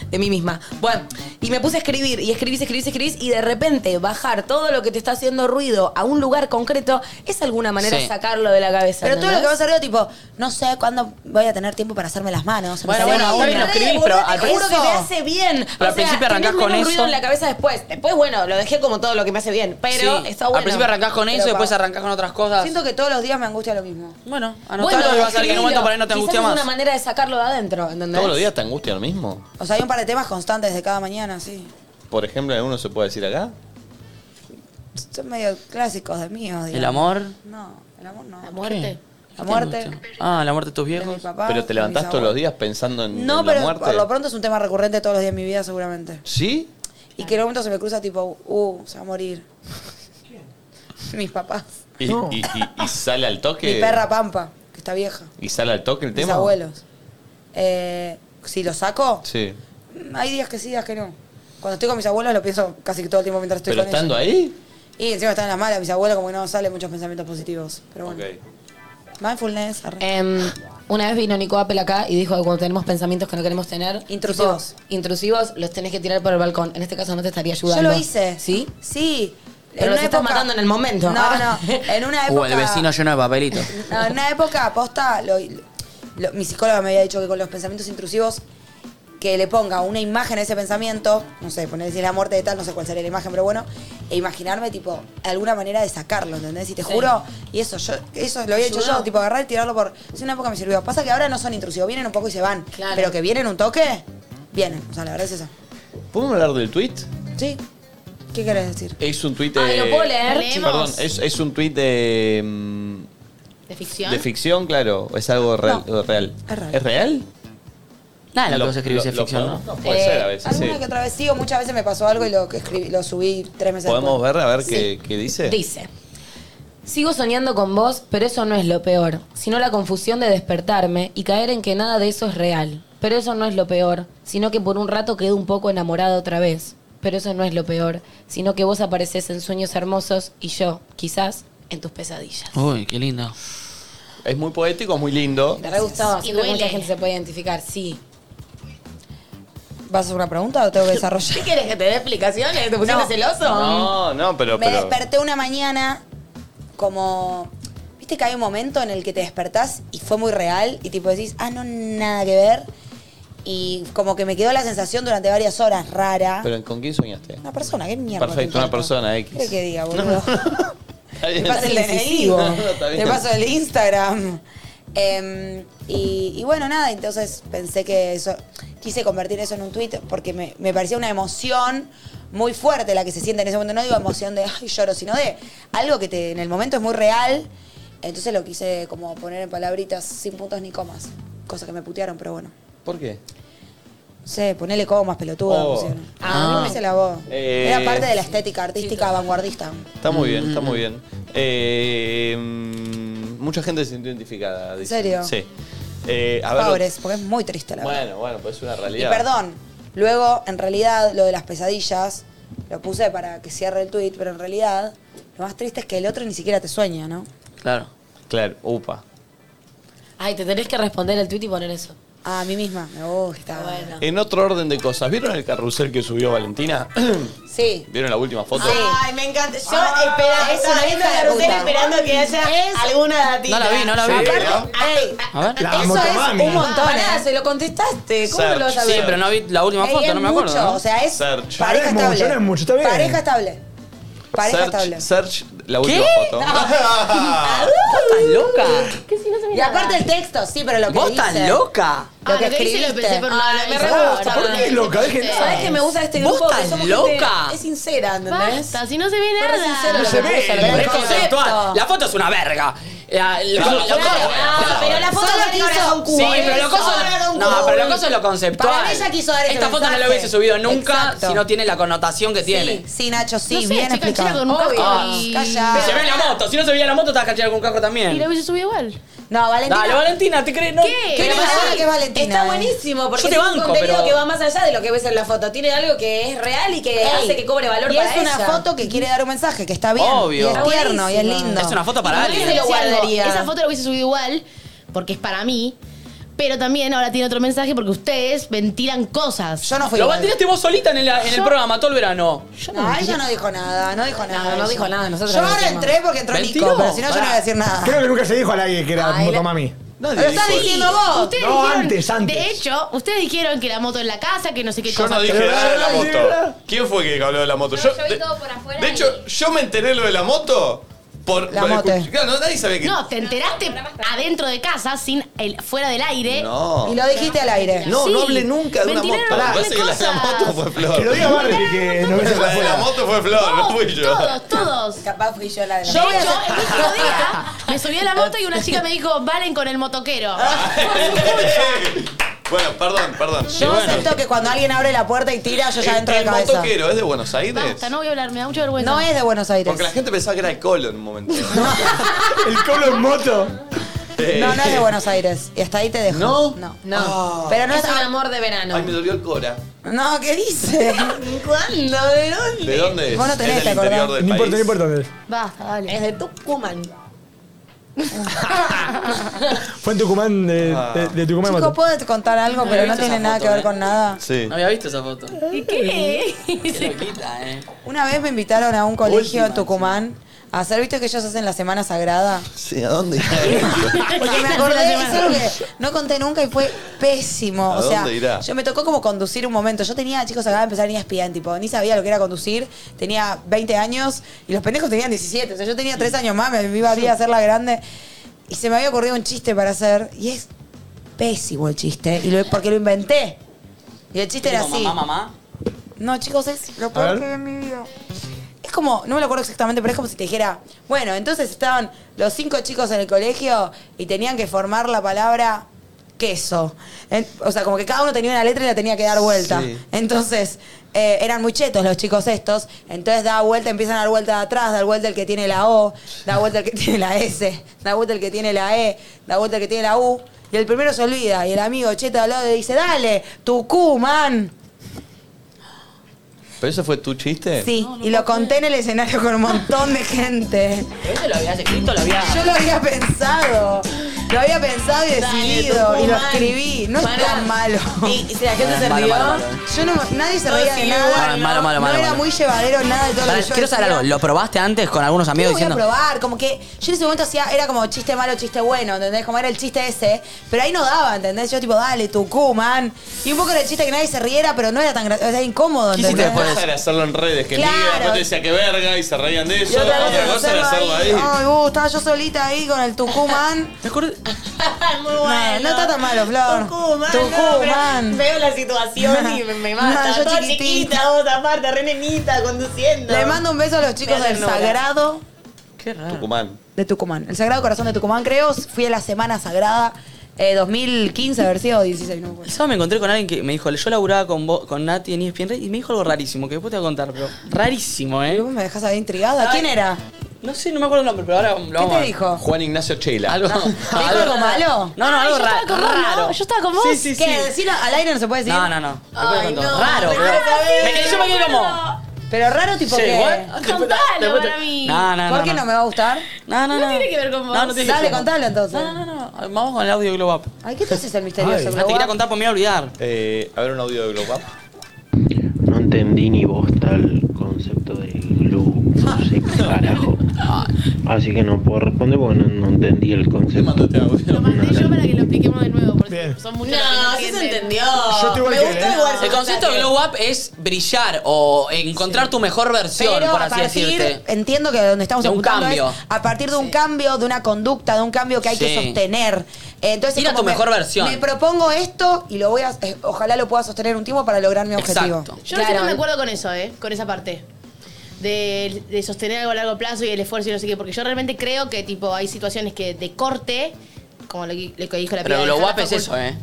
[SPEAKER 5] de mí misma. Bueno, y me puse a escribir, y escribís, escribís, escribís, y de repente bajar todo lo que te está haciendo ruido a un lugar concreto es alguna manera
[SPEAKER 3] Sí.
[SPEAKER 5] sacarlo de la cabeza.
[SPEAKER 2] Pero todo lo que
[SPEAKER 5] ¿entendés?
[SPEAKER 2] vas a ver, tipo, no sé cuándo voy a tener tiempo para hacerme las manos. se me
[SPEAKER 3] Bueno,
[SPEAKER 2] sale una
[SPEAKER 3] bueno, está bien,
[SPEAKER 2] una.
[SPEAKER 3] lo escribí,
[SPEAKER 5] Re,
[SPEAKER 3] pero
[SPEAKER 5] boludo,
[SPEAKER 3] al
[SPEAKER 5] te juro que
[SPEAKER 2] principio-
[SPEAKER 5] me hace bien.
[SPEAKER 3] Pero al principio arrancás
[SPEAKER 5] tenés
[SPEAKER 3] con
[SPEAKER 5] menos ruido
[SPEAKER 3] eso.
[SPEAKER 5] en la cabeza después. Después, bueno, lo dejé como todo lo que me hace bien. Pero
[SPEAKER 3] Sí.
[SPEAKER 5] está bueno.
[SPEAKER 3] Al principio arrancás con
[SPEAKER 2] Pero
[SPEAKER 3] eso, después
[SPEAKER 2] pa-
[SPEAKER 3] arrancás con otras cosas.
[SPEAKER 2] Siento que todos los días me angustia lo mismo.
[SPEAKER 3] Bueno,
[SPEAKER 5] Bueno,
[SPEAKER 3] anotalo y vas a ver que en un momento por ahí no te
[SPEAKER 5] escribilo.
[SPEAKER 3] angustia
[SPEAKER 5] Quizás Es
[SPEAKER 3] más.
[SPEAKER 5] una manera de sacarlo de adentro, ¿entendés?
[SPEAKER 1] ¿Todos los días te angustia lo mismo?
[SPEAKER 2] O sea, hay un par de temas constantes de cada mañana, sí.
[SPEAKER 1] Por ejemplo, ¿alguno se puede decir acá?
[SPEAKER 2] Son medio clásicos de mío, digamos.
[SPEAKER 3] El amor.
[SPEAKER 2] No, el amor no.
[SPEAKER 4] La muerte.
[SPEAKER 2] La muerte.
[SPEAKER 3] Ah, la muerte de tus
[SPEAKER 2] De mi
[SPEAKER 3] viejos.
[SPEAKER 2] papá.
[SPEAKER 1] ¿Pero te
[SPEAKER 2] de
[SPEAKER 1] levantás
[SPEAKER 2] mis
[SPEAKER 1] todos los
[SPEAKER 2] abuelos.
[SPEAKER 1] días pensando en,
[SPEAKER 2] No,
[SPEAKER 1] en la
[SPEAKER 2] pero
[SPEAKER 1] muerte?
[SPEAKER 2] por lo pronto es un tema recurrente todos los días de mi vida, seguramente.
[SPEAKER 1] ¿Sí?
[SPEAKER 2] Y que en algún momento se me cruza, tipo, uh, se va a
[SPEAKER 3] *laughs*
[SPEAKER 2] morir. Mis papás.
[SPEAKER 1] ¿Y, y- y- y sale al toque?
[SPEAKER 2] Mi perra Pampa, que está vieja.
[SPEAKER 1] ¿Y sale al toque el
[SPEAKER 2] Mis
[SPEAKER 1] tema?
[SPEAKER 2] abuelos. Eh, si lo saco,
[SPEAKER 1] Sí.
[SPEAKER 2] hay días que sí, días que no. Cuando estoy con mis abuelos lo pienso casi todo el tiempo mientras estoy
[SPEAKER 1] ¿Pero
[SPEAKER 2] con
[SPEAKER 1] estando
[SPEAKER 2] ellos.
[SPEAKER 1] ahí?
[SPEAKER 2] Y encima están las malas, mis abuelos como que no salen muchos pensamientos positivos. Pero bueno. Mindfulness, arre.
[SPEAKER 5] Em, una vez vino Nico Apple acá y dijo que cuando tenemos pensamientos que no queremos tener.
[SPEAKER 2] Intrusivos.
[SPEAKER 5] tipo, intrusivos, los tenés que tirar por el balcón. En este caso no te estaría
[SPEAKER 2] Yo
[SPEAKER 5] ayudando.
[SPEAKER 2] lo hice.
[SPEAKER 5] ¿Sí?
[SPEAKER 2] Sí.
[SPEAKER 5] Pero los estás matando en el momento. *laughs*
[SPEAKER 2] No, no. En una época.
[SPEAKER 3] Uh, el vecino lleno de papelitos.
[SPEAKER 2] No, en una época, aposta, lo- lo- mi psicóloga me había dicho que con los pensamientos intrusivos, que le ponga una imagen a ese pensamiento, no sé, poner decir la muerte de tal, no sé cuál sería la imagen, pero bueno, e imaginarme, tipo, alguna manera de sacarlo, ¿entendés? Y te juro, y eso yo, eso lo había hecho
[SPEAKER 5] ¿Ayudó?
[SPEAKER 2] yo, tipo, agarrar y tirarlo por. Es una época me sirvió. Pasa que ahora no son intrusivos, vienen un poco y se van.
[SPEAKER 5] Claro.
[SPEAKER 2] Pero que vienen un toque, vienen. O sea, la verdad es eso.
[SPEAKER 1] ¿Podemos hablar del tweet?
[SPEAKER 2] Sí. ¿Qué querés decir?
[SPEAKER 1] Es un tweet.
[SPEAKER 3] Ah,
[SPEAKER 5] Ay, ¿lo puedo leer?
[SPEAKER 4] ¿Leemos?
[SPEAKER 1] Perdón, es, es un tweet de. mm,
[SPEAKER 4] ¿De ficción?
[SPEAKER 1] de ficción, claro. ¿O es algo real? eh,
[SPEAKER 2] No,
[SPEAKER 1] real?
[SPEAKER 2] es real.
[SPEAKER 1] ¿Es real?
[SPEAKER 3] Nada, de lo,
[SPEAKER 1] Lo-
[SPEAKER 3] que vos escribís
[SPEAKER 1] lo-
[SPEAKER 3] es
[SPEAKER 1] lo
[SPEAKER 3] ficción, ¿no?
[SPEAKER 1] podemos- puede ser a veces, sí.
[SPEAKER 2] Eh, Alguna que otra vez sí, o muchas veces me pasó algo y lo que escribí, lo subí tres meses
[SPEAKER 1] ¿Podemos
[SPEAKER 2] después.
[SPEAKER 1] ver a ver qué, qué dice?
[SPEAKER 5] Dice. Sigo soñando con vos, pero eso no es lo peor, sino la confusión de despertarme y caer en que nada de eso es real. Pero eso no es lo peor, sino que por un rato quedo un poco enamorado otra vez. Pero eso no es lo peor, sino que vos apareces en sueños hermosos y yo, quizás, en tus pesadillas.
[SPEAKER 3] Uy, qué lindo.
[SPEAKER 1] Es muy poético, es muy lindo.
[SPEAKER 5] Me re gustó, siento que
[SPEAKER 4] duele.
[SPEAKER 5] mucha gente se puede identificar, sí.
[SPEAKER 2] ¿Vas a hacer una pregunta
[SPEAKER 5] *laughs*
[SPEAKER 2] o tengo que desarrollar?
[SPEAKER 5] ¿Qué quieres que te dé explicaciones? ¿Te pusiste
[SPEAKER 2] No.
[SPEAKER 5] celoso?
[SPEAKER 1] No, no, pero.
[SPEAKER 2] Me
[SPEAKER 1] pero-
[SPEAKER 2] desperté una mañana como. Viste que hay un momento en el que te despertás y fue muy real y tipo decís, ah, no, nada que ver. Y como que me quedó la sensación durante varias horas rara.
[SPEAKER 1] pero ¿con quién soñaste?
[SPEAKER 2] una persona, qué mierda.
[SPEAKER 1] Perfecto, una persona X.
[SPEAKER 2] ¿Qué que
[SPEAKER 1] *laughs*
[SPEAKER 2] diga, boludo?
[SPEAKER 1] Está
[SPEAKER 2] Te
[SPEAKER 1] bien.
[SPEAKER 2] paso el DNI,
[SPEAKER 1] No, no, está bien.
[SPEAKER 2] te paso el Instagram. Em, y, y bueno, nada, entonces pensé que eso, quise convertir eso en un tweet porque me, me parecía una emoción muy fuerte la que se siente en ese momento. No digo emoción de, ay, lloro, sino de algo que te- en el momento es muy real. Entonces lo quise como poner en palabritas sin puntos ni comas. Cosa que me putearon, pero bueno.
[SPEAKER 1] ¿Por qué?
[SPEAKER 2] No sé, ponele comas, pelotuda.
[SPEAKER 1] Oh.
[SPEAKER 2] pusieron.
[SPEAKER 3] Ah.
[SPEAKER 2] A mí me hice la voz.
[SPEAKER 1] Eh.
[SPEAKER 2] Era parte de la estética artística vanguardista.
[SPEAKER 1] Está muy bien,
[SPEAKER 3] Mm.
[SPEAKER 1] está muy bien. Eh, mm, mucha gente se sintió identificada. ¿En
[SPEAKER 2] serio?
[SPEAKER 1] Sí. Eh, a ver,
[SPEAKER 2] Pobres, porque es muy triste la verdad.
[SPEAKER 1] Bueno, bueno, pues es una
[SPEAKER 2] Y
[SPEAKER 1] realidad.
[SPEAKER 2] perdón, luego en realidad lo de las pesadillas lo puse para que cierre el tweet, pero en realidad lo más triste es que el otro ni siquiera te sueña, ¿no?
[SPEAKER 3] Claro.
[SPEAKER 1] Claro, upa.
[SPEAKER 5] Ay, te tenés que responder al tweet y poner eso.
[SPEAKER 2] A mí misma, me gusta.
[SPEAKER 5] Bueno.
[SPEAKER 1] En otro orden de cosas, ¿vieron el carrusel que subió
[SPEAKER 2] *coughs*
[SPEAKER 1] Valentina?
[SPEAKER 2] Sí.
[SPEAKER 1] ¿Vieron la última foto?
[SPEAKER 2] Sí.
[SPEAKER 10] me encanta. Yo
[SPEAKER 5] Ah,
[SPEAKER 10] espera,
[SPEAKER 2] es una hija de puta.
[SPEAKER 10] que haya alguna datita.
[SPEAKER 3] No la vi, no la vi.
[SPEAKER 1] ¿no?
[SPEAKER 2] Ey,
[SPEAKER 3] A ver.
[SPEAKER 6] La
[SPEAKER 2] eso es
[SPEAKER 6] mocamami.
[SPEAKER 2] un montón.
[SPEAKER 5] Pará,
[SPEAKER 2] ¿eh?
[SPEAKER 5] se lo contestaste. ¿Cómo no lo vas a
[SPEAKER 1] Search.
[SPEAKER 3] Sí,
[SPEAKER 5] ver?
[SPEAKER 3] pero no vi la última
[SPEAKER 2] Ey,
[SPEAKER 3] foto,
[SPEAKER 2] es
[SPEAKER 3] no me acuerdo.
[SPEAKER 2] mucho,
[SPEAKER 3] ¿no?
[SPEAKER 2] o sea, es
[SPEAKER 1] Search.
[SPEAKER 2] pareja
[SPEAKER 6] Ya no es
[SPEAKER 2] estable.
[SPEAKER 6] mucho, no es mucho, está bien.
[SPEAKER 2] Pareja estable. Pareja
[SPEAKER 1] Search-
[SPEAKER 2] estable.
[SPEAKER 1] Search, la última
[SPEAKER 2] *laughs*
[SPEAKER 1] foto.
[SPEAKER 2] Ah, uh.
[SPEAKER 3] ¿Vos estás loca?
[SPEAKER 2] Y aparte el texto, sí, pero lo que
[SPEAKER 3] ¿Vos estás
[SPEAKER 2] dice,
[SPEAKER 3] loca?
[SPEAKER 4] Ah,
[SPEAKER 2] Lo que
[SPEAKER 4] dice lo pensé
[SPEAKER 2] escribiste.
[SPEAKER 4] por una
[SPEAKER 5] me
[SPEAKER 4] vez.
[SPEAKER 5] re
[SPEAKER 4] Ah,
[SPEAKER 5] gusta.
[SPEAKER 4] no,
[SPEAKER 5] ¿Por
[SPEAKER 4] no,
[SPEAKER 6] qué es
[SPEAKER 4] no,
[SPEAKER 6] loca?
[SPEAKER 4] no, no,
[SPEAKER 6] Dejen-
[SPEAKER 4] no,
[SPEAKER 5] ¿Sabés que me gusta este
[SPEAKER 3] Vos
[SPEAKER 5] grupo? Que
[SPEAKER 3] estás
[SPEAKER 5] somos
[SPEAKER 3] loca.
[SPEAKER 5] Gente, es sincera, ¿entendés?
[SPEAKER 4] Basta, si no se ve
[SPEAKER 5] Pero
[SPEAKER 4] nada.
[SPEAKER 5] sincero,
[SPEAKER 6] se ve.
[SPEAKER 3] Pero es
[SPEAKER 5] concepto.
[SPEAKER 3] conceptual. La foto es una verga. La- lo-
[SPEAKER 1] Pero-
[SPEAKER 3] lo-
[SPEAKER 1] Claro,
[SPEAKER 3] lo-
[SPEAKER 5] Ah, pero la foto
[SPEAKER 2] Solo
[SPEAKER 5] no tiene
[SPEAKER 2] quiso-
[SPEAKER 5] corazón cubo.
[SPEAKER 3] Sí, pero lo coso, no, pero lo coso es lo conceptual.
[SPEAKER 2] Para mí ella quiso dar este ese
[SPEAKER 3] Esta foto no la
[SPEAKER 2] mensaje.
[SPEAKER 3] hubiese subido nunca
[SPEAKER 2] Exacto.
[SPEAKER 3] si no tiene la connotación que tiene.
[SPEAKER 2] Sí, sí, Nacho, sí,
[SPEAKER 4] No sé,
[SPEAKER 2] bien
[SPEAKER 4] se cachera
[SPEAKER 2] explicado.
[SPEAKER 4] con un
[SPEAKER 5] Obvio.
[SPEAKER 4] casco y-
[SPEAKER 2] Calla.
[SPEAKER 3] Y se ve la moto. Si no se veía la moto, estás cachando con un casco también.
[SPEAKER 4] Y lo hubiese subido igual.
[SPEAKER 2] No, Valentina.
[SPEAKER 3] Dale, Valentina, ¿te crees? No.
[SPEAKER 4] ¿Qué?
[SPEAKER 5] Pero
[SPEAKER 2] Pero pará,
[SPEAKER 5] pará,
[SPEAKER 2] que es Valentina,
[SPEAKER 5] Está
[SPEAKER 2] eh.
[SPEAKER 5] buenísimo porque
[SPEAKER 3] Yo te
[SPEAKER 5] es un
[SPEAKER 3] banco,
[SPEAKER 5] contenido
[SPEAKER 3] pero-
[SPEAKER 5] que va más allá de lo que ves en la foto. Tiene algo que es real y que
[SPEAKER 2] Ey,
[SPEAKER 5] hace que cobre valor
[SPEAKER 2] y
[SPEAKER 5] para
[SPEAKER 2] es una
[SPEAKER 5] ella.
[SPEAKER 2] foto que quiere dar un mensaje, que está bien.
[SPEAKER 3] Obvio.
[SPEAKER 2] Y es tierno, y es
[SPEAKER 5] Buenísimo.
[SPEAKER 2] lindo.
[SPEAKER 3] Es una foto para
[SPEAKER 5] Y
[SPEAKER 3] alguien.
[SPEAKER 5] no se lo
[SPEAKER 4] Decía algo,
[SPEAKER 5] guardaría.
[SPEAKER 4] Esa foto la hubiese subido igual, porque es para mí. Pero también ahora tiene otro mensaje porque ustedes ventilan cosas.
[SPEAKER 2] Yo no fui.
[SPEAKER 3] Lo
[SPEAKER 2] igual.
[SPEAKER 3] mantiraste vos solita en el, en el
[SPEAKER 4] Yo-
[SPEAKER 3] programa todo el verano.
[SPEAKER 2] No, ella no dijo nada, no dijo nada.
[SPEAKER 5] no
[SPEAKER 2] ella.
[SPEAKER 5] dijo nada, nosotros
[SPEAKER 2] Yo
[SPEAKER 5] no
[SPEAKER 2] ahora
[SPEAKER 5] dijimos.
[SPEAKER 2] entré porque entró Nico,
[SPEAKER 3] Mentiró.
[SPEAKER 2] pero si no yo no
[SPEAKER 3] Pará.
[SPEAKER 2] iba a decir nada.
[SPEAKER 6] Creo que nunca se dijo al aire que era
[SPEAKER 5] Ay, la-
[SPEAKER 6] Motomami.
[SPEAKER 1] Nadie
[SPEAKER 2] Lo
[SPEAKER 1] dijo
[SPEAKER 2] estás
[SPEAKER 1] eso.
[SPEAKER 2] diciendo vos.
[SPEAKER 4] Ustedes
[SPEAKER 6] No, antes, antes.
[SPEAKER 4] De hecho, ustedes dijeron que la moto en la casa, que no sé qué
[SPEAKER 1] Yo
[SPEAKER 4] cosa.
[SPEAKER 1] no dije
[SPEAKER 6] Pero
[SPEAKER 1] nada de la
[SPEAKER 6] verdad, sí,
[SPEAKER 1] moto.
[SPEAKER 6] verdad.
[SPEAKER 1] ¿Quién fue que habló de la moto?
[SPEAKER 10] yo vi todo
[SPEAKER 2] Eh.
[SPEAKER 10] por afuera
[SPEAKER 1] De
[SPEAKER 10] y-
[SPEAKER 1] hecho, yo me enteré lo de la moto por.
[SPEAKER 2] La
[SPEAKER 1] por-
[SPEAKER 2] moto.
[SPEAKER 1] Claro, no, nadie sabía que.
[SPEAKER 4] No, te enteraste adentro de casa, sin el, fuera del aire.
[SPEAKER 1] No.
[SPEAKER 2] Y lo dijiste al aire.
[SPEAKER 1] No,
[SPEAKER 4] Sí.
[SPEAKER 1] no hablé nunca de una moto.
[SPEAKER 4] Mentiraron
[SPEAKER 1] Me
[SPEAKER 4] un
[SPEAKER 1] parece que la,
[SPEAKER 4] montón de
[SPEAKER 1] la moto fue
[SPEAKER 4] cosas.
[SPEAKER 6] Que lo
[SPEAKER 1] Flor.
[SPEAKER 6] diga Barry, que Eh, no ves
[SPEAKER 1] La de la moto fue Flor, no fui yo.
[SPEAKER 4] Todos, todos.
[SPEAKER 2] Capaz fui yo la de la
[SPEAKER 4] Yo, de hecho, el mismo día me subí a la moto y una chica me dijo, valen con el motoquero.
[SPEAKER 2] Ah.
[SPEAKER 1] bueno, perdón, perdón.
[SPEAKER 2] Yo
[SPEAKER 1] bueno,
[SPEAKER 2] acepto que cuando alguien abre la puerta y tira, yo ya entro de
[SPEAKER 1] el
[SPEAKER 2] cabeza.
[SPEAKER 1] motoquero es de Buenos Aires.
[SPEAKER 4] Basta, no voy a hablar, me da mucha vergüenza.
[SPEAKER 2] No es de Buenos Aires.
[SPEAKER 1] Porque la gente pensaba que era el colo en
[SPEAKER 6] *laughs*
[SPEAKER 1] un momento.
[SPEAKER 6] El colo en moto.
[SPEAKER 1] Eh,
[SPEAKER 2] No, no es de Buenos Aires. Y hasta ahí te dejo.
[SPEAKER 1] ¿No?
[SPEAKER 2] No. Oh.
[SPEAKER 5] No.
[SPEAKER 2] Pero no
[SPEAKER 5] es
[SPEAKER 2] es.
[SPEAKER 5] un amor de verano.
[SPEAKER 1] Ay, me dolió el cora.
[SPEAKER 2] No,
[SPEAKER 1] *laughs*
[SPEAKER 2] ¿qué dice?
[SPEAKER 5] *laughs* ¿Cuándo? ¿De dónde?
[SPEAKER 1] ¿De dónde es?
[SPEAKER 2] Vos no tenés,
[SPEAKER 1] es
[SPEAKER 2] ¿te
[SPEAKER 1] del
[SPEAKER 2] acordás?
[SPEAKER 1] interior del
[SPEAKER 6] No importa, no
[SPEAKER 1] país.
[SPEAKER 6] importa. dónde es.
[SPEAKER 4] Basta,
[SPEAKER 2] Ah,
[SPEAKER 4] dale.
[SPEAKER 5] Es de Tucumán.
[SPEAKER 6] Fue en Tucumán, de,
[SPEAKER 1] Ah.
[SPEAKER 6] de- de Tucumán
[SPEAKER 2] Chico,
[SPEAKER 6] moto.
[SPEAKER 2] ¿puedo contar algo? Pero no
[SPEAKER 3] viste
[SPEAKER 2] tiene
[SPEAKER 3] esa
[SPEAKER 2] nada
[SPEAKER 3] foto,
[SPEAKER 2] que ver
[SPEAKER 3] eh.
[SPEAKER 2] con nada.
[SPEAKER 1] Sí.
[SPEAKER 3] No había visto esa foto.
[SPEAKER 4] ¿Y qué?
[SPEAKER 2] *laughs*
[SPEAKER 3] Qué loquita, eh.
[SPEAKER 2] Una vez me invitaron a un colegio en Tucumán hacer, ¿viste que ellos hacen la
[SPEAKER 1] *laughs*
[SPEAKER 2] Semana Sagrada?
[SPEAKER 1] Sí, ¿a dónde?
[SPEAKER 2] Porque me acordé, es algo que no conté nunca y fue pésimo.
[SPEAKER 1] ¿A
[SPEAKER 2] o sea,
[SPEAKER 1] dónde irá?
[SPEAKER 2] yo me tocó como conducir un momento. Yo tenía, chicos, acá de empezar niña espía, tipo, ni sabía lo que era conducir. Tenía 20 años y los pendejos tenían 17. O sea, yo tenía 3 años más, me iba a ir a hacer la grande. Y se me había ocurrido un chiste para hacer. Y es pésimo el chiste. Y lo- porque lo inventé. Y el chiste era
[SPEAKER 3] Digo,
[SPEAKER 2] así.
[SPEAKER 3] Mamá, mamá.
[SPEAKER 2] No, chicos, es lo peor
[SPEAKER 3] ver.
[SPEAKER 2] que vi en mi vida. Es como, no me lo acuerdo exactamente, pero es como si te dijera, bueno, entonces estaban los cinco chicos en el colegio y tenían que formar la palabra queso. En- o sea, como que cada uno tenía una letra y la tenía que dar vuelta.
[SPEAKER 10] Sí.
[SPEAKER 2] Entonces, eh, eran muy chetos los chicos estos. Entonces da vuelta, empiezan a dar vuelta de atrás, da vuelta el que tiene la O, da vuelta el que tiene la S, da vuelta el que tiene la E, da vuelta el que tiene la U. Y el primero se olvida y el amigo cheto al lado le dice, dale, Tucumán.
[SPEAKER 1] ¿Pero ese fue tu chiste?
[SPEAKER 2] Sí, y lo conté en el escenario con un montón de gente.
[SPEAKER 3] ¿Ese lo habías escrito? Lo había...
[SPEAKER 2] Yo lo había pensado. Lo había pensado y
[SPEAKER 3] Dale,
[SPEAKER 2] decidido. y lo
[SPEAKER 3] Tucumán.
[SPEAKER 2] escribí. No es
[SPEAKER 3] Pará.
[SPEAKER 2] tan malo.
[SPEAKER 3] Y- y si la gente se Malo, rió. malo, malo.
[SPEAKER 2] Yo no, nadie se
[SPEAKER 3] No,
[SPEAKER 2] reía de
[SPEAKER 3] sí,
[SPEAKER 2] nada.
[SPEAKER 3] igual, Ah, Malo, malo,
[SPEAKER 2] No
[SPEAKER 3] malo,
[SPEAKER 2] era
[SPEAKER 3] malo.
[SPEAKER 2] muy llevadero nada de todo
[SPEAKER 3] Pará,
[SPEAKER 2] lo que yo
[SPEAKER 3] quiero saber
[SPEAKER 2] decía.
[SPEAKER 3] algo. ¿Lo probaste antes con algunos
[SPEAKER 2] Lo
[SPEAKER 3] amigos
[SPEAKER 2] voy a
[SPEAKER 3] diciendo?
[SPEAKER 2] probar, como que yo en ese momento hacía, era como chiste malo, chiste bueno, ¿entendés? Como era el chiste ese, pero ahí no daba, ¿entendés? Yo tipo, dale, Tucumán. Y un poco era el chiste que nadie se riera, pero no era tan gracioso, era incómodo,
[SPEAKER 1] ¿Qué hiciste
[SPEAKER 2] ¿entendés?
[SPEAKER 1] después? Una cosa era hacerlo en redes, que
[SPEAKER 2] Claro.
[SPEAKER 1] ni después te decía que verga y se reían de
[SPEAKER 2] Y
[SPEAKER 1] eso.
[SPEAKER 2] otra
[SPEAKER 1] Otra,
[SPEAKER 2] vez
[SPEAKER 1] cosa era
[SPEAKER 2] hacerlo Oh,
[SPEAKER 1] hacerlo ahí.
[SPEAKER 2] Ay, vos, estaba yo solita ahí con el Tucumán. *laughs*
[SPEAKER 10] Muy
[SPEAKER 2] No,
[SPEAKER 10] bueno.
[SPEAKER 2] no está tan malo, Flor.
[SPEAKER 10] Tucumán,
[SPEAKER 2] Tucumán.
[SPEAKER 10] no, pero veo la situación
[SPEAKER 2] *laughs*
[SPEAKER 10] y me, me mata.
[SPEAKER 2] No, yo
[SPEAKER 10] Toda
[SPEAKER 2] chiquitita.
[SPEAKER 10] chiquita, vos aparte, re nenita, conduciendo.
[SPEAKER 2] Le mando un beso a los chicos
[SPEAKER 10] Me da
[SPEAKER 2] del
[SPEAKER 10] ternura.
[SPEAKER 2] Sagrado.
[SPEAKER 1] Tucumán.
[SPEAKER 2] De Tucumán. El Sagrado Corazón de Tucumán, creo. Fui a la Semana Sagrada eh, 2015, a ver si o 16, no me acuerdo.
[SPEAKER 3] El sábado me encontré con alguien que me dijo, yo laburaba con, vos- con Nati en E ESPN Red", y me dijo algo rarísimo, que después te voy a contar, pero rarísimo, ¿eh?
[SPEAKER 2] Vos me dejas ahí intrigada. ¿Quién era?
[SPEAKER 3] No sé, no me acuerdo el nombre, pero ahora lo vamos a
[SPEAKER 2] te
[SPEAKER 3] ver.
[SPEAKER 2] dijo?
[SPEAKER 1] Juan Ignacio Chela.
[SPEAKER 2] *laughs*
[SPEAKER 3] Algo,
[SPEAKER 2] ¿Te dijo algo malo?
[SPEAKER 3] No, no, algo
[SPEAKER 4] yo estaba
[SPEAKER 3] raro.
[SPEAKER 4] con vos, ¿no?
[SPEAKER 3] raro.
[SPEAKER 4] Yo estaba con vos.
[SPEAKER 3] Sí, sí, sí.
[SPEAKER 2] ¿Qué? Decirlo al aire no se puede decir.
[SPEAKER 3] No, no, no. Después
[SPEAKER 10] Ay,
[SPEAKER 3] te cuento.
[SPEAKER 10] no,
[SPEAKER 3] raro,
[SPEAKER 10] te
[SPEAKER 3] bro.
[SPEAKER 10] quiero saber.
[SPEAKER 3] Me quedé, yo me quedé como...
[SPEAKER 2] Pero raro tipo
[SPEAKER 3] "Che,
[SPEAKER 2] que.
[SPEAKER 3] what?" Después te-
[SPEAKER 4] Contalo
[SPEAKER 3] después te-
[SPEAKER 4] para mí.
[SPEAKER 3] No, no, no.
[SPEAKER 2] ¿Por qué no me va a gustar?
[SPEAKER 3] No, no, no.
[SPEAKER 4] No tiene que ver con vos.
[SPEAKER 3] No, no tiene que
[SPEAKER 2] Dale,
[SPEAKER 3] ver con-
[SPEAKER 2] contalo entonces.
[SPEAKER 3] No, no, no. Vamos con el audio de Glow Up.
[SPEAKER 2] Ay, ¿qué te haces el misterioso?
[SPEAKER 3] No te quería
[SPEAKER 2] Globo?
[SPEAKER 3] contar, por me iba a olvidar.
[SPEAKER 1] Eh, a ver un audio de Global.
[SPEAKER 11] No entendí ni vos tal concepto de glue, no sé qué carajo. Así que no puedo responder porque no, no entendí el concepto.
[SPEAKER 4] Lo mandé yo para que lo expliquemos de nuevo, porque
[SPEAKER 6] Bien.
[SPEAKER 4] son muchos. los que
[SPEAKER 10] No, sí se
[SPEAKER 4] entienden.
[SPEAKER 10] entendió.
[SPEAKER 6] Yo estoy igual
[SPEAKER 10] me
[SPEAKER 6] que
[SPEAKER 10] gustó
[SPEAKER 6] él, ¿eh?
[SPEAKER 10] igual.
[SPEAKER 3] El concepto de Glow Up es brillar o encontrar tu mejor versión,
[SPEAKER 2] Pero
[SPEAKER 3] por
[SPEAKER 2] a
[SPEAKER 3] así
[SPEAKER 2] partir,
[SPEAKER 3] decirte.
[SPEAKER 2] entiendo que donde estamos
[SPEAKER 3] De un
[SPEAKER 2] apuntando
[SPEAKER 3] cambio.
[SPEAKER 2] es a partir de un cambio, de una conducta, de un cambio que hay que
[SPEAKER 3] Sí.
[SPEAKER 2] sostener. Eh, Entonces,
[SPEAKER 3] Ir a
[SPEAKER 2] como
[SPEAKER 3] tu
[SPEAKER 2] me-
[SPEAKER 3] mejor versión.
[SPEAKER 2] Me propongo esto y lo voy a, eh, ojalá lo pueda sostener un tiempo para lograr mi objetivo.
[SPEAKER 3] Exacto.
[SPEAKER 4] Yo no estoy
[SPEAKER 5] Claro.
[SPEAKER 4] tan de acuerdo con eso, ¿eh? Con esa parte. De, de sostener algo a largo plazo y el esfuerzo y no sé qué. Porque yo realmente creo que, tipo, hay situaciones que de corte, como lo, que- lo que dijo la
[SPEAKER 3] Pero
[SPEAKER 4] piba,
[SPEAKER 3] Glow
[SPEAKER 4] dejar
[SPEAKER 3] Up
[SPEAKER 4] la
[SPEAKER 3] es
[SPEAKER 4] facu-
[SPEAKER 3] eso, ¿eh?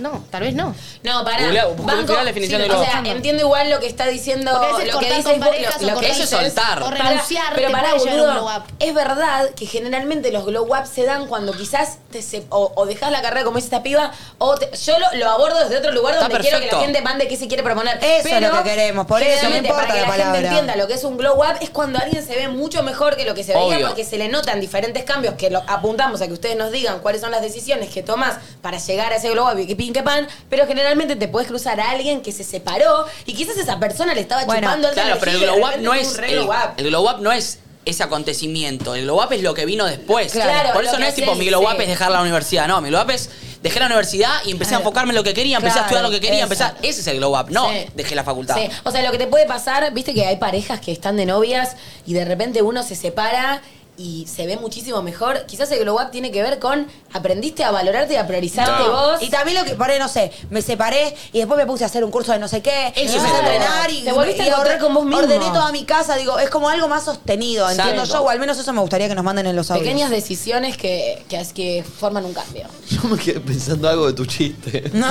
[SPEAKER 4] No, tal vez no.
[SPEAKER 5] No, pará.
[SPEAKER 3] Googlea- busca-
[SPEAKER 5] Banco-
[SPEAKER 3] busca la definición
[SPEAKER 5] sí,
[SPEAKER 3] de
[SPEAKER 5] o
[SPEAKER 3] globo.
[SPEAKER 5] sea, entiendo igual lo que está diciendo,
[SPEAKER 4] Porque a veces
[SPEAKER 5] lo que
[SPEAKER 4] cortar
[SPEAKER 5] dices
[SPEAKER 4] con
[SPEAKER 5] vos,
[SPEAKER 4] parejas
[SPEAKER 5] lo-
[SPEAKER 4] o
[SPEAKER 5] lo que
[SPEAKER 4] cortar
[SPEAKER 3] eso es
[SPEAKER 5] dices-
[SPEAKER 3] soltar.
[SPEAKER 4] o
[SPEAKER 5] Pará,
[SPEAKER 4] renunciar
[SPEAKER 5] pero
[SPEAKER 4] te
[SPEAKER 5] pará,
[SPEAKER 4] puede llevar
[SPEAKER 5] boludo,
[SPEAKER 4] un glow up.
[SPEAKER 5] Es verdad que generalmente los glow up se dan cuando quizás te se- o, o dejas la carrera como dice esta piba, o te- yo lo, lo abordo desde otro lugar
[SPEAKER 3] Está
[SPEAKER 5] donde quiero que la
[SPEAKER 3] perfecto.
[SPEAKER 5] gente mande qué se quiere proponer.
[SPEAKER 2] Eso es lo que queremos, por eso no
[SPEAKER 5] generalmente
[SPEAKER 2] importa
[SPEAKER 5] para que
[SPEAKER 2] la palabra.
[SPEAKER 5] gente entienda lo que es un glow up es cuando alguien se ve mucho mejor que lo que se veía
[SPEAKER 3] Obvio.
[SPEAKER 5] porque se le notan diferentes cambios que lo, apuntamos a que ustedes nos digan cuáles son las decisiones que tomas para llegar a ese glow up y que pin que pan, pero generalmente te puedes cruzar a alguien que se separó y quizás esa persona le estaba
[SPEAKER 2] Bueno,
[SPEAKER 5] chupando alta
[SPEAKER 3] Claro, pero el
[SPEAKER 5] energía
[SPEAKER 3] glow
[SPEAKER 5] y de
[SPEAKER 3] up
[SPEAKER 5] repente
[SPEAKER 3] no
[SPEAKER 5] tuvo
[SPEAKER 3] es.
[SPEAKER 5] un re
[SPEAKER 3] El,
[SPEAKER 5] glow up.
[SPEAKER 3] el glow up no es ese acontecimiento. El glow up es lo que vino después.
[SPEAKER 5] Claro,
[SPEAKER 3] Por
[SPEAKER 5] lo
[SPEAKER 3] eso
[SPEAKER 5] que
[SPEAKER 3] no es
[SPEAKER 5] hace
[SPEAKER 3] tipo,
[SPEAKER 5] el
[SPEAKER 3] mi glow up
[SPEAKER 5] liceo.
[SPEAKER 3] es dejar la universidad. No, mi glow up es dejé la universidad y empecé a enfocarme en lo que quería, empecé a
[SPEAKER 2] Claro,
[SPEAKER 3] estudiar lo que quería, empecé. a-
[SPEAKER 5] exacto.
[SPEAKER 3] Ese es el glow up, no
[SPEAKER 5] Sí.
[SPEAKER 3] dejé la facultad.
[SPEAKER 5] Sí, o sea, lo que te puede pasar, viste que hay parejas que están de novias y de repente uno se separa y se ve muchísimo mejor. Quizás el glow up tiene que ver con aprendiste a valorarte y a priorizarte
[SPEAKER 1] Claro.
[SPEAKER 5] vos.
[SPEAKER 2] Y también lo que, por ahí, no sé, me separé y después me puse a hacer un curso de no sé qué.
[SPEAKER 3] Eso
[SPEAKER 2] y
[SPEAKER 3] es
[SPEAKER 2] empecé a
[SPEAKER 3] el glow
[SPEAKER 2] entrenar
[SPEAKER 5] up.
[SPEAKER 2] y
[SPEAKER 5] Te volviste a
[SPEAKER 2] y
[SPEAKER 5] encontrar
[SPEAKER 2] ordené-
[SPEAKER 5] con vos mismo.
[SPEAKER 2] Ordené toda mi casa, digo, es como algo más sostenido, entiendo
[SPEAKER 3] Exacto.
[SPEAKER 2] yo, o al menos eso me gustaría que nos manden en los audios.
[SPEAKER 5] Pequeñas decisiones que, que, que forman un
[SPEAKER 2] *laughs*
[SPEAKER 5] cambio.
[SPEAKER 1] Yo me quedé pensando algo de tu chiste. *laughs*
[SPEAKER 2] No,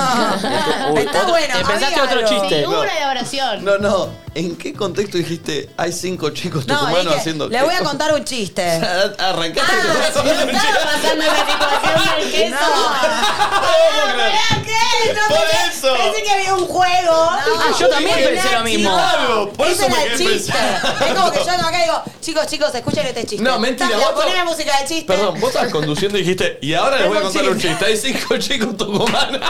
[SPEAKER 2] está
[SPEAKER 3] otro-
[SPEAKER 2] bueno.
[SPEAKER 3] te pensaste
[SPEAKER 2] había
[SPEAKER 3] otro
[SPEAKER 2] algo.
[SPEAKER 3] chiste.
[SPEAKER 4] Sí,
[SPEAKER 3] No.
[SPEAKER 4] hubo una elaboración.
[SPEAKER 1] No, no. ¿En qué contexto dijiste hay cinco chicos
[SPEAKER 2] No,
[SPEAKER 1] tucumanos
[SPEAKER 2] dije,
[SPEAKER 1] haciendo
[SPEAKER 2] le
[SPEAKER 1] qué?
[SPEAKER 2] voy
[SPEAKER 1] *laughs*
[SPEAKER 2] a contar un chiste.
[SPEAKER 1] Arrancaste
[SPEAKER 10] Ah,
[SPEAKER 1] *laughs* con-
[SPEAKER 10] yo estaba pasando la situación del queso.
[SPEAKER 2] ¿Qué? *laughs* No,
[SPEAKER 1] Por
[SPEAKER 2] pensé-
[SPEAKER 1] eso.
[SPEAKER 2] Pensé que había un juego.
[SPEAKER 3] Ah, yo también pensé lo mismo.
[SPEAKER 1] Claro, por
[SPEAKER 2] Ese
[SPEAKER 1] eso me
[SPEAKER 2] era el
[SPEAKER 1] quedé
[SPEAKER 2] chiste.
[SPEAKER 1] pensando.
[SPEAKER 2] Es como
[SPEAKER 1] *laughs*
[SPEAKER 2] que yo ando acá y digo, chicos, chicos, escuchen este chiste.
[SPEAKER 1] No, mentira,
[SPEAKER 2] Tapia,
[SPEAKER 1] vos-
[SPEAKER 2] Poneme música de chiste.
[SPEAKER 1] Perdón,
[SPEAKER 2] *laughs*
[SPEAKER 1] vos estabas conduciendo y dijiste, y ahora les voy a contar un chiste. Hay cinco chicos tucumanos.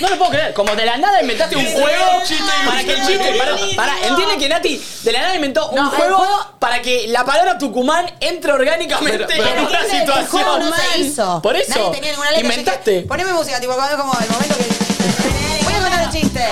[SPEAKER 3] No lo puedo creer. Como de la nada inventaste un
[SPEAKER 10] Sí,
[SPEAKER 3] juego.
[SPEAKER 10] sí, sí,
[SPEAKER 3] para
[SPEAKER 10] sí,
[SPEAKER 3] que el
[SPEAKER 10] sí,
[SPEAKER 3] chiste.
[SPEAKER 10] sí,
[SPEAKER 3] Para,
[SPEAKER 10] sí,
[SPEAKER 3] para,
[SPEAKER 10] sí,
[SPEAKER 3] entiende que Nati de la nada inventó un
[SPEAKER 10] No, el
[SPEAKER 3] juego,
[SPEAKER 10] juego-
[SPEAKER 3] para que la palabra Tucumán entre orgánicamente
[SPEAKER 10] Pero- pero-
[SPEAKER 3] en una
[SPEAKER 10] Entiende que el
[SPEAKER 3] situación.
[SPEAKER 10] juego no se
[SPEAKER 3] Man.
[SPEAKER 10] hizo.
[SPEAKER 3] Por eso.
[SPEAKER 2] Nadie tenía ninguna letra. yo dije,
[SPEAKER 3] inventaste.
[SPEAKER 2] Poneme música, tipo, cuando- como el momento que. Voy a contar un chiste.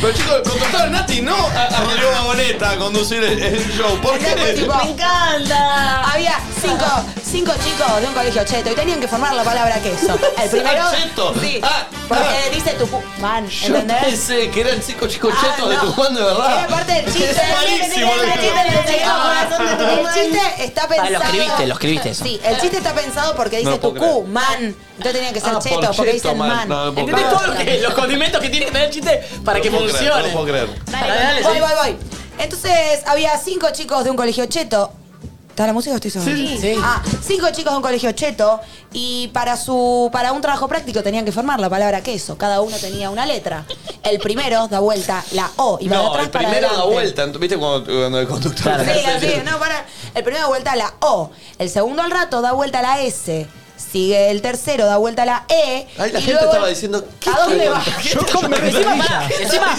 [SPEAKER 1] Pero chicos, contratar a Nati, no a, a Rodrigo Boneta a conducir el, el show. ¿Por qué?
[SPEAKER 2] Me encanta. pues, Había cinco, cinco chicos de un colegio cheto y tenían que formar la palabra queso. El primero.
[SPEAKER 1] Ah, cheto.
[SPEAKER 2] Sí.
[SPEAKER 1] Ah,
[SPEAKER 2] porque
[SPEAKER 1] ah.
[SPEAKER 2] dice tu pu- man,
[SPEAKER 1] Yo
[SPEAKER 2] ¿entendés?
[SPEAKER 1] pensé que eran cinco chicos
[SPEAKER 2] Ah,
[SPEAKER 1] chetos de
[SPEAKER 2] no.
[SPEAKER 1] Tucumán de verdad.
[SPEAKER 2] Era parte del chiste.
[SPEAKER 1] Es malísimo.
[SPEAKER 2] El chiste del chiste,
[SPEAKER 10] Ah.
[SPEAKER 2] corazón de Tucumán. El chiste está
[SPEAKER 3] Ah,
[SPEAKER 2] pensado.
[SPEAKER 3] lo escribiste, lo escribiste eso.
[SPEAKER 2] Sí, el chiste está pensado porque
[SPEAKER 3] No
[SPEAKER 2] dice
[SPEAKER 3] lo puedo
[SPEAKER 2] Tucú, man. Entonces tenía que ser
[SPEAKER 3] Ah,
[SPEAKER 2] cheto,
[SPEAKER 3] por
[SPEAKER 2] porque
[SPEAKER 3] cheto,
[SPEAKER 2] dicen
[SPEAKER 3] man.
[SPEAKER 2] man.
[SPEAKER 3] No, no puedo ¿Entendés todo lo que- los condimentos que tiene que tener el chiste para que funcione? Dale, dale,
[SPEAKER 2] voy,
[SPEAKER 3] sí.
[SPEAKER 2] voy, voy. Entonces había cinco chicos de un colegio cheto. ¿Está la música o estoy sola?
[SPEAKER 10] Sí, sí.
[SPEAKER 2] Ah, cinco chicos de un colegio cheto y para su para un trabajo práctico tenían que formar la palabra queso. Cada uno tenía una letra. El primero da vuelta la O y va de
[SPEAKER 1] No,
[SPEAKER 2] atrás
[SPEAKER 1] el
[SPEAKER 2] para
[SPEAKER 1] primero da
[SPEAKER 2] adelante.
[SPEAKER 1] vuelta. ¿Viste cuando, cuando el conductor?
[SPEAKER 2] Sí, así, no, para. El primero da vuelta a la O. El segundo al rato da vuelta a la S. Sigue el tercero, da vuelta a la E.
[SPEAKER 1] Ay, la
[SPEAKER 2] y
[SPEAKER 1] gente
[SPEAKER 2] luego-
[SPEAKER 1] estaba diciendo. ¿qué
[SPEAKER 2] ¿A dónde
[SPEAKER 1] está
[SPEAKER 2] va?
[SPEAKER 1] contando?
[SPEAKER 3] *laughs* Yo me- encima, pará, encima,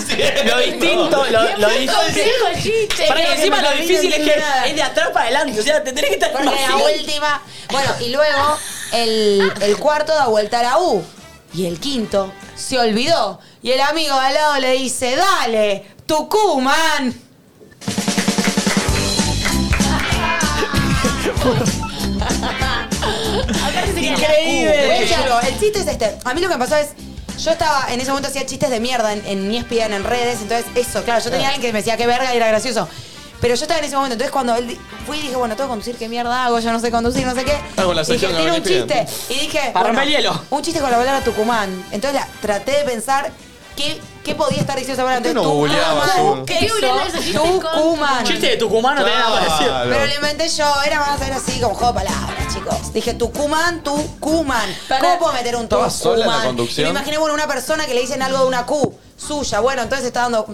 [SPEAKER 3] lo distinto, lo, lo
[SPEAKER 10] Qué complejo el chiste.
[SPEAKER 3] difícil. Pará,
[SPEAKER 10] Creo que
[SPEAKER 3] encima
[SPEAKER 10] me
[SPEAKER 3] lo
[SPEAKER 10] lo vi
[SPEAKER 3] difícil es que
[SPEAKER 10] indignada.
[SPEAKER 3] es de atrás para adelante. O sea, te tenés que estar
[SPEAKER 2] Porque la
[SPEAKER 3] así.
[SPEAKER 2] última. Bueno, y luego el, el cuarto da vuelta a la U. Y el quinto se olvidó. Y el amigo de al lado le dice: Dale, Tucumán.
[SPEAKER 10] Increíble.
[SPEAKER 2] Voy a decir algo, El chiste es este. A mí lo que me pasó es. Yo estaba, en ese momento hacía chistes de mierda en, en E ESPN, en redes, entonces eso, claro, yo tenía alguien que me decía qué verga y era gracioso. Pero yo estaba en ese momento, entonces cuando él di- fui dije, bueno, tengo que conducir, qué mierda hago, yo no sé conducir, no sé qué.
[SPEAKER 1] Hago la
[SPEAKER 2] Y dije,
[SPEAKER 1] sección de
[SPEAKER 2] tiene un
[SPEAKER 1] ESPN.
[SPEAKER 2] chiste. Y dije,
[SPEAKER 3] Para romper el hielo.
[SPEAKER 2] un chiste con la palabra Tucumán. Entonces la- traté de pensar qué, qué podía estar diciendo esa
[SPEAKER 1] ¿Por qué
[SPEAKER 2] palabra. Entonces,
[SPEAKER 1] no googleabas
[SPEAKER 2] Tucumán,
[SPEAKER 1] uno?
[SPEAKER 2] ¿qué
[SPEAKER 4] Estoy
[SPEAKER 2] hizo?
[SPEAKER 4] googleando esos chistes con
[SPEAKER 2] Tucumán.
[SPEAKER 3] Chiste de Tucumán no te va a aparecer.
[SPEAKER 2] Pero lo inventé yo, era más a ser así, como juego de palabras, chicos. Dije, Tucumán, Tucumán. ¿Cómo puedo meter un
[SPEAKER 1] ¿Estabas sola en la
[SPEAKER 2] Tucumán?
[SPEAKER 1] conducción?
[SPEAKER 2] Y me imaginé, bueno, una persona que le dicen algo de una Q suya. Bueno, entonces está dando...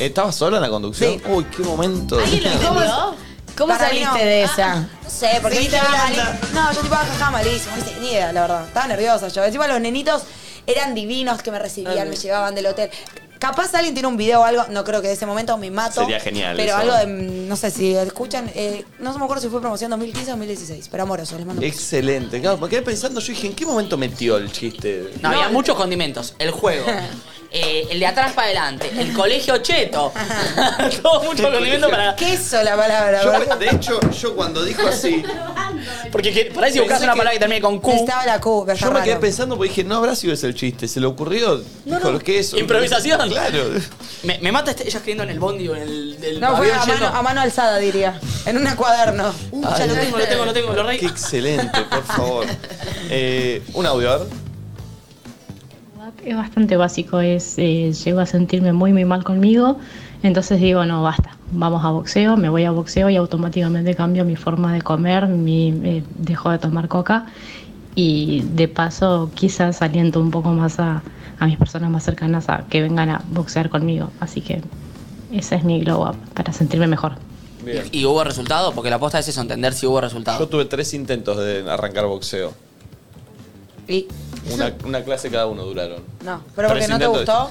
[SPEAKER 1] ¿Estabas sola en la conducción? Uy, qué momento.
[SPEAKER 4] ¿Alguien lo
[SPEAKER 2] *laughs*
[SPEAKER 4] entendió?
[SPEAKER 5] ¿Cómo
[SPEAKER 2] Para mí
[SPEAKER 5] saliste
[SPEAKER 2] no. Ah,
[SPEAKER 5] de esa?
[SPEAKER 2] No sé, porque
[SPEAKER 10] Sí, te
[SPEAKER 2] dije, "Ah,
[SPEAKER 10] anda".
[SPEAKER 2] malísimo". No, yo tipo, jaja, malísimo. No tenía ni idea, la verdad. Estaba nerviosa yo. Encima los nenitos eran divinos que me
[SPEAKER 3] Ah,
[SPEAKER 2] recibían, me llevaban del hotel. Capaz alguien tiene un video o algo, no creo que de ese momento me mato.
[SPEAKER 1] Sería genial
[SPEAKER 2] Pero
[SPEAKER 1] eso.
[SPEAKER 2] algo de, mm, no sé, si escuchan, eh, no se me acuerdo si fue promoción 2015 o 2016, pero amoroso, les mando
[SPEAKER 1] Eh,
[SPEAKER 2] un beso.
[SPEAKER 1] Excelente. Claro, me quedé pensando, yo dije, ¿en qué momento metió el chiste?
[SPEAKER 3] No, había muchos condimentos. El juego.
[SPEAKER 2] *laughs*
[SPEAKER 3] eh, el de atrás para adelante. El colegio cheto. Todo mucho condimento para.
[SPEAKER 2] Queso la palabra, ¿verdad?
[SPEAKER 1] Yo, de hecho, yo cuando dijo así,
[SPEAKER 3] Porque que- por ahí si buscas
[SPEAKER 1] Pensé
[SPEAKER 3] una
[SPEAKER 1] que-
[SPEAKER 3] palabra que termine con Q.
[SPEAKER 2] Estaba la Q, pero
[SPEAKER 1] yo me quedé
[SPEAKER 2] raro.
[SPEAKER 1] pensando porque dije, no habrá sido ese el chiste, se le ocurrió.
[SPEAKER 3] No,
[SPEAKER 1] dijo,
[SPEAKER 3] no.
[SPEAKER 1] ¿qué es?
[SPEAKER 3] Improvisación.
[SPEAKER 1] Claro.
[SPEAKER 3] Me, me mata este- ella escribiendo en el bondi o en el del
[SPEAKER 2] No, fue
[SPEAKER 3] avión
[SPEAKER 2] a
[SPEAKER 3] yendo.
[SPEAKER 2] mano, a mano alzada, diría. En un cuaderno.
[SPEAKER 3] Ya lo tengo, lo tengo, lo tengo, lo rey.
[SPEAKER 1] Qué excelente, por favor. Eh, un audio, a ver.
[SPEAKER 8] Es bastante básico, es eh, llego a sentirme muy muy mal conmigo, entonces digo, no, basta, vamos a boxeo, me voy a boxeo y automáticamente cambio mi forma de comer, mi, eh, dejo de tomar coca y de paso quizás aliento un poco más a, a mis personas más cercanas a que vengan a boxear conmigo, así que ese es mi glow up para sentirme mejor.
[SPEAKER 1] Bien.
[SPEAKER 3] ¿Y hubo resultado? Porque la aposta es eso, entender si hubo
[SPEAKER 1] Yo
[SPEAKER 3] resultado.
[SPEAKER 1] tuve tres intentos de arrancar boxeo.
[SPEAKER 2] Y
[SPEAKER 1] Una, una clase cada uno duraron.
[SPEAKER 2] no, pero porque
[SPEAKER 1] Tres
[SPEAKER 2] no te
[SPEAKER 1] intentos.
[SPEAKER 2] gustó.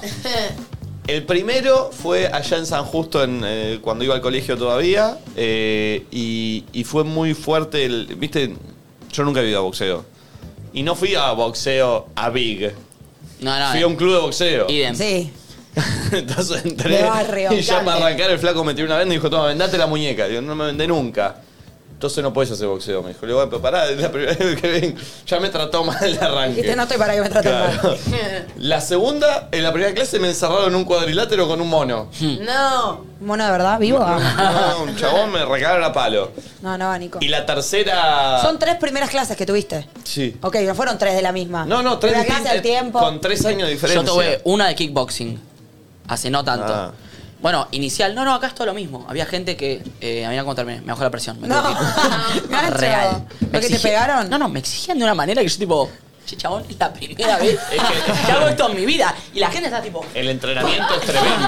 [SPEAKER 1] El primero fue allá en San Justo, en, eh, cuando iba al colegio todavía, eh, y, y fue muy fuerte. El, Viste, yo nunca he ido a boxeo. Y no fui a boxeo a Big.
[SPEAKER 3] No, no.
[SPEAKER 1] Fui
[SPEAKER 3] eh.
[SPEAKER 1] a un club de boxeo.
[SPEAKER 3] Idem.
[SPEAKER 2] Sí.
[SPEAKER 1] *laughs* Entonces entré.
[SPEAKER 2] De barrio,
[SPEAKER 1] y ya para
[SPEAKER 2] grande.
[SPEAKER 1] arrancar el flaco me tiró una venda y dijo, toma, vendate la muñeca. Digo, no me vendé nunca. Entonces no puedes hacer boxeo, me dijo. Le digo, "Bueno, pero pará, es la primera vez que ven. *laughs* Ya me trató mal el arranque.
[SPEAKER 2] Dijiste, no estoy para que me traten
[SPEAKER 1] Claro.
[SPEAKER 2] mal.
[SPEAKER 5] *laughs*
[SPEAKER 1] La segunda, en la primera clase me encerraron en un cuadrilátero con un mono.
[SPEAKER 2] Hmm.
[SPEAKER 10] No.
[SPEAKER 2] ¿Mono de verdad? ¿Vivo? Ah.
[SPEAKER 1] No, un chabón me regalaron a palo.
[SPEAKER 2] No, no, Nico.
[SPEAKER 1] Y la tercera.
[SPEAKER 2] Son tres primeras clases que tuviste.
[SPEAKER 1] Sí.
[SPEAKER 2] Ok, no fueron tres de la misma.
[SPEAKER 1] No, no, tres
[SPEAKER 2] Una clase al
[SPEAKER 1] distintas,
[SPEAKER 2] tiempo.
[SPEAKER 1] Con tres años de diferencia.
[SPEAKER 3] Yo tuve una de kickboxing. Hace no tanto.
[SPEAKER 1] Ah.
[SPEAKER 3] Bueno, inicial. No, no, acá es todo lo mismo. Había gente que. Eh, a mí no contarme. Me bajó la presión. Me
[SPEAKER 2] No.
[SPEAKER 3] tuve que ir. *laughs*
[SPEAKER 2] Nacho.
[SPEAKER 3] Real.
[SPEAKER 2] ¿Lo que te
[SPEAKER 3] exigían-
[SPEAKER 2] pegaron?
[SPEAKER 3] No, no, me exigían de una manera que yo, tipo. Che, chabón, es la primera vez que hago esto en mi vida. Y la gente está tipo.
[SPEAKER 1] El entrenamiento es tremendo.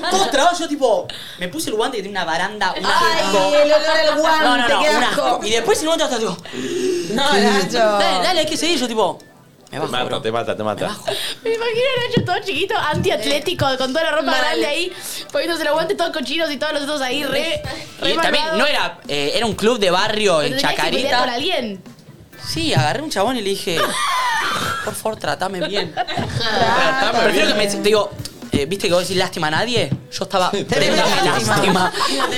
[SPEAKER 3] Pa, *laughs* Todo trabajo, yo tipo, me puse el guante que tenía una baranda, una
[SPEAKER 5] Ay, el olor al guante,
[SPEAKER 3] No, no, no,
[SPEAKER 5] qué
[SPEAKER 3] una-
[SPEAKER 5] asco.
[SPEAKER 3] Y después el guante hasta tipo,
[SPEAKER 2] No, Nacho.
[SPEAKER 3] dale, dale, hay que seguir. Yo tipo,
[SPEAKER 1] te mata, te mata, te mata.
[SPEAKER 4] Me imagino a Nacho todo chiquito, antiatlético, con toda la ropa
[SPEAKER 3] Mal.
[SPEAKER 4] grande ahí, poniéndose el aguante todos cochinos y todos los dos ahí, re. re
[SPEAKER 3] Y también
[SPEAKER 4] malvado.
[SPEAKER 3] no era, eh, era un club de barrio
[SPEAKER 4] Pero
[SPEAKER 3] en
[SPEAKER 4] tenías que pelear con
[SPEAKER 3] Chacarita.
[SPEAKER 4] alguien.
[SPEAKER 3] Sí, agarré un chabón y le dije, por favor, tratame
[SPEAKER 2] *laughs*
[SPEAKER 3] bien. Tratame Prefiero que me te digo, eh, ¿viste que vos decís lástima a nadie? Yo estaba tremendamente lástima.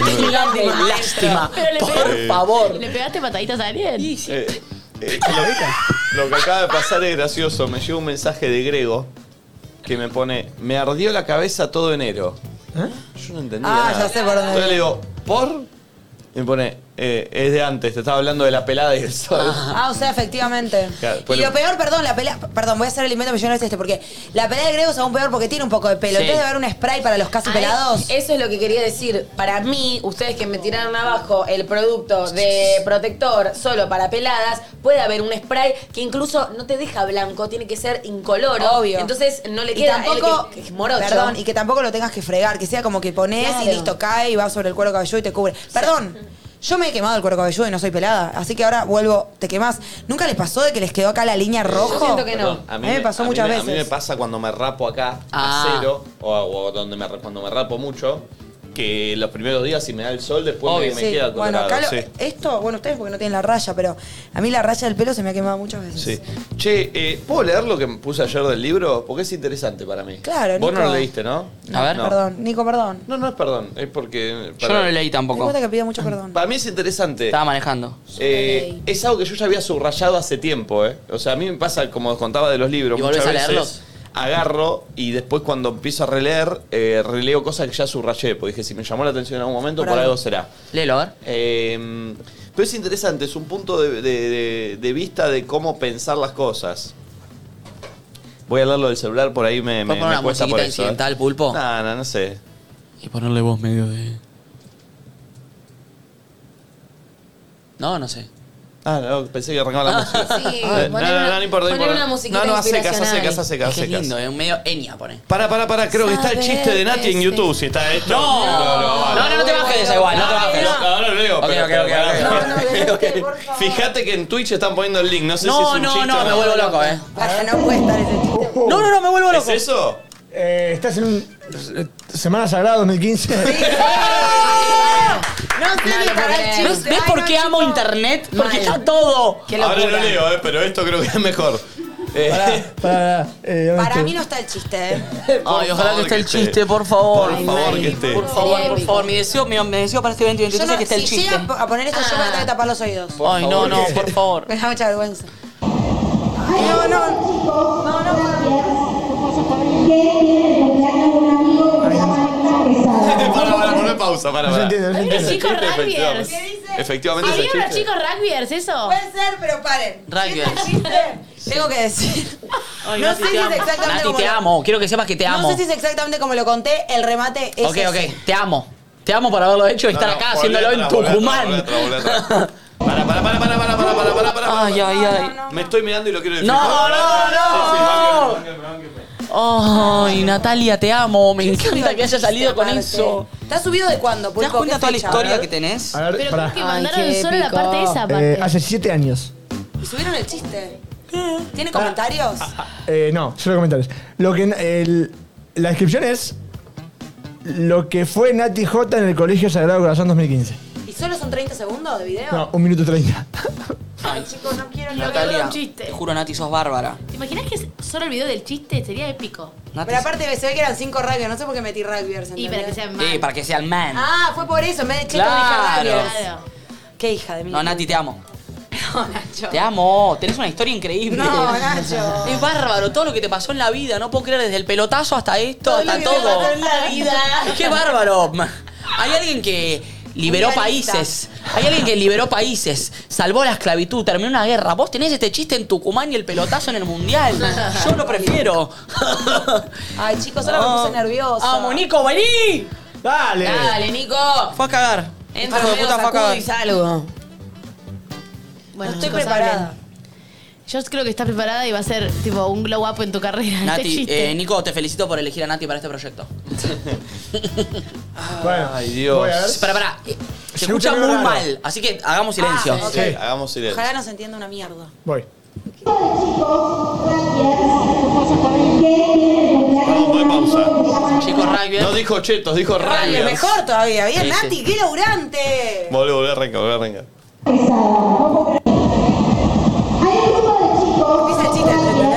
[SPEAKER 3] Tremendamente lástima.
[SPEAKER 4] Pero le
[SPEAKER 3] Por
[SPEAKER 4] pegaste-
[SPEAKER 3] favor.
[SPEAKER 4] ¿Le pegaste pataditas a alguien?
[SPEAKER 1] Eh, eh, lo, lo que acaba de pasar es gracioso. Me llegó un mensaje de Grego que me pone, me ardió la cabeza todo enero. Yo no entendía.
[SPEAKER 2] Ah,
[SPEAKER 1] nada.
[SPEAKER 2] ya sé por dónde
[SPEAKER 1] Entonces le
[SPEAKER 2] viene.
[SPEAKER 1] digo, ¿por? Y me pone, eh, es de antes, te estaba hablando de la pelada y el sol.
[SPEAKER 2] Ah, o sea, efectivamente.
[SPEAKER 1] Claro,
[SPEAKER 2] Y
[SPEAKER 1] pues
[SPEAKER 2] lo
[SPEAKER 1] lo-
[SPEAKER 2] peor, perdón, la pelea. Perdón, voy a hacer el invento millonario este, porque la pelea de Grego es aún peor porque tiene un poco de pelo.
[SPEAKER 5] Sí.
[SPEAKER 2] En vez de haber un spray para los casi
[SPEAKER 5] Ay,
[SPEAKER 2] pelados.
[SPEAKER 5] Eso es lo que quería decir. Para mí, ustedes que me tiraron abajo el producto de protector solo para peladas, puede haber un spray que incluso no te deja blanco, tiene que ser incoloro.
[SPEAKER 2] Obvio.
[SPEAKER 5] Entonces no le
[SPEAKER 2] Y
[SPEAKER 5] queda el
[SPEAKER 2] tampoco,
[SPEAKER 5] que- que es morocho.
[SPEAKER 2] Perdón, y que tampoco lo tengas que fregar, que sea como que pones y
[SPEAKER 5] Claro.
[SPEAKER 2] listo, cae y va sobre el cuero cabelludo y te cubre. Perdón, yo me he quemado el cuero cabelludo y no soy pelada, así que ahora vuelvo, te quemás. ¿Nunca les pasó de que les quedó acá la línea rojo?
[SPEAKER 1] Perdón,
[SPEAKER 2] a, mí me pasó
[SPEAKER 1] a mí
[SPEAKER 2] muchas
[SPEAKER 1] me-
[SPEAKER 2] veces.
[SPEAKER 1] A mí me pasa cuando me rapo acá
[SPEAKER 2] Ah.
[SPEAKER 1] a cero, o, o donde me, cuando me rapo mucho, que los primeros días si me da el sol, después me, me
[SPEAKER 2] Sí,
[SPEAKER 1] queda
[SPEAKER 2] bueno,
[SPEAKER 1] colorado.
[SPEAKER 2] acá lo-
[SPEAKER 1] sí.
[SPEAKER 2] esto, bueno, ustedes porque no tienen la raya, pero a mí la raya del pelo se me ha quemado muchas veces.
[SPEAKER 1] Sí. Che, eh, ¿puedo leer lo que me puse ayer del libro? Porque es interesante para mí.
[SPEAKER 2] Claro,
[SPEAKER 1] Vos no
[SPEAKER 2] Nico.
[SPEAKER 1] lo leíste, ¿no?
[SPEAKER 2] No,
[SPEAKER 1] No.
[SPEAKER 2] Perdón, Nico, perdón.
[SPEAKER 1] No, no es perdón, es porque...
[SPEAKER 3] Yo no lo leí
[SPEAKER 2] Me di
[SPEAKER 3] tampoco.
[SPEAKER 2] cuenta que pido mucho perdón.
[SPEAKER 1] Para mí es interesante.
[SPEAKER 3] Estaba manejando.
[SPEAKER 1] Eh, es algo que yo ya había subrayado hace tiempo, ¿eh? O sea, a mí me pasa, como contaba de los libros,
[SPEAKER 3] ¿Y volvés
[SPEAKER 1] muchas
[SPEAKER 3] a
[SPEAKER 1] veces
[SPEAKER 3] leerlos?
[SPEAKER 1] agarro y después cuando empiezo a releer, eh, releo cosas que ya subrayé, porque dije, si me llamó la atención en algún momento,
[SPEAKER 3] Por
[SPEAKER 1] por
[SPEAKER 3] algo.
[SPEAKER 1] algo será.
[SPEAKER 3] Léelo, a ver.
[SPEAKER 1] Eh, pero es interesante, es un punto de, de- de- de vista de cómo pensar las cosas. Voy a leerlo del celular, por ahí me, me,
[SPEAKER 3] ¿Puedo poner
[SPEAKER 1] me
[SPEAKER 3] una
[SPEAKER 1] cuesta por
[SPEAKER 3] musiquita
[SPEAKER 1] eso. ¿eh?
[SPEAKER 3] incidental, pulpo?
[SPEAKER 1] No, no, no sé.
[SPEAKER 3] Y ponerle voz medio de. No, no sé. Ah,
[SPEAKER 1] Ah, no, pensé que arrancaba la música.
[SPEAKER 3] Sí,
[SPEAKER 1] Eh, no, no,
[SPEAKER 3] poner
[SPEAKER 1] no,
[SPEAKER 3] una-
[SPEAKER 1] no importa. no
[SPEAKER 3] poner
[SPEAKER 1] importa.
[SPEAKER 3] una musiquita
[SPEAKER 1] No, no, a secas, a secas, a
[SPEAKER 3] inspiracional.
[SPEAKER 1] secas, a
[SPEAKER 3] Es que es
[SPEAKER 1] secas.
[SPEAKER 3] lindo, es medio enia, pone.
[SPEAKER 1] Para, para, para, creo que está el chiste de Nati en YouTube. Si está esto.
[SPEAKER 3] No, no, no, no te bajes de esa igual, no te bajes.
[SPEAKER 1] No, no lo leo.
[SPEAKER 3] Ok,
[SPEAKER 1] pero-
[SPEAKER 3] ok,
[SPEAKER 1] pero
[SPEAKER 3] ok,
[SPEAKER 1] pará.
[SPEAKER 3] *laughs* ok. No,
[SPEAKER 1] Fíjate que en Twitch están poniendo el link. No sé si es
[SPEAKER 3] No,
[SPEAKER 1] un chiste.
[SPEAKER 3] no, no,
[SPEAKER 1] o
[SPEAKER 3] me vuelvo loco, eh.
[SPEAKER 6] No,
[SPEAKER 3] no, no, me vuelvo
[SPEAKER 1] loco. Oh. ¿Es eso?
[SPEAKER 6] Eh, estás en un- eh, Semana Sagrada 2015.
[SPEAKER 2] No
[SPEAKER 3] sé ¿Ves, ves por qué amo internet? Porque está todo.
[SPEAKER 1] Ahora lo leo, eh, pero esto creo que es mejor. Eh,
[SPEAKER 6] Para, eh, ¿dónde
[SPEAKER 2] Para
[SPEAKER 6] estoy?
[SPEAKER 2] mí no está el chiste, ¿eh?
[SPEAKER 3] Ay, ojalá
[SPEAKER 1] favor,
[SPEAKER 3] que esté
[SPEAKER 1] que
[SPEAKER 3] el
[SPEAKER 1] esté.
[SPEAKER 3] chiste, por favor.
[SPEAKER 1] Por favor, que esté.
[SPEAKER 3] Por favor, por favor. Mi deseo, mi, mi deseo para este 2023
[SPEAKER 2] Yo no-
[SPEAKER 3] es que esté el
[SPEAKER 2] si
[SPEAKER 3] chiste.
[SPEAKER 2] llega a poner esto, yo voy a tener que tapar los oídos.
[SPEAKER 1] Por
[SPEAKER 3] Ay, no,
[SPEAKER 1] favor,
[SPEAKER 3] no,
[SPEAKER 1] que-
[SPEAKER 3] por
[SPEAKER 2] *laughs*
[SPEAKER 3] favor.
[SPEAKER 2] Me da mucha vergüenza. No, no, no,
[SPEAKER 6] *laughs*
[SPEAKER 1] Para, para, poner pausa, para,
[SPEAKER 6] No se
[SPEAKER 1] para.
[SPEAKER 6] entiende, no se
[SPEAKER 1] Es el
[SPEAKER 4] chicos
[SPEAKER 1] chiste,
[SPEAKER 4] rugbyers.
[SPEAKER 1] efectivamente. Efectivamente es el
[SPEAKER 4] Había unos
[SPEAKER 1] chiste.
[SPEAKER 4] chicos rugbyers, eso.
[SPEAKER 2] Puede ser, pero paren.
[SPEAKER 3] Rugbyers.
[SPEAKER 2] Tengo que decir.
[SPEAKER 3] Ay,
[SPEAKER 2] no
[SPEAKER 3] Nati,
[SPEAKER 2] sé si
[SPEAKER 3] te
[SPEAKER 2] es
[SPEAKER 3] amo.
[SPEAKER 2] exactamente
[SPEAKER 3] Nati,
[SPEAKER 2] como
[SPEAKER 3] te
[SPEAKER 2] lo-
[SPEAKER 3] amo. Quiero que sepas que te
[SPEAKER 2] No
[SPEAKER 3] amo.
[SPEAKER 2] sé si es exactamente como lo conté, el remate es
[SPEAKER 3] ok,
[SPEAKER 2] ese. *laughs*
[SPEAKER 3] ok, te amo. Te amo por haberlo hecho y
[SPEAKER 1] No,
[SPEAKER 3] estar
[SPEAKER 1] no,
[SPEAKER 3] acá
[SPEAKER 1] volvé
[SPEAKER 3] haciéndolo en
[SPEAKER 1] atrás, volvé atrás, volvé
[SPEAKER 3] Tucumán.
[SPEAKER 1] atrás, volvé atrás. Para, para, para, para, para, para, para, para, para.
[SPEAKER 3] Ay, ay, ay.
[SPEAKER 1] Me estoy mirando y lo quiero decir.
[SPEAKER 3] No, no, no. Ay, Natalia, te amo. Me encanta que hayas salido con eso.
[SPEAKER 2] ¿Te has subido de cuándo,
[SPEAKER 3] ¿Te das
[SPEAKER 2] Pulpo?
[SPEAKER 3] cuenta
[SPEAKER 2] ¿Qué
[SPEAKER 3] toda la
[SPEAKER 2] fecha?
[SPEAKER 3] historia que tenés?
[SPEAKER 6] A ver,
[SPEAKER 4] Pero
[SPEAKER 6] pará.
[SPEAKER 4] creo que
[SPEAKER 5] Ay,
[SPEAKER 4] mandaron
[SPEAKER 5] qué
[SPEAKER 4] solo la
[SPEAKER 5] épico.
[SPEAKER 4] parte esa,
[SPEAKER 6] Eh,
[SPEAKER 4] aparte.
[SPEAKER 6] hace siete años.
[SPEAKER 2] Eh. ¿Y subieron el chiste? ¿Tiene comentarios?
[SPEAKER 3] Ah,
[SPEAKER 6] Eh, no, solo comentarios. Lo que el- la descripción es lo que fue Nati J en el Colegio Sagrado Corazón 2015.
[SPEAKER 2] ¿Y solo son 30 segundos de video?
[SPEAKER 6] No, un minuto treinta.
[SPEAKER 2] Ay, chicos, no quiero ni
[SPEAKER 3] Natalia,
[SPEAKER 4] un chiste.
[SPEAKER 3] te juro, Nati, sos bárbara.
[SPEAKER 4] ¿Te imaginas que es solo el video del chiste? Sería épico.
[SPEAKER 3] Nati,
[SPEAKER 2] Pero aparte se ve que eran 5 rugbyers, no sé por qué metí rugbyers.
[SPEAKER 4] Y
[SPEAKER 2] ¿entendés?
[SPEAKER 4] para que sean más.
[SPEAKER 3] Sí, para que sea el man.
[SPEAKER 2] Ah, fue por eso, en vez de cheto
[SPEAKER 3] Claro.
[SPEAKER 2] dije rugbyers. Qué hija de mí.
[SPEAKER 3] No, Nati, te amo.
[SPEAKER 2] *laughs* No, Nacho.
[SPEAKER 3] Te amo. Tenés una historia increíble. *laughs*
[SPEAKER 2] No, Nacho.
[SPEAKER 3] Es bárbaro todo lo que te pasó en la vida. No puedo creer desde el pelotazo hasta esto,
[SPEAKER 2] Todo lo
[SPEAKER 3] hasta
[SPEAKER 2] que me
[SPEAKER 3] todo.
[SPEAKER 2] pasó en la vida.
[SPEAKER 3] Qué bárbaro. Hay alguien que liberó
[SPEAKER 2] Mundialista.
[SPEAKER 3] países. Hay alguien que liberó países, salvó la esclavitud, terminó una guerra. Vos tenés este chiste en Tucumán y el pelotazo en
[SPEAKER 4] *laughs*
[SPEAKER 3] el mundial. Yo lo prefiero.
[SPEAKER 2] *laughs* Ay, chicos, ahora me puse nerviosa.
[SPEAKER 3] ¡Vamos, Nico, vení!
[SPEAKER 6] ¡Dale!
[SPEAKER 5] Dale, Nico.
[SPEAKER 3] Fue a cagar.
[SPEAKER 5] Entro
[SPEAKER 3] Hijo de
[SPEAKER 5] medio
[SPEAKER 3] puta, fue a
[SPEAKER 5] sacudo
[SPEAKER 3] cagar.
[SPEAKER 5] y salgo.
[SPEAKER 4] Bueno,
[SPEAKER 2] no estoy
[SPEAKER 4] chicos,
[SPEAKER 2] preparada.
[SPEAKER 4] hablen. Yo creo que estás preparada y va a ser tipo un glow up en tu carrera. *laughs* este
[SPEAKER 3] Nati,
[SPEAKER 4] chiste.
[SPEAKER 3] eh, Nico, te felicito por elegir a Nati para este proyecto.
[SPEAKER 6] Bueno,
[SPEAKER 1] Ay, Dios.
[SPEAKER 6] voy a ver.
[SPEAKER 3] Pará, pará. Eh,
[SPEAKER 6] Se
[SPEAKER 3] Se escucha
[SPEAKER 6] escucha
[SPEAKER 3] muy
[SPEAKER 6] raro.
[SPEAKER 3] mal, así que hagamos silencio.
[SPEAKER 2] Ah, ok.
[SPEAKER 1] Hagamos silencio.
[SPEAKER 2] Ojalá no se entienda una mierda.
[SPEAKER 6] Voy.
[SPEAKER 10] Hola chicos,
[SPEAKER 3] eh.
[SPEAKER 1] dijo chetos, dijo
[SPEAKER 2] Vale,
[SPEAKER 1] rabias.
[SPEAKER 2] mejor todavía. Bien,
[SPEAKER 1] Sí, sí.
[SPEAKER 2] Nati, qué laburante.
[SPEAKER 1] Volvé, volvé, arranca, volvé, arranca.
[SPEAKER 2] Empieza el chiste, ¿entendés?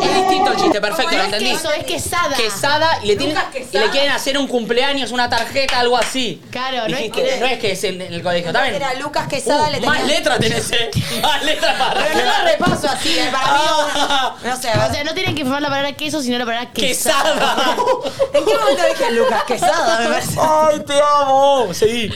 [SPEAKER 3] Es distinto el chiste, perfecto, lo entendí.
[SPEAKER 4] Eso es quesada.
[SPEAKER 3] Quesada y le, tienen, y le quieren hacer un cumpleaños, una tarjeta, algo así.
[SPEAKER 4] Claro,
[SPEAKER 3] no, es que, no es que es en, en el colegio,
[SPEAKER 2] Era
[SPEAKER 3] ¿también?
[SPEAKER 2] Lucas Quesada,
[SPEAKER 3] Uh,
[SPEAKER 2] le
[SPEAKER 3] Más
[SPEAKER 2] tenía-
[SPEAKER 3] letras tenés, eh. Más letras para
[SPEAKER 2] Pero no lo repaso así, eh, para mí No sé, a ver.
[SPEAKER 4] O sea, no tienen que firmar la palabra queso, sino la palabra quesada.
[SPEAKER 3] Quesada.
[SPEAKER 2] ¿En qué momento dije a Lucas Quesada? Me parece.
[SPEAKER 3] ¡Ay, te amo! Seguí.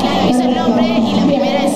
[SPEAKER 4] Claro, hizo el nombre y la primera es.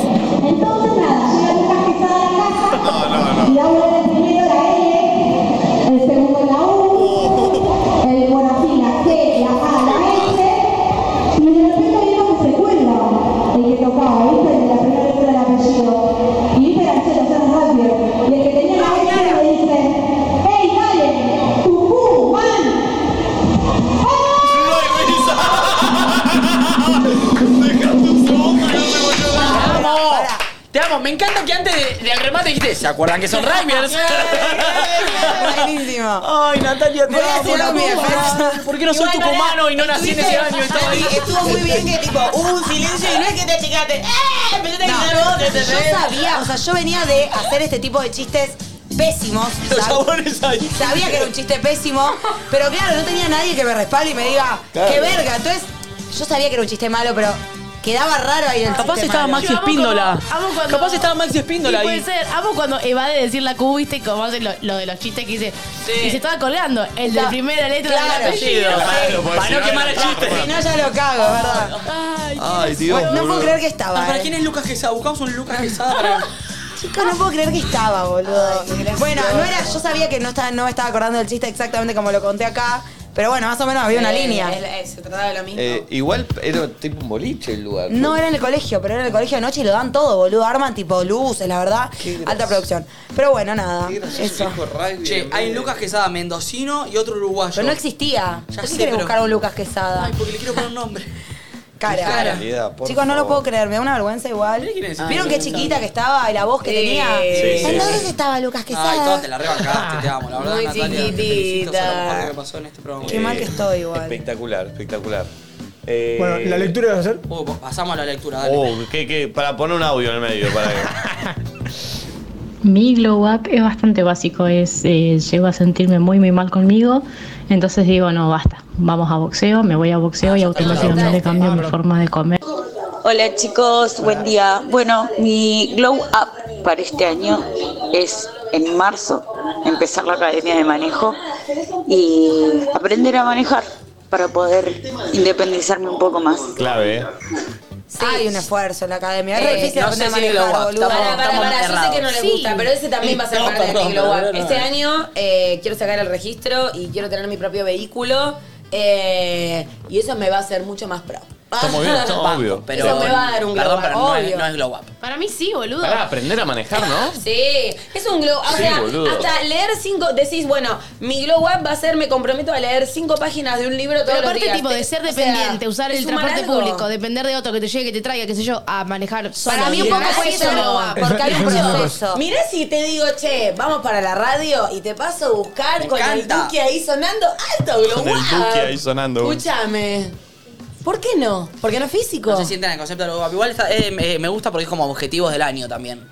[SPEAKER 3] amo! Te amo, me encanta que antes de- del remate dijiste, ¿se acuerdan que son Rhymers?
[SPEAKER 2] Buenísimo.
[SPEAKER 3] Ay, Natalia, te
[SPEAKER 2] Voy a decir
[SPEAKER 3] amo.
[SPEAKER 2] algo en mi defensa.
[SPEAKER 3] ¿Por qué no soy
[SPEAKER 2] Igual,
[SPEAKER 3] tucumano y no nací en ese
[SPEAKER 2] estuviste-
[SPEAKER 3] año? y todo
[SPEAKER 2] Nati,
[SPEAKER 3] eso?
[SPEAKER 2] Estuvo muy bien que tipo hubo un silencio y no es que te chicaste. ¡Eh! Empezaste a gritar vos, ¿entendés? Yo sabía, o sea, yo venía de hacer este tipo de chistes pésimos.
[SPEAKER 3] Los
[SPEAKER 2] sab-
[SPEAKER 3] chabones ahí.
[SPEAKER 2] Sabía que era un chiste pésimo, pero claro, no tenía nadie que me respalde y me diga,
[SPEAKER 3] Claro.
[SPEAKER 2] qué verga. Entonces, yo sabía que era un chiste malo, pero quedaba raro ahí en el
[SPEAKER 3] Capaz
[SPEAKER 2] chiste
[SPEAKER 3] estaba
[SPEAKER 2] malo.
[SPEAKER 3] Maxi Espíndola.
[SPEAKER 4] Amo cuando-
[SPEAKER 3] Capaz estaba Maxi
[SPEAKER 4] Sí,
[SPEAKER 3] Espíndola
[SPEAKER 4] puede
[SPEAKER 3] ahí.
[SPEAKER 4] ser. Amo cuando evade decir la Q, viste, como hace lo, lo de los chistes que dice. Y se estaba colgando. El de
[SPEAKER 2] Está-
[SPEAKER 4] primera letra
[SPEAKER 2] Claro.
[SPEAKER 4] del apellido.
[SPEAKER 3] Claro,
[SPEAKER 1] porque
[SPEAKER 3] Para
[SPEAKER 1] si
[SPEAKER 3] no
[SPEAKER 1] no
[SPEAKER 3] quemar el
[SPEAKER 1] era
[SPEAKER 3] chiste.
[SPEAKER 2] Si no, ya lo cago, es ¿verdad?
[SPEAKER 4] Ay,
[SPEAKER 1] Ay, Dios.
[SPEAKER 2] Bueno, no puedo
[SPEAKER 1] boludo.
[SPEAKER 2] creer que estaba.
[SPEAKER 3] ¿Para
[SPEAKER 2] eh.
[SPEAKER 3] quién es Lucas Quesada? Buscamos un Lucas Quesada
[SPEAKER 2] *laughs*
[SPEAKER 3] para...
[SPEAKER 2] Chicos, no puedo creer que estaba, boludo. bueno, no era, yo sabía que no, estaba, no me estaba acordando del chiste exactamente como lo conté acá, pero bueno, más o menos había una
[SPEAKER 5] Eh,
[SPEAKER 2] línea.
[SPEAKER 10] se trataba de lo mismo.
[SPEAKER 1] Eh, igual era tipo un boliche el lugar.
[SPEAKER 2] No era en el colegio, pero era en el colegio de noche y lo dan todo, boludo. Arman tipo luces, la verdad. Alta producción. Pero bueno, nada. Eso.
[SPEAKER 3] Che, hay un Lucas Quesada mendocino y otro uruguayo.
[SPEAKER 2] Pero no existía. ¿Por qué
[SPEAKER 3] sé,
[SPEAKER 2] querés
[SPEAKER 3] pero-
[SPEAKER 2] buscar a un Lucas Quesada?
[SPEAKER 3] Ay, porque le quiero poner un nombre.
[SPEAKER 2] *laughs* Cara.
[SPEAKER 3] Cara.
[SPEAKER 1] Realidad, por
[SPEAKER 2] Chicos, no lo
[SPEAKER 1] favor.
[SPEAKER 2] puedo creer, me da una vergüenza igual.
[SPEAKER 3] quién es?
[SPEAKER 2] ¿Vieron qué chiquita que estaba y la voz que
[SPEAKER 10] Sí.
[SPEAKER 2] tenía?
[SPEAKER 10] Sí,
[SPEAKER 1] sí,
[SPEAKER 2] ¿Entonces
[SPEAKER 1] sí.
[SPEAKER 2] estaba Lucas
[SPEAKER 3] Ay, toda te
[SPEAKER 2] Quesada?
[SPEAKER 3] la rebancaste, te amo, la verdad.
[SPEAKER 10] Muy
[SPEAKER 3] Natalia, te felicito, o sea, lo mejor que pasó en este programa.
[SPEAKER 2] Qué mal que estoy igual.
[SPEAKER 1] Eh, Espectacular, espectacular. Eh,
[SPEAKER 6] Bueno, ¿la lectura vas a hacer?
[SPEAKER 3] Uh, pasamos a la lectura, dale.
[SPEAKER 1] Oh, ¿qué, qué? Para poner un audio en el medio. Para que...
[SPEAKER 3] *laughs*
[SPEAKER 8] Mi glow up es bastante básico, es eh, llego a sentirme muy muy mal conmigo, entonces digo no basta, vamos a boxeo, me voy a boxeo y automáticamente cambio mi forma de comer.
[SPEAKER 12] Hola chicos, buen día. Bueno, mi glow up para este año es en marzo empezar la academia de manejo y aprender a manejar
[SPEAKER 3] Eh.
[SPEAKER 12] para poder independizarme un poco más.
[SPEAKER 1] Clave, ¿eh?
[SPEAKER 2] Hay un esfuerzo en la academia. Es
[SPEAKER 5] Eh,
[SPEAKER 2] re difícil
[SPEAKER 3] no
[SPEAKER 2] aprender
[SPEAKER 3] sé si
[SPEAKER 2] a
[SPEAKER 3] es
[SPEAKER 2] manejar,
[SPEAKER 3] glow up,
[SPEAKER 2] boludo.
[SPEAKER 5] Para, para,
[SPEAKER 3] estamos
[SPEAKER 5] para, yo sé que no
[SPEAKER 3] errados.
[SPEAKER 5] le
[SPEAKER 4] Sí.
[SPEAKER 5] gusta, pero ese también va a ser
[SPEAKER 3] No,
[SPEAKER 5] parte de
[SPEAKER 3] perdón,
[SPEAKER 5] mi glow
[SPEAKER 3] no,
[SPEAKER 5] up.
[SPEAKER 3] no, no.
[SPEAKER 5] Este año eh, quiero sacar el registro y quiero tener mi propio vehículo eh, y eso me va a hacer mucho más pro.
[SPEAKER 1] Está muy bien, está
[SPEAKER 3] Banco,
[SPEAKER 1] obvio.
[SPEAKER 3] Pero,
[SPEAKER 5] Eso me va a dar un
[SPEAKER 3] Perdón,
[SPEAKER 5] glow
[SPEAKER 3] pero
[SPEAKER 5] up,
[SPEAKER 3] no es,
[SPEAKER 5] obvio.
[SPEAKER 3] no es glow up.
[SPEAKER 4] Para mí sí, boludo.
[SPEAKER 1] Para aprender a manejar, ¿no?
[SPEAKER 5] *laughs* Sí, es un glow up.
[SPEAKER 1] Sí,
[SPEAKER 5] o sea,
[SPEAKER 1] boludo.
[SPEAKER 5] hasta leer cinco, decís, bueno, mi glow up va a ser, me comprometo a leer cinco páginas de un libro todos
[SPEAKER 4] Pero
[SPEAKER 5] los
[SPEAKER 4] aparte,
[SPEAKER 5] días.
[SPEAKER 4] tipo, de ser
[SPEAKER 5] O sea,
[SPEAKER 4] dependiente, usar
[SPEAKER 5] es
[SPEAKER 4] el
[SPEAKER 5] un
[SPEAKER 4] transporte
[SPEAKER 5] malargo.
[SPEAKER 4] público, depender de otro que te llegue, que te traiga, qué sé yo, a manejar solo.
[SPEAKER 2] Para mí un
[SPEAKER 4] y
[SPEAKER 2] poco
[SPEAKER 4] demás,
[SPEAKER 2] fue
[SPEAKER 4] eso
[SPEAKER 2] eso,
[SPEAKER 4] glow up.
[SPEAKER 2] porque hay un
[SPEAKER 6] Eso- eso es
[SPEAKER 2] proceso.
[SPEAKER 5] Mirá si te digo, che, vamos para la radio y te paso a buscar
[SPEAKER 3] Me
[SPEAKER 5] con
[SPEAKER 3] encanta.
[SPEAKER 5] el duque ahí sonando alto, glow
[SPEAKER 1] Con el
[SPEAKER 5] up.
[SPEAKER 1] Duque ahí sonando.
[SPEAKER 5] Escúchame. ¿Por qué no? ¿Por qué no es físico?
[SPEAKER 3] No se sienten en el concepto de glow up. Igual está- eh, me- me gusta porque es como objetivos del año también.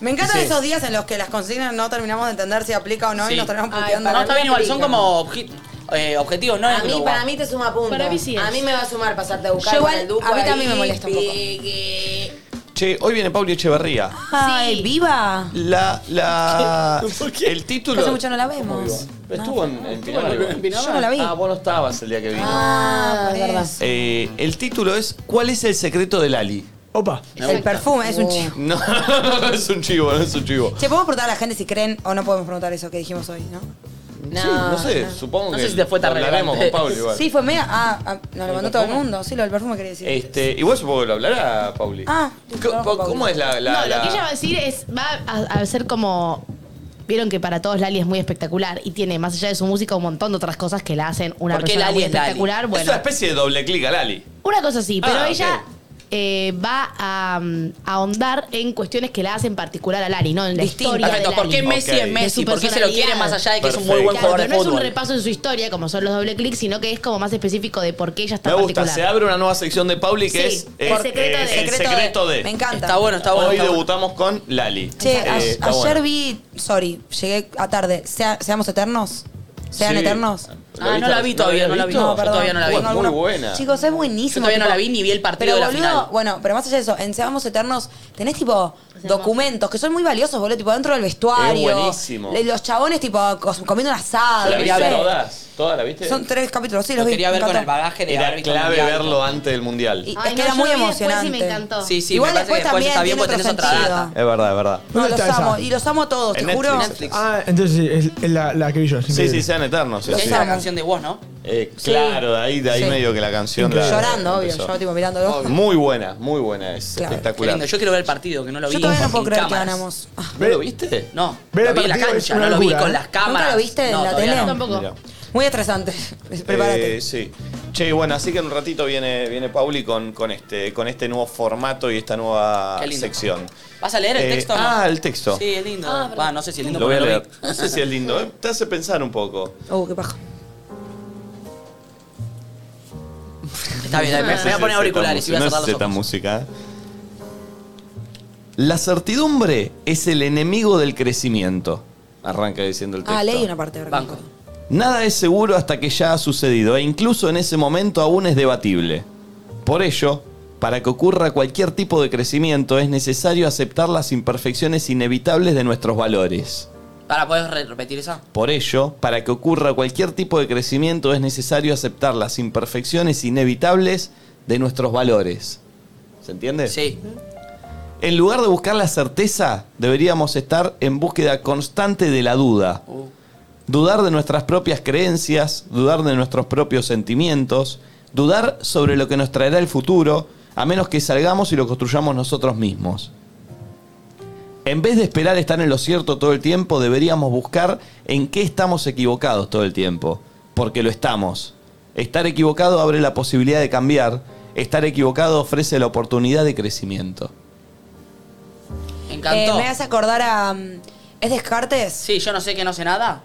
[SPEAKER 2] Me encantan esos días en los que las consignas no terminamos de entender si aplica o no
[SPEAKER 3] Sí.
[SPEAKER 2] y nos terminamos
[SPEAKER 5] Ay,
[SPEAKER 2] puteando.
[SPEAKER 5] para
[SPEAKER 3] No, está
[SPEAKER 5] mí
[SPEAKER 3] bien igual, son
[SPEAKER 5] aplica.
[SPEAKER 3] como obje- eh, objetivos, no es
[SPEAKER 5] a mí,
[SPEAKER 3] glow
[SPEAKER 5] para
[SPEAKER 3] up.
[SPEAKER 5] mí te suma punto.
[SPEAKER 4] Para mí sí es.
[SPEAKER 5] A mí me va a sumar pasarte a buscar
[SPEAKER 2] Yo
[SPEAKER 5] con
[SPEAKER 2] igual-
[SPEAKER 5] el duque
[SPEAKER 2] a mí
[SPEAKER 5] ahí,
[SPEAKER 2] también me molesta un poco.
[SPEAKER 5] pique.
[SPEAKER 1] Che, hoy viene Pauli Echeverría.
[SPEAKER 2] Ay, viva.
[SPEAKER 1] La,
[SPEAKER 3] *laughs*
[SPEAKER 1] la, el título.
[SPEAKER 2] Hace mucho no la vemos.
[SPEAKER 1] Estuvo en, en Pinamar.
[SPEAKER 2] Yo no la vi.
[SPEAKER 1] Ah, vos no estabas el día que vino.
[SPEAKER 5] Ah, es
[SPEAKER 2] Por
[SPEAKER 5] verdad.
[SPEAKER 2] eso.
[SPEAKER 1] Eh, el título es ¿Cuál es el secreto del Ali?
[SPEAKER 6] Opa.
[SPEAKER 2] El perfume es un chivo.
[SPEAKER 1] No, *laughs* no es un chivo, no es un chivo.
[SPEAKER 2] Che, ¿podemos preguntar a la gente si creen o no podemos preguntar eso que dijimos hoy, no?
[SPEAKER 1] sí, no sé, supongo
[SPEAKER 3] No
[SPEAKER 1] que
[SPEAKER 3] sé si te fue tan
[SPEAKER 1] lo hablaremos con
[SPEAKER 3] relevante.
[SPEAKER 1] Pablo igual.
[SPEAKER 2] Sí, fue mega. Ah, ah, nos lo mandó todo el mundo. Sí, lo del perfume quería decir.
[SPEAKER 1] Este, igual supongo que lo hablará Pauli.
[SPEAKER 2] Ah,
[SPEAKER 1] ¿Cómo, cómo es la, la-
[SPEAKER 4] no,
[SPEAKER 1] la-
[SPEAKER 4] lo que ella va a decir es, va a, a ser como... Vieron que para todos Lali es muy espectacular y tiene, más allá de su música, un montón de otras cosas que la hacen una
[SPEAKER 3] ¿Por qué
[SPEAKER 4] persona
[SPEAKER 3] Lali
[SPEAKER 4] muy
[SPEAKER 3] es Lali?
[SPEAKER 4] espectacular.
[SPEAKER 1] Es
[SPEAKER 4] Bueno,
[SPEAKER 1] una especie de doble clic a Lali.
[SPEAKER 4] una cosa así, pero
[SPEAKER 1] Ah,
[SPEAKER 4] ella eh, va a mm, a ahondar en cuestiones que la hacen particular a Lali, ¿no? En la
[SPEAKER 3] Distinto.
[SPEAKER 4] historia
[SPEAKER 3] Perfecto,
[SPEAKER 4] de
[SPEAKER 3] ¿por
[SPEAKER 4] Lali.
[SPEAKER 3] qué Messi es
[SPEAKER 4] De
[SPEAKER 3] Messi?
[SPEAKER 4] su
[SPEAKER 3] ¿Por qué se lo quiere
[SPEAKER 4] personalidad?
[SPEAKER 3] más allá de que es un muy buen
[SPEAKER 4] Claro,
[SPEAKER 3] jugador de
[SPEAKER 4] pero no es un
[SPEAKER 3] fútbol?
[SPEAKER 4] repaso de su historia, como son los doble clics, sino que es como más específico de por qué ella está
[SPEAKER 1] Me gusta,
[SPEAKER 4] particular.
[SPEAKER 1] se abre una nueva sección de Pauli que
[SPEAKER 4] Sí,
[SPEAKER 1] es eh,
[SPEAKER 4] el secreto de-
[SPEAKER 1] el
[SPEAKER 4] secreto de-
[SPEAKER 1] secreto de.
[SPEAKER 2] Me encanta.
[SPEAKER 3] Está bueno, está bueno.
[SPEAKER 1] Hoy
[SPEAKER 3] está bueno.
[SPEAKER 1] debutamos con Lali.
[SPEAKER 2] Che,
[SPEAKER 1] Eh,
[SPEAKER 2] a-
[SPEAKER 1] está
[SPEAKER 2] ayer
[SPEAKER 1] bueno.
[SPEAKER 2] vi. Sorry, llegué a tarde. Sea- ¿Seamos eternos? ¿Sean
[SPEAKER 1] Sí.
[SPEAKER 2] eternos?
[SPEAKER 1] ¿Lo
[SPEAKER 3] Ah, no
[SPEAKER 1] viste?
[SPEAKER 3] la vi todavía, no la vi.
[SPEAKER 1] visto?
[SPEAKER 3] Yo todavía no la vi.
[SPEAKER 1] Uy, es muy buena.
[SPEAKER 2] Chicos, es buenísimo.
[SPEAKER 3] Yo todavía no
[SPEAKER 2] tipo-
[SPEAKER 3] la vi ni vi el partido
[SPEAKER 2] Pero,
[SPEAKER 3] de la
[SPEAKER 2] boludo,
[SPEAKER 3] final.
[SPEAKER 2] bueno, pero más allá de eso, en Seamos Eternos tenés tipo documentos que son muy valiosos, boludo, tipo dentro del vestuario.
[SPEAKER 1] Es buenísimo.
[SPEAKER 2] le- Los chabones tipo cos- comiendo un asado.
[SPEAKER 1] ¿La
[SPEAKER 2] no
[SPEAKER 1] viste
[SPEAKER 2] sé.
[SPEAKER 1] todas? ¿Todas la viste?
[SPEAKER 2] Son tres capítulos, sí, los
[SPEAKER 3] Lo
[SPEAKER 2] vi,
[SPEAKER 3] quería
[SPEAKER 2] me
[SPEAKER 3] ver con el
[SPEAKER 2] encantó.
[SPEAKER 3] bagaje de
[SPEAKER 1] Era
[SPEAKER 3] árbitro
[SPEAKER 1] clave
[SPEAKER 3] mundial.
[SPEAKER 1] verlo antes del mundial.
[SPEAKER 2] Y es
[SPEAKER 4] Ay,
[SPEAKER 2] que
[SPEAKER 4] no,
[SPEAKER 2] era
[SPEAKER 4] yo
[SPEAKER 2] muy
[SPEAKER 4] lo vi después y me
[SPEAKER 2] emocionante.
[SPEAKER 4] encantó.
[SPEAKER 3] Sí, sí,
[SPEAKER 2] Igual
[SPEAKER 3] me parece
[SPEAKER 2] después
[SPEAKER 3] que después
[SPEAKER 2] también
[SPEAKER 3] está bien
[SPEAKER 2] tiene
[SPEAKER 3] porque
[SPEAKER 2] otro
[SPEAKER 3] tenés otra
[SPEAKER 2] sentido.
[SPEAKER 3] data.
[SPEAKER 1] Es verdad, es verdad.
[SPEAKER 2] No,
[SPEAKER 6] ¿Dónde
[SPEAKER 2] los
[SPEAKER 6] está esa?
[SPEAKER 2] amo. Y los amo a todos,
[SPEAKER 1] En
[SPEAKER 2] te juro.
[SPEAKER 1] Netflix.
[SPEAKER 6] Ah, entonces sí, es, es la, la que vi yo. es
[SPEAKER 1] Sí,
[SPEAKER 6] increíble.
[SPEAKER 1] sí, sean eternos. sí,
[SPEAKER 3] Es
[SPEAKER 1] sí.
[SPEAKER 3] la canción de vos, ¿no?
[SPEAKER 1] Eh, claro, de ahí, de ahí
[SPEAKER 2] Sí.
[SPEAKER 1] medio que la canción. la-
[SPEAKER 2] Llorando, obvio.
[SPEAKER 1] empezó.
[SPEAKER 2] Yo tipo mirando los ojos.
[SPEAKER 1] Muy buena, muy buena es.
[SPEAKER 2] Claro.
[SPEAKER 3] Qué
[SPEAKER 1] Espectacular.
[SPEAKER 3] lindo. Yo quiero ver el partido, que no lo vi.
[SPEAKER 2] Yo todavía no
[SPEAKER 3] en
[SPEAKER 2] puedo creer que
[SPEAKER 3] cámaras.
[SPEAKER 2] ganamos. Ah,
[SPEAKER 1] ¿No lo viste?
[SPEAKER 3] No,
[SPEAKER 6] Ver
[SPEAKER 3] lo
[SPEAKER 6] el
[SPEAKER 3] vi en la
[SPEAKER 6] partido es
[SPEAKER 3] cancha,
[SPEAKER 6] una
[SPEAKER 3] no lo vi
[SPEAKER 6] locura,
[SPEAKER 3] con
[SPEAKER 6] ¿eh?
[SPEAKER 3] las cámaras.
[SPEAKER 2] ¿Nunca lo viste en
[SPEAKER 3] No,
[SPEAKER 2] la
[SPEAKER 3] todavía
[SPEAKER 2] tele?
[SPEAKER 3] no.
[SPEAKER 4] Tampoco.
[SPEAKER 1] Mira.
[SPEAKER 2] Muy estresante. Prepárate.
[SPEAKER 1] Eh, sí. Che, bueno, así que en un ratito viene, viene Pauli con, con, este, con este nuevo formato y esta nueva
[SPEAKER 3] Qué lindo.
[SPEAKER 1] sección.
[SPEAKER 3] ¿Vas a leer el
[SPEAKER 1] Eh,
[SPEAKER 3] texto o no?
[SPEAKER 1] Ah, el texto.
[SPEAKER 3] Sí, es lindo. Va, no sé si es lindo,
[SPEAKER 1] Lo voy a
[SPEAKER 3] pero lo
[SPEAKER 1] leer.
[SPEAKER 3] vi.
[SPEAKER 1] No sé si *laughs* es lindo. eh. Te hace pensar un poco.
[SPEAKER 2] Oh, qué paja.
[SPEAKER 3] Está bien, está bien. me voy a poner auriculares y voy a
[SPEAKER 1] No
[SPEAKER 3] cerrar
[SPEAKER 1] es
[SPEAKER 3] los
[SPEAKER 1] esta
[SPEAKER 3] ojos.
[SPEAKER 1] música. ¿eh? La certidumbre es el enemigo del crecimiento. Arranca diciendo el texto.
[SPEAKER 2] Ah, leí una parte, ¿verdad?
[SPEAKER 3] Banco.
[SPEAKER 1] Nada es seguro hasta que ya ha sucedido, e incluso en ese momento aún es debatible. Por ello, para que ocurra cualquier tipo de crecimiento es necesario aceptar las imperfecciones inevitables de nuestros valores.
[SPEAKER 3] Para, ¿puedes re- repetir esa?
[SPEAKER 1] Por ello, para que ocurra cualquier tipo de crecimiento es necesario aceptar las imperfecciones inevitables de nuestros valores. ¿Se entiende?
[SPEAKER 3] Sí.
[SPEAKER 1] En lugar de buscar la certeza, deberíamos estar en búsqueda constante de la duda.
[SPEAKER 3] Uh.
[SPEAKER 1] Dudar de nuestras propias creencias, dudar de nuestros propios sentimientos, dudar sobre lo que nos traerá el futuro, a menos que salgamos y lo construyamos nosotros mismos. En vez de esperar estar en lo cierto todo el tiempo, deberíamos buscar en qué estamos equivocados todo el tiempo, porque lo estamos. Estar equivocado abre la posibilidad de cambiar, estar equivocado ofrece la oportunidad de crecimiento.
[SPEAKER 3] Me
[SPEAKER 2] Eh,
[SPEAKER 3] encantó.
[SPEAKER 2] me hace acordar a. mm, ¿Es Descartes?
[SPEAKER 3] Sí, yo no sé que no sé nada.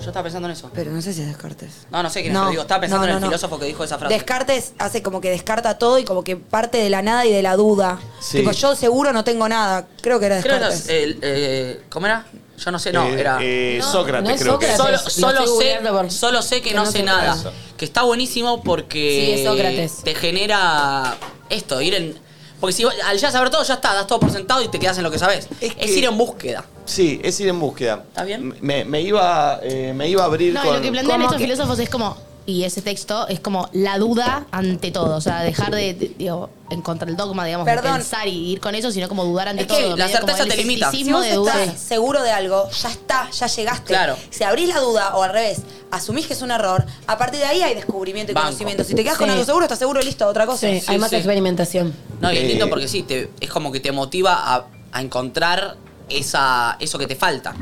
[SPEAKER 3] Yo estaba pensando en eso.
[SPEAKER 2] Pero no sé si es Descartes.
[SPEAKER 3] No, no sé quién es, pero digo, estaba pensando en el filósofo que dijo esa frase.
[SPEAKER 2] Descartes hace como que descarta todo y como que parte de la nada y de la duda.
[SPEAKER 1] Sí.
[SPEAKER 2] Tipo, yo seguro no tengo nada. Creo que era
[SPEAKER 3] Creo que
[SPEAKER 2] Descartes.
[SPEAKER 3] es el, eh, ¿Cómo era? Yo no sé, no,
[SPEAKER 1] Eh,
[SPEAKER 3] era...
[SPEAKER 1] eh, Sócrates,
[SPEAKER 5] no es
[SPEAKER 1] creo que.
[SPEAKER 5] Sócrates. Lo
[SPEAKER 3] Solo, solo,
[SPEAKER 5] estoy
[SPEAKER 3] sé,
[SPEAKER 5] googleando por-
[SPEAKER 3] solo sé que
[SPEAKER 5] que
[SPEAKER 3] no,
[SPEAKER 5] no
[SPEAKER 3] sé
[SPEAKER 5] sé
[SPEAKER 3] nada.
[SPEAKER 1] eso.
[SPEAKER 3] Que está buenísimo porque
[SPEAKER 5] Sí, es Sócrates.
[SPEAKER 3] te genera esto, ir en. Porque si vos- al ya saber todo, ya está, das todo por sentado y te quedas en lo que sabes.
[SPEAKER 1] Es
[SPEAKER 3] Es,
[SPEAKER 1] que-
[SPEAKER 3] ir en búsqueda.
[SPEAKER 1] Sí, es ir en búsqueda.
[SPEAKER 3] ¿Está bien?
[SPEAKER 1] Me, me iba, eh, me iba a abrir
[SPEAKER 4] No, y
[SPEAKER 1] con.
[SPEAKER 4] lo que plantean
[SPEAKER 2] ¿Cómo
[SPEAKER 4] estos
[SPEAKER 2] que?
[SPEAKER 4] filósofos es como, y ese texto es como la duda ante todo, o sea, dejar de, de- digo, en contra el dogma, digamos, de
[SPEAKER 2] Perdón.
[SPEAKER 4] pensar y ir con eso, sino como dudar ante
[SPEAKER 3] Es que
[SPEAKER 4] todo.
[SPEAKER 3] la
[SPEAKER 4] medio como
[SPEAKER 3] certeza
[SPEAKER 4] el
[SPEAKER 3] te limita.
[SPEAKER 2] Si
[SPEAKER 4] escepticismo
[SPEAKER 2] vos
[SPEAKER 4] de dudar.
[SPEAKER 2] estás seguro de algo, ya está, ya llegaste.
[SPEAKER 3] Claro.
[SPEAKER 2] Si abrís la duda o al revés, asumís que es un error, a partir de ahí hay descubrimiento y
[SPEAKER 3] Banco.
[SPEAKER 2] conocimiento. Si te quedas con
[SPEAKER 5] Sí.
[SPEAKER 2] algo seguro, estás seguro, listo, otra cosa.
[SPEAKER 5] Sí, hay más
[SPEAKER 3] sí.
[SPEAKER 5] experimentación.
[SPEAKER 3] No, y es
[SPEAKER 1] Eh.
[SPEAKER 3] lindo porque sí, te- es como que te motiva a, a encontrar esa, eso que te falta.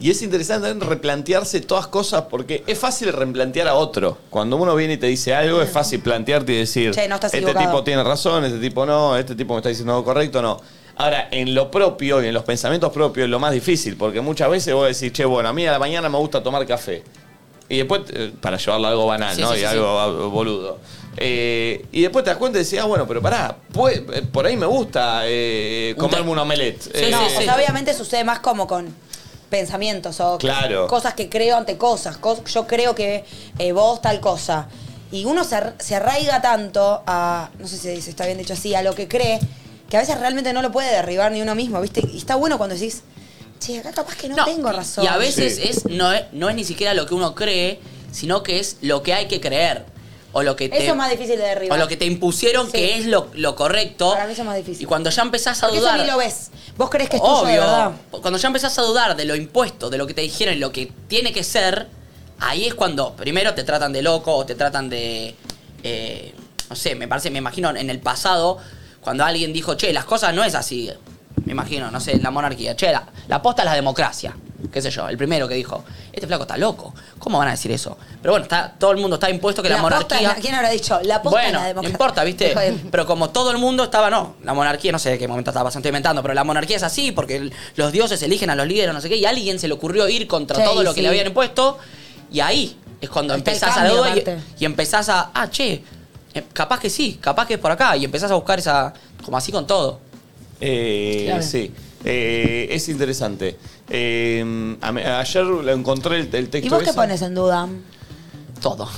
[SPEAKER 1] Y es interesante también replantearse todas cosas porque es fácil replantear a otro. Cuando uno viene y te dice algo, es fácil plantearte y decir,
[SPEAKER 2] Che, no estás
[SPEAKER 1] este
[SPEAKER 2] equivocado".
[SPEAKER 1] tipo tiene razón, este tipo no, este tipo me está diciendo algo correcto, no. Ahora, en lo propio y en los pensamientos propios es lo más difícil, porque muchas veces vos decís, che, bueno, a mí a la mañana me gusta tomar café. Y después, eh, para llevarlo a algo banal,
[SPEAKER 3] Sí,
[SPEAKER 1] ¿no?
[SPEAKER 3] sí,
[SPEAKER 1] y
[SPEAKER 3] sí,
[SPEAKER 1] algo ah, boludo. Eh, y después te das cuenta y decís, ah, bueno, pero pará, pues, eh, por ahí me gusta eh,
[SPEAKER 3] Un
[SPEAKER 1] comerme
[SPEAKER 3] té.
[SPEAKER 1] un omelette.
[SPEAKER 3] Sí,
[SPEAKER 1] Eh,
[SPEAKER 2] No,
[SPEAKER 3] sí,
[SPEAKER 2] o sea, obviamente sucede más como con pensamientos o
[SPEAKER 1] Claro.
[SPEAKER 2] cosas que creo ante cosas. Cos- yo creo que eh, vos tal cosa. Y uno se, ar- se arraiga tanto a, no sé si se dice, está bien dicho así, a lo que cree, que a veces realmente no lo puede derribar ni uno mismo, ¿viste? Y está bueno cuando decís, che, acá capaz que no, tengo razón.
[SPEAKER 3] Y a veces eh,
[SPEAKER 1] Sí.
[SPEAKER 3] es, no, es, no es ni siquiera lo que uno cree, sino que es lo que hay que creer. o lo que te,
[SPEAKER 2] Eso es más difícil de derribar.
[SPEAKER 3] o lo que te impusieron que es lo, lo correcto.
[SPEAKER 2] Para mí eso es más difícil.
[SPEAKER 3] Y cuando ya empezás a
[SPEAKER 2] Porque eso
[SPEAKER 3] dudar.
[SPEAKER 2] ni lo ves. Vos crees que es tuyo, de verdad.
[SPEAKER 3] Obvio. Cuando ya empezás a dudar de lo impuesto, de lo que te dijeron y lo que tiene que ser, ahí es cuando primero te tratan de loco o te tratan de. eh, no sé, me parece, me imagino en el pasado, cuando alguien dijo, che, las cosas no es así. Me imagino, no sé, la monarquía. Che, la, la posta es la democracia. Qué sé yo, el primero que dijo, este flaco está loco. ¿Cómo van a decir eso? Pero bueno, está, todo el mundo está impuesto que la,
[SPEAKER 2] posta
[SPEAKER 3] monarquía.
[SPEAKER 2] es la- ¿Quién habrá dicho? La posta es
[SPEAKER 3] Bueno,
[SPEAKER 2] la
[SPEAKER 3] no
[SPEAKER 2] democracia.
[SPEAKER 3] importa, ¿viste?
[SPEAKER 2] Hijo de-
[SPEAKER 3] Pero como todo el mundo estaba, no, la monarquía, no sé de qué momento estaba pasando, estoy inventando, pero la monarquía es así, porque el- los dioses eligen a los líderes, no sé qué, y a alguien se le ocurrió ir contra
[SPEAKER 2] Sí,
[SPEAKER 3] todo lo que
[SPEAKER 2] sí.
[SPEAKER 3] le habían impuesto, y ahí es cuando
[SPEAKER 2] Está el
[SPEAKER 3] empezás a
[SPEAKER 2] cambio,
[SPEAKER 3] dudar y,
[SPEAKER 2] aparte.
[SPEAKER 3] y empezás a, ah, che, eh, capaz que sí, capaz que es por acá, y empezás a buscar esa, como así con todo.
[SPEAKER 1] Eh,
[SPEAKER 3] Claro.
[SPEAKER 1] Sí, Eh, es interesante. Eh, a- ayer lo encontré el, el texto.
[SPEAKER 2] ¿Y vos qué
[SPEAKER 1] ese.
[SPEAKER 2] pones en duda?
[SPEAKER 3] Todo.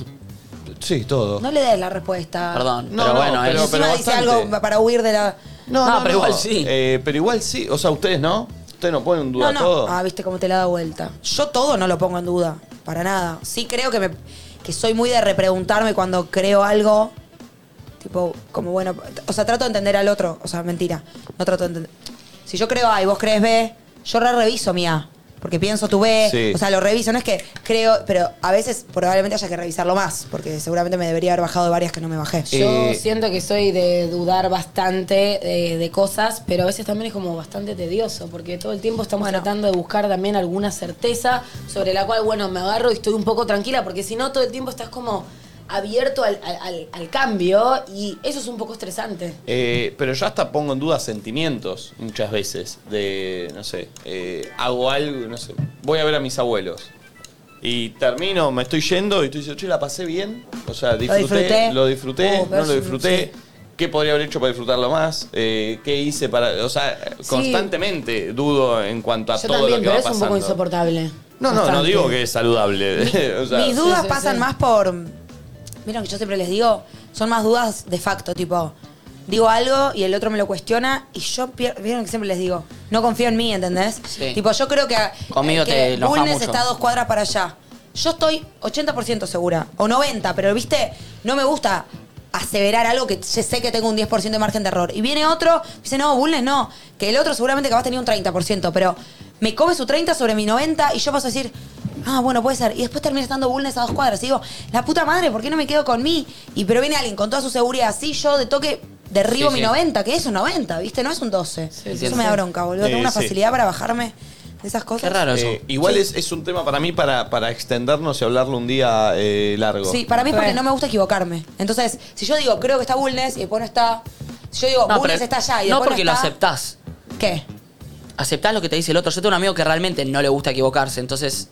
[SPEAKER 1] Sí, todo.
[SPEAKER 2] No le des la respuesta.
[SPEAKER 1] Ah. Perdón, No, pero no, bueno, pero-
[SPEAKER 2] Encima
[SPEAKER 1] pero
[SPEAKER 2] dice
[SPEAKER 1] bastante.
[SPEAKER 2] algo para huir de la.
[SPEAKER 1] No, no, no. Eh, pero igual sí. O sea, ustedes no. Ustedes no ponen en duda
[SPEAKER 2] No, no.
[SPEAKER 1] todo.
[SPEAKER 2] Ah, viste cómo te la da vuelta. Yo todo no lo pongo en duda, para nada. Sí creo que me que soy muy de repreguntarme cuando creo algo. Tipo, como bueno, o sea, trato de entender al otro, o sea, mentira. No trato de entender. Si yo creo A y vos crees B, yo re reviso mi A, porque pienso tu B,
[SPEAKER 10] Sí.
[SPEAKER 2] o sea, lo reviso, no es que creo, pero a veces probablemente haya que revisarlo más, porque seguramente me debería haber bajado de varias que no me bajé.
[SPEAKER 1] Eh,
[SPEAKER 5] Yo siento que soy de dudar bastante de, de cosas, pero a veces también es como bastante tedioso, porque todo el tiempo estamos tratando de buscar también alguna certeza sobre la cual, bueno, me agarro y estoy un poco tranquila, porque si no, todo el tiempo estás como abierto al, al- al- al cambio y eso es un poco estresante.
[SPEAKER 1] Eh, pero yo hasta pongo en duda sentimientos muchas veces. De, no sé, eh, hago algo, no sé. Voy a ver a mis abuelos. Y termino, me estoy yendo y estoy diciendo, che, la pasé bien. O sea, disfruté,
[SPEAKER 2] disfruté.
[SPEAKER 1] lo disfruté,
[SPEAKER 2] Oh, pero
[SPEAKER 1] no lo
[SPEAKER 2] es-
[SPEAKER 1] disfruté. ¿Qué podría haber hecho para disfrutarlo más? Eh, ¿Qué hice para.? O sea, constantemente dudo en cuanto a
[SPEAKER 5] Yo
[SPEAKER 1] todo lo
[SPEAKER 5] también,
[SPEAKER 1] que
[SPEAKER 5] pero
[SPEAKER 1] va
[SPEAKER 5] es un poco
[SPEAKER 1] pasando.
[SPEAKER 5] insoportable.
[SPEAKER 1] no, no, no
[SPEAKER 5] Bastante.
[SPEAKER 1] digo que es saludable. *laughs* o sea,
[SPEAKER 2] Mis dudas pasan más por. Miren que yo siempre les digo, son más dudas de facto, tipo, digo algo y el otro me lo cuestiona y yo pierdo. Vieron que siempre les digo, no confío en mí, ¿entendés?
[SPEAKER 3] Sí.
[SPEAKER 2] Tipo, yo creo que.
[SPEAKER 3] Conmigo
[SPEAKER 2] Eh, que
[SPEAKER 3] te enoja
[SPEAKER 2] Bulnes
[SPEAKER 3] mucho.
[SPEAKER 2] está a dos cuadras para allá. Yo estoy 80% segura, o 90%, pero viste, no me gusta aseverar algo que ya sé que tengo un 10% de margen de error. Y viene otro, dice, no, Bulnes no, que el otro seguramente capaz tenía un 30%, pero me come su 30 sobre mi 90 y yo paso a decir, ah, bueno, puede ser. Y después termina estando Bulnes a dos cuadras. Y digo, la puta madre, ¿por qué no me quedo con mí? Y pero viene alguien con toda su seguridad así, yo de toque derribo
[SPEAKER 3] Sí,
[SPEAKER 2] mi
[SPEAKER 3] sí.
[SPEAKER 2] 90, que es un 90, ¿viste? No es un 12.
[SPEAKER 1] sí.
[SPEAKER 2] Eso me da bronca, boludo. Tengo
[SPEAKER 1] Eh,
[SPEAKER 2] una
[SPEAKER 1] sí.
[SPEAKER 2] facilidad para bajarme de esas cosas.
[SPEAKER 1] Eh, igual es, es un tema para mí para, para extendernos y hablarlo un día eh, largo.
[SPEAKER 2] Sí, para mí es porque no me gusta equivocarme. Entonces, si yo digo, creo que está Bulnes y después no está. Si yo digo,
[SPEAKER 3] No,
[SPEAKER 2] Bulnes
[SPEAKER 3] pero-
[SPEAKER 2] está allá y
[SPEAKER 3] no
[SPEAKER 2] después
[SPEAKER 3] porque
[SPEAKER 2] no
[SPEAKER 3] lo
[SPEAKER 2] está.
[SPEAKER 3] aceptás.
[SPEAKER 2] ¿Qué?
[SPEAKER 3] Aceptás lo que te dice el otro. Yo tengo un amigo que realmente no le gusta equivocarse, entonces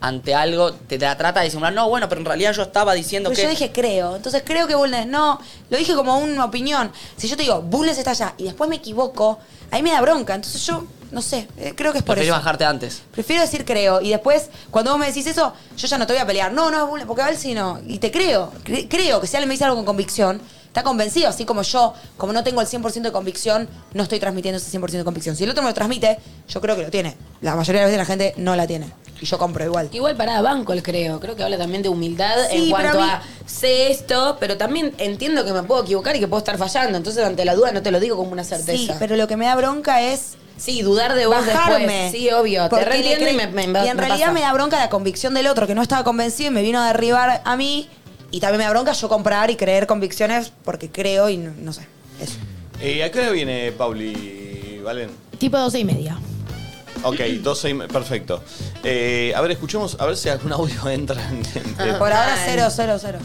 [SPEAKER 3] ante algo te la trata de disimular, no, bueno, pero en realidad yo estaba diciendo
[SPEAKER 2] Pero
[SPEAKER 3] que...
[SPEAKER 2] Pues yo dije creo. Entonces creo que Bulnes no. Lo dije como una opinión. Si yo te digo, Bulnes está allá y después me equivoco, ahí me da bronca. Entonces yo, no sé, eh, creo que es por
[SPEAKER 3] Preferís
[SPEAKER 2] eso.
[SPEAKER 3] bajarte antes.
[SPEAKER 2] Prefiero decir creo. Y después, cuando vos me decís eso, yo ya no te voy a pelear. No, no es bullying, porque a ver si no. Y te creo. Cre- creo que si alguien me dice algo con convicción, está convencido. Así como yo, como no tengo el 100% de convicción, no estoy transmitiendo ese 100% de convicción. Si el otro me lo transmite, yo creo que lo tiene. La mayoría de las veces la gente no la tiene. Y yo compro igual.
[SPEAKER 5] Igual para banco el creo, creo que habla también de humildad
[SPEAKER 2] Sí,
[SPEAKER 5] en
[SPEAKER 2] pero
[SPEAKER 5] cuanto
[SPEAKER 2] a mí-
[SPEAKER 5] a sé esto, pero también entiendo que me puedo equivocar y que puedo estar fallando, entonces ante la duda no te lo digo como una
[SPEAKER 2] Sí,
[SPEAKER 5] certeza.
[SPEAKER 2] pero lo que me da bronca es.
[SPEAKER 5] Sí, dudar de vos después. Sí, obvio, te
[SPEAKER 2] Porque
[SPEAKER 5] reentiendo
[SPEAKER 2] le
[SPEAKER 5] y
[SPEAKER 2] cre-
[SPEAKER 5] me- me-
[SPEAKER 2] y en
[SPEAKER 5] me
[SPEAKER 2] realidad
[SPEAKER 5] pasa.
[SPEAKER 2] me da bronca la convicción del otro que no estaba convencido y me vino a derribar a mí. Y también me da bronca yo comprar y creer convicciones porque creo y no, no sé. Eso.
[SPEAKER 1] Eh, ¿A qué hora viene Pauli Valen?
[SPEAKER 4] Tipo doce y media.
[SPEAKER 2] *clears throat*
[SPEAKER 1] Ok, 12 y me- perfecto. Eh, a ver, escuchemos a ver si algún audio *laughs* entra. en-
[SPEAKER 5] Ah,
[SPEAKER 1] en-
[SPEAKER 2] Por ahora, cero, cero, cero.